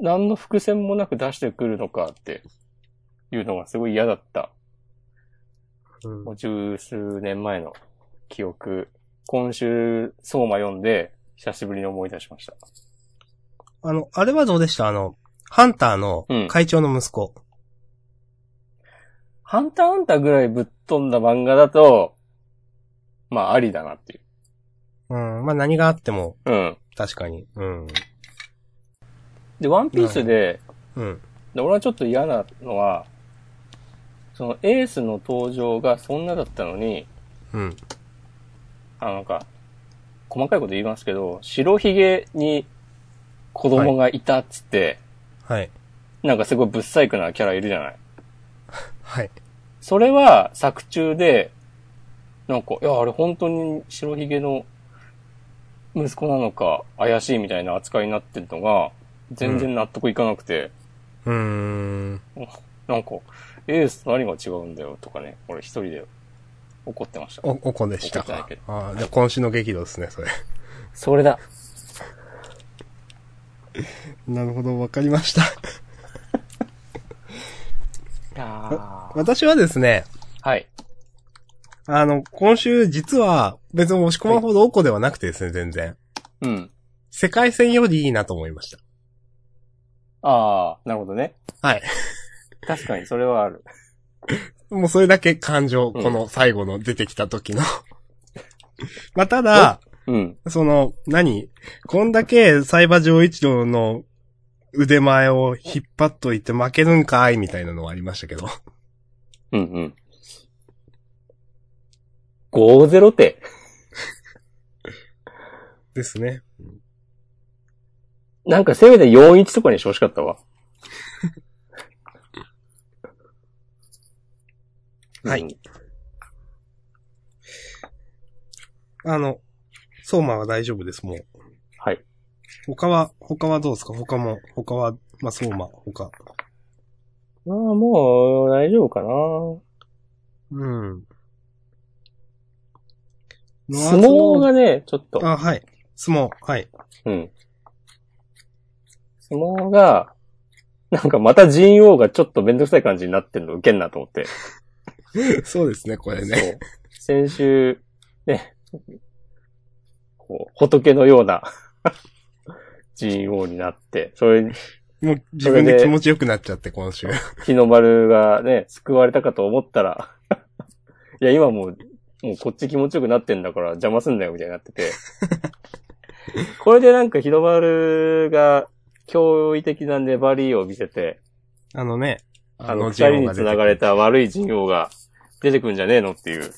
S1: 何の伏線もなく出してくるのかっていうのがすごい嫌だった。
S2: うん
S1: もう十数年前の記憶。今週、相馬読んで、久しぶりに思い出しました。
S2: あの、あれはどうでしたあの、ハンターの会長の息子。
S1: ハンターハンターぐらいぶっ飛んだ漫画だと、まあ、ありだなっていう。
S2: うん。まあ何があっても、
S1: うん。
S2: 確かに。うん。
S1: で、ワンピースで、
S2: うん。
S1: で俺はちょっと嫌なのは、そのエースの登場がそんなだったのに、
S2: うん。
S1: あのなんか、細かいこと言いますけど、白ひげに子供がいたっつって、
S2: はい。
S1: なんかすごいぶっ細工なキャラいるじゃない。
S2: はい。
S1: それは作中で、なんか、いや、あれ本当に白ひげの息子なのか怪しいみたいな扱いになってるのが、全然納得いかなくて、
S2: うーん。
S1: なんか、エースと何が違うんだよとかね、俺一人で怒ってました。
S2: お、おこでした
S1: 怒っ
S2: か
S1: てない。
S2: ああ、じゃあ今週の激怒ですね、それ。
S1: それだ。
S2: なるほど、わかりました。
S1: いやー
S2: 私はですね、
S1: はい。
S2: あの、今週実は別に押し込まんほどおこではなくてですね、全然。
S1: うん。
S2: 世界戦よりいいなと思いました。
S1: あー、なるほどね。
S2: はい。
S1: 確かに、それはある。
S2: もうそれだけ感情、
S1: うん
S2: この最後の出てきた時 の。まあ、ただ、
S1: うん。
S2: その、何こんだけサイバー上一郎の腕前を引っ張っといて負けるんかいみたいなのはありましたけど。
S1: うんうん。5-0って。
S2: ですね。
S1: なんかせめて4-1とかにしてほしかったわ。
S2: はい
S1: うん。
S2: あの、相馬は大丈夫です、もう。
S1: はい。
S2: 他は、他はどうですか他も、他は、まあ、相馬、他。
S1: ああ、もう大丈夫かな。
S2: うん。
S1: 相撲がね、ちょっと。
S2: あ、はい。相撲、はい。
S1: うん。相撲が、なんかまた人王がちょっとめんどくさい感じになってるの受けんなと思って。
S2: そうですね、これね。
S1: そう。先週、ね、こう、仏のような 人王になって、それ、
S2: もう自分で気持ちよくなっちゃって、今週。
S1: 日の丸がね、救われたかと思ったら、 いや、今もう、もうこっち気持ちよくなってんだから邪魔すんなよ、みたいになって て。これでなんか日の丸が驚異的な粘りを見せて、
S2: あのね、
S1: あの、二人に繋がれ
S2: た
S1: た悪い人王が出てくんじゃねえのっていう。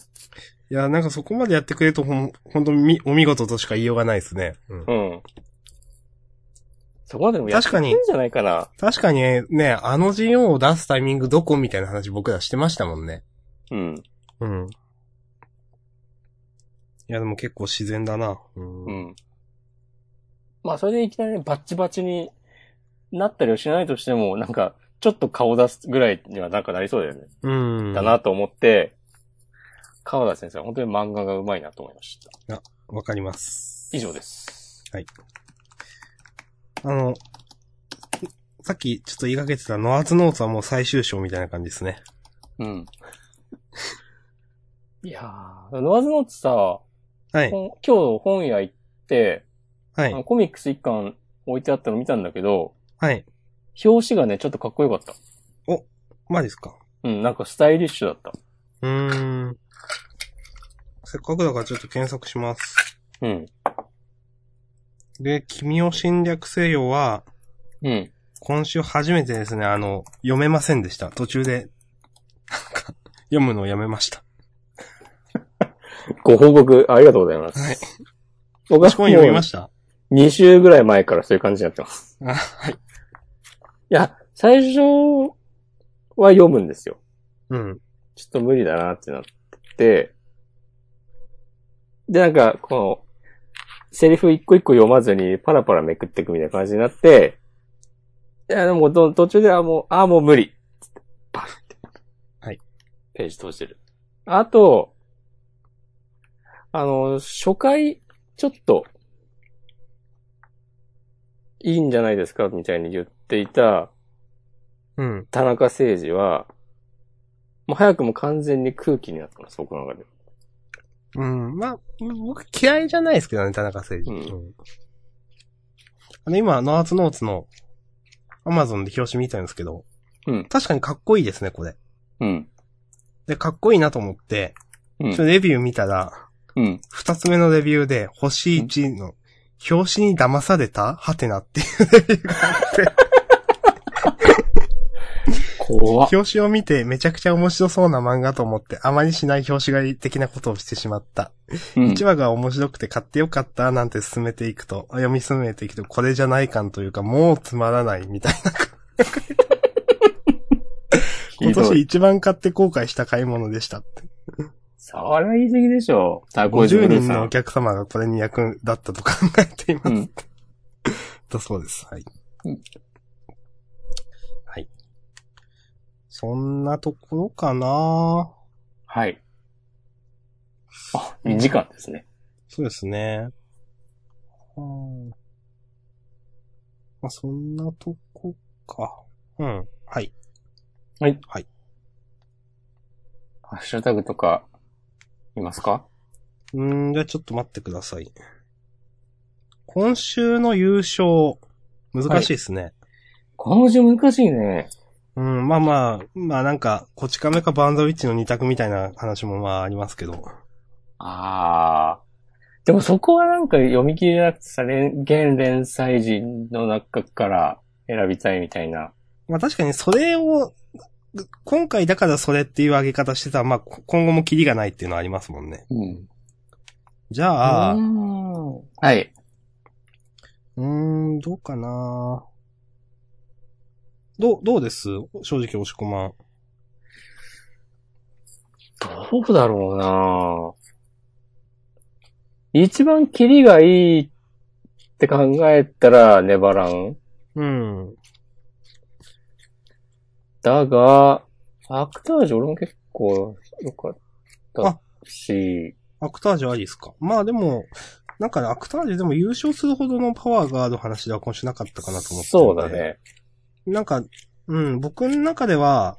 S2: いや、なんかそこまでやってくれるとほん、ほんとみ、お見事としか言いようがないですね。うん
S1: うん。そこまでもやって
S2: 確か
S1: ん
S2: に
S1: じゃないかな。
S2: 確かにね、あの人王を出すタイミングどこみたいな話僕らしてましたもんね。
S1: うん。
S2: うん。いや、でも結構自然だな。うん
S1: うん。まあ、それでいきなりねバッチバチになったりはしないとしても、なんか、ちょっと顔出すぐらいにはなんかなりそうだよね。
S2: うん。
S1: だ。なと思って、川田先生は本当に漫画が上手いなと思いました。
S2: わかります。
S1: 以上です。
S2: あの、さっきちょっと言いかけてたノアズノーツはもう最終章みたいな感じですね。
S1: うん。 いやー、ノアズノーツさ、
S2: はい。
S1: ほん今日本屋行って、
S2: は
S1: あの
S2: い。
S1: コミックス一巻置いてあったの見たんだけど、
S2: はい。
S1: 表紙がね、ちょっとかっこよかった。
S2: まあですか。
S1: うん、なんかスタイリッシュだった。
S2: うーん。せっかくだからちょっと検索します。
S1: うん。
S2: で、君を侵略せよは、
S1: うん。
S2: 今週初めてですね、あの、読めませんでした。途中で、なんか、読むのをやめました。
S1: ご報告ありがとうございます。
S2: はい。
S1: 僕
S2: もしこ
S1: は
S2: に読み
S1: も
S2: ました
S1: う2週ぐらい前からそういう感じになってます。
S2: あ、はい。
S1: いや、最初は読むんですよ。
S2: うん。
S1: ちょっと無理だなってなって、で、なんか、この、セリフ一個一個読まずにパラパラめくっていくみたいな感じになって、いや、でもど途中ではもう、ああ、もう無理つってパッて。
S2: はい。
S1: ページ通してる。あと、あの、初回、ちょっと、いいんじゃないですかみたいに言っていた、
S2: うん。
S1: 田中誠二は、もう早くも完全に空気になってます、僕の中で。
S2: うん。まあ、僕嫌いじゃないですけどね、田中誠司。
S1: うん
S2: うんあの、今、ノーツノーツの、アマゾンで表紙見たんですけど、
S1: うん
S2: 確かにかっこいいですね、これ。
S1: うん。
S2: で、かっこいいなと思って、
S1: うん
S2: ちょ。レビュー見たら、
S1: うん。
S2: 二つ目のレビューで、星1の、表紙に騙されたはてなっていうレビューがあって、
S1: 怖っ。
S2: 表紙を見てめちゃくちゃ面白そうな漫画と思って、あまりしない表紙狩り的なことをしてしまった。
S1: うん
S2: 1話が面白くて買ってよかったなんて進めていくと、読み進めていくと、これじゃない感というか、もうつまらないみたいな。今
S1: ひど
S2: 年
S1: い。
S2: 一番買って後悔した買い物でしたって。
S1: さらいすぎでしょ。タコイズブ
S2: 50
S1: ルー
S2: 人
S1: さ
S2: のお
S1: ん。
S2: 客様がこれに役立ったと考えています。
S1: うん
S2: だそうです。はい
S1: うん。
S2: はい。そんなところかな
S1: はい。あ、2時間ですね。
S2: そうですね。うんまあ、そんなとこか。うん。はい。
S1: ハッシュタグとか、いますか
S2: うん、じゃあちょっと待ってください。今週の優勝、難しいですね。
S1: 今週難しいね。
S2: うん、まあまあ、まあなんか、こち亀かバンドウィッチの二択みたいな話もまあありますけど。
S1: あー。でもそこはなんか読み切れなくてさ、連現連載時の中から選びたいみたいな。
S2: まあ確かにそれを、今回だからそれっていう上げ方してたら、まあこ今後もキリがないっていうのはありますもんね。
S1: うん。
S2: じゃあ、
S1: う
S2: う
S1: ーんはい。
S2: ーん、どうかなどう、どうです正直押し込まん。
S1: どうだろうな一番キリがいいって考えたらネバラン
S2: うん。
S1: だが、アクタージュ俺も結構良かったし、
S2: アクタージュありですかまあでも、なんかね、アクタージュでも優勝するほどのパワーがある話では今週なかったかなと思って。
S1: そうだ。ね。
S2: なんか、うん、僕の中では、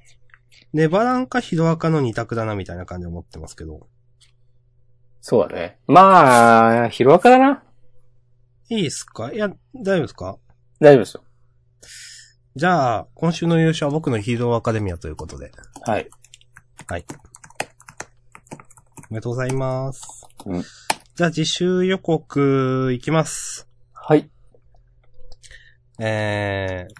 S2: ネバランかヒロアカの二択だなみたいな感じで思ってますけど。
S1: そうだね。まあ、ヒロアカだな。
S2: いいですかいや、大丈夫ですか
S1: 大丈夫ですよ。
S2: じゃあ、今週の優勝は僕のヒーローアカデミアということで。
S1: はい。
S2: おめでとうございます。
S1: うん
S2: じゃあ、次週予告いきます。
S1: はい。
S2: えー、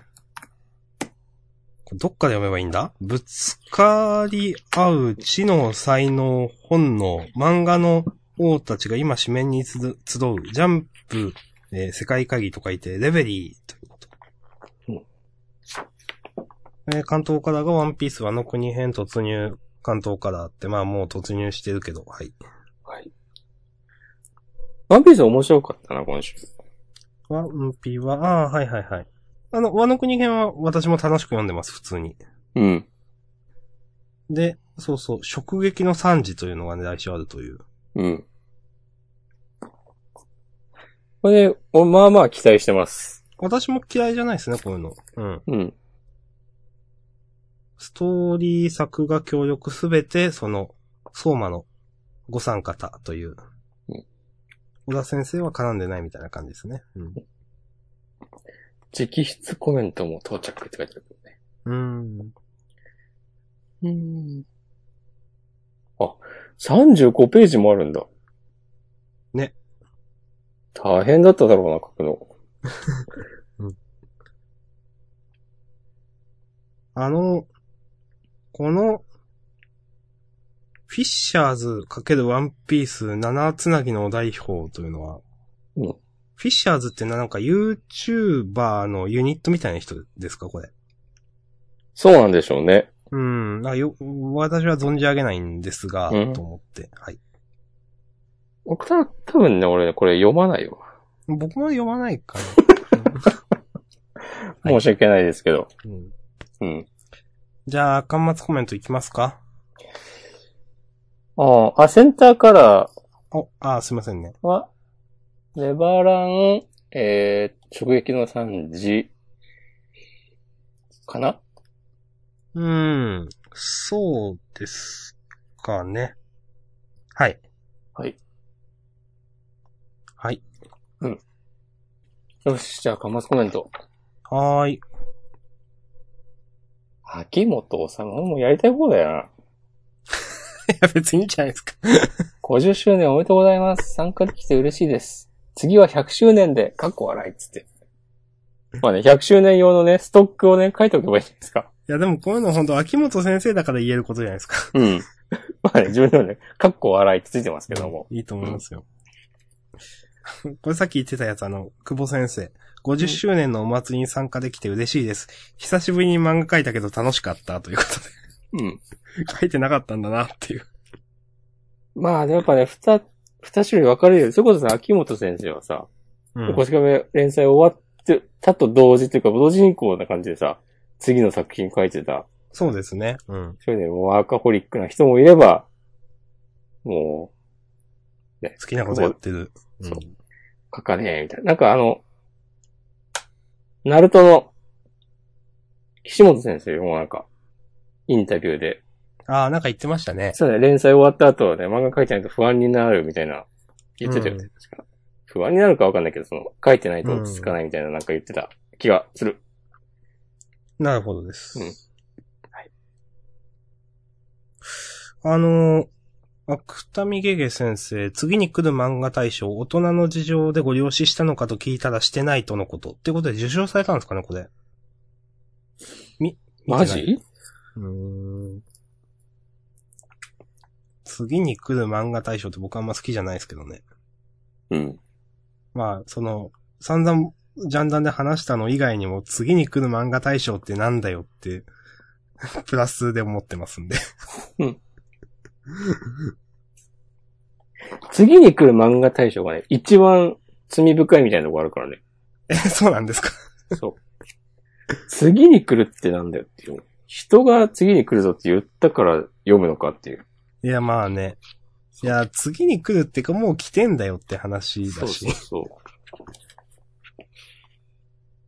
S2: これどっから読めばいいんだぶつかり合う知能、才能、本能、漫画の王たちが今紙面に集う、集うジャンプ、えー世界会議と書いて、レベリーということ。
S1: うん
S2: えー関東からがワンピースワノ国編突入、関東からって、まあもう突入してるけど、はい。
S1: はい。ワンピース面白かったな、今週。
S2: ワンピは、ああー、はいはいはい。あの、ワノ国編は私も楽しく読んでます、普通に。
S1: うん。
S2: で、そうそう、直撃の惨事というのがね、来週あるという。
S1: うん。これ、おまあまあ期待してます。
S2: 私も嫌いじゃないですね、こういうの。うん。
S1: うん。
S2: ストーリー作画協力すべて、その、相馬のご参方という
S1: うん。
S2: 小田先生は絡んでないみたいな感じですね。
S1: 直筆コメントも到着って書いてあるけどね。
S2: うん。うん。
S1: うん。あ、35ページもあるんだ。
S2: ね。
S1: 大変だっただろうな、書くの。
S2: あの、この、フィッシャーズ×ワンピース七つなぎのお代表というのは、
S1: うん
S2: フィッシャーズってな、なんか YouTuber のユニットみたいな人ですか、これ。
S1: そうなんでしょうね。
S2: うん、なんかよ、私は存じ上げないんですが、
S1: うん
S2: と思って。はい。
S1: 僕た多分ね、俺ね、これ読まないよ。
S2: 僕も読まない かはい
S1: 申し訳ないですけど。
S2: な。うん
S1: うん。
S2: じゃあ、巻末コメントいきますか
S1: ああ、センターカラ
S2: お、あ、すいませんね。
S1: ーは、ネバラン、えー、直撃の惨事、かな
S2: うん、そうですかね。はい。
S1: はい。
S2: はい。
S1: よし、じゃあ、かまコメント。
S2: は ーい。
S1: 秋元治もうやりたい方だよな。
S2: や、別にいいんじゃないですか。
S1: 50周年おめでとうございます。参加できて嬉しいです。次は100周年で、かっこ笑いっつって。まあね、100周年用のね、ストックをね、書いておけばいいんじゃないですか。
S2: いや、でもこういうの本当秋元先生だから言えることじゃないですか。
S1: うん。 まあね、自分でもね、かっこ笑いってついてますけども。
S2: いいと思いますよ。これさっき言ってたやつ、あの、久保先生。50周年のお祭りに参加できて嬉しいです。久しぶりに漫画描いたけど楽しかったということ
S1: うん。
S2: で。描いてなかったんだなっていう。
S1: まあ、やっぱね、二、二種類分かれるよ。それこそさ、秋元先生はさ、
S2: う
S1: おこしかめ連載終わってたと同時というか、同時進行な感じでさ、次の作品書いてた、
S2: そうですね。うん。
S1: そういうね、ワーカホリックな人もいれば、も
S2: 好きなことやってる。
S1: う
S2: うん
S1: そうう、書かねえ、みたいな。なんかあの、ナルトの、岸本先生もなんか、インタビューで、
S2: ああ、なんか言ってましたね。
S1: そうね、連載終わった後はね、漫画書いてないと不安になるみたいな、言ってたよね、
S2: う
S1: 確か。不安になるかわかんないけど、その、書いてないと落ち着かないみたいななんか言ってた気がする。
S2: なるほどです。
S1: うん
S2: はい。あのー、芥見ゲゲ先生、次に来る漫画大賞、大人の事情でご了承したのかと聞いたらしてないとのこと。ってことで受賞されたんですかね、これ。み、見てないうーん。次に来る漫画大賞って僕あんま好きじゃないですけどね。
S1: うん。
S2: まあ、その、散々、ジャンダンで話したの以外にも、次に来る漫画大賞ってなんだよって、 プラスで思ってますんで。
S1: 次に来る漫画大賞がね、一番罪深いみたいなとこあるからね。
S2: え、そうなんですか
S1: そう。次に来るってなんだよっていう。人が次に来るぞって言ったから読むのかっていう。
S2: いや、まあね。いや、次に来るってか、もう来てんだよって話だし。
S1: そうそうそ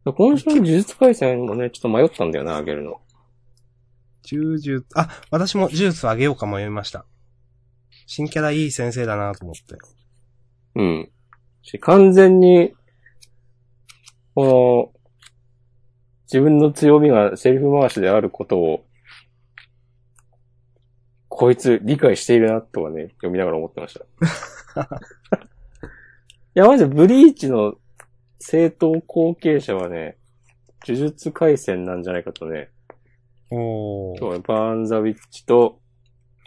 S1: う。今週の呪術改戦もね、ちょっと迷ったんだよな、あげるの。
S2: 呪術、あ、私も呪術あげようか迷いました。新キャラいい先生だなと思って。
S1: うん。し完全に、この、自分の強みがセリフ回しであることを、こいつ理解しているなとはね、読みながら思ってました。いや、まじブリーチの正当後継者はね、呪術回戦なんじゃないかとね、
S2: お
S1: 今日はねバーンザウィッチと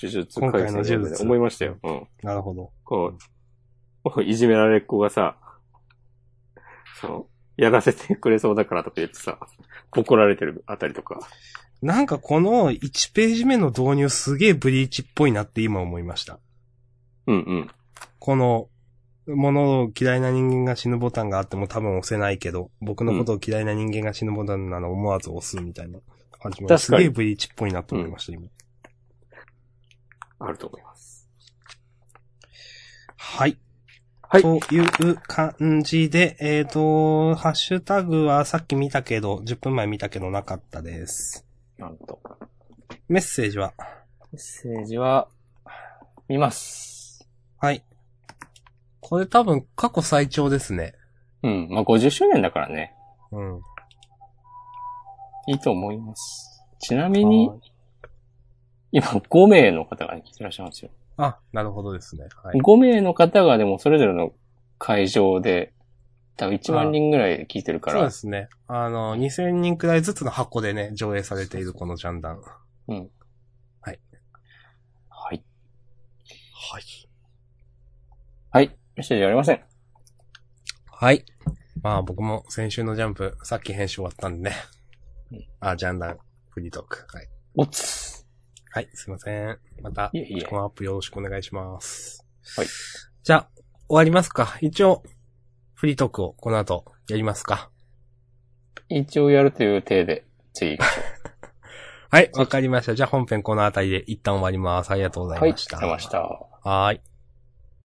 S1: 呪術
S2: 今回
S1: 回
S2: の
S1: 戦
S2: 呪術
S1: で思いましたよ。うん。
S2: なるほど。
S1: こう、いじめられっ子がさ、そう、やらせてくれそうだからとか言ってさ、怒られてるあたりとか。
S2: なんかこの1ページ目の導入すげえブリーチっぽいなって今思いました。
S1: うんうん。
S2: この、物を嫌いな人間が死ぬボタンがあっても多分押せないけど、僕のことを嫌いな人間が死ぬボタンなの思わず押すみたいな感じ
S1: 確
S2: も
S1: かに
S2: すげえブリーチっぽいなと思いました、今。
S1: あると思います。
S2: はい。
S1: はい
S2: という感じで、えっ、と、ハッシュタグはさっき見たけど、10分前見たけどなかったです。
S1: なんと。
S2: メッセージは
S1: メッセージは、見ます。
S2: はい。これ多分過去最長ですね。
S1: うん。まあ、50周年だからね。
S2: うん。
S1: いいと思います。ちなみに、今5名の方が、ね、来てらっしゃいますよ。
S2: あ、なるほどですね。はい。
S1: 5名の方がでもそれぞれの会場で、多分1万人ぐらい聞いてるか
S2: そう
S1: ら
S2: で、すね。あの、2000人くらいずつの箱でね、上映されているこのジャンダン。は
S1: はい。
S2: い。
S1: はい。メッセージありません。
S2: はい。まあ僕も先週のジャンプ、さっき編集終わったんでね
S1: うん。
S2: あ、ジャンダン、フリートーク。はい。
S1: おつ。
S2: はい、すいません。また、
S1: いえいえ
S2: このアップよろしくお願いします。
S1: はい。
S2: じゃあ、終わりますか。一応、フリートークをこの後やりますか。
S1: 一応やるという体で、次。
S2: はい、わかりました。じゃあ本編このあたりで一旦終わります。ありがとうございました。
S1: はい、出ました。
S2: はーい。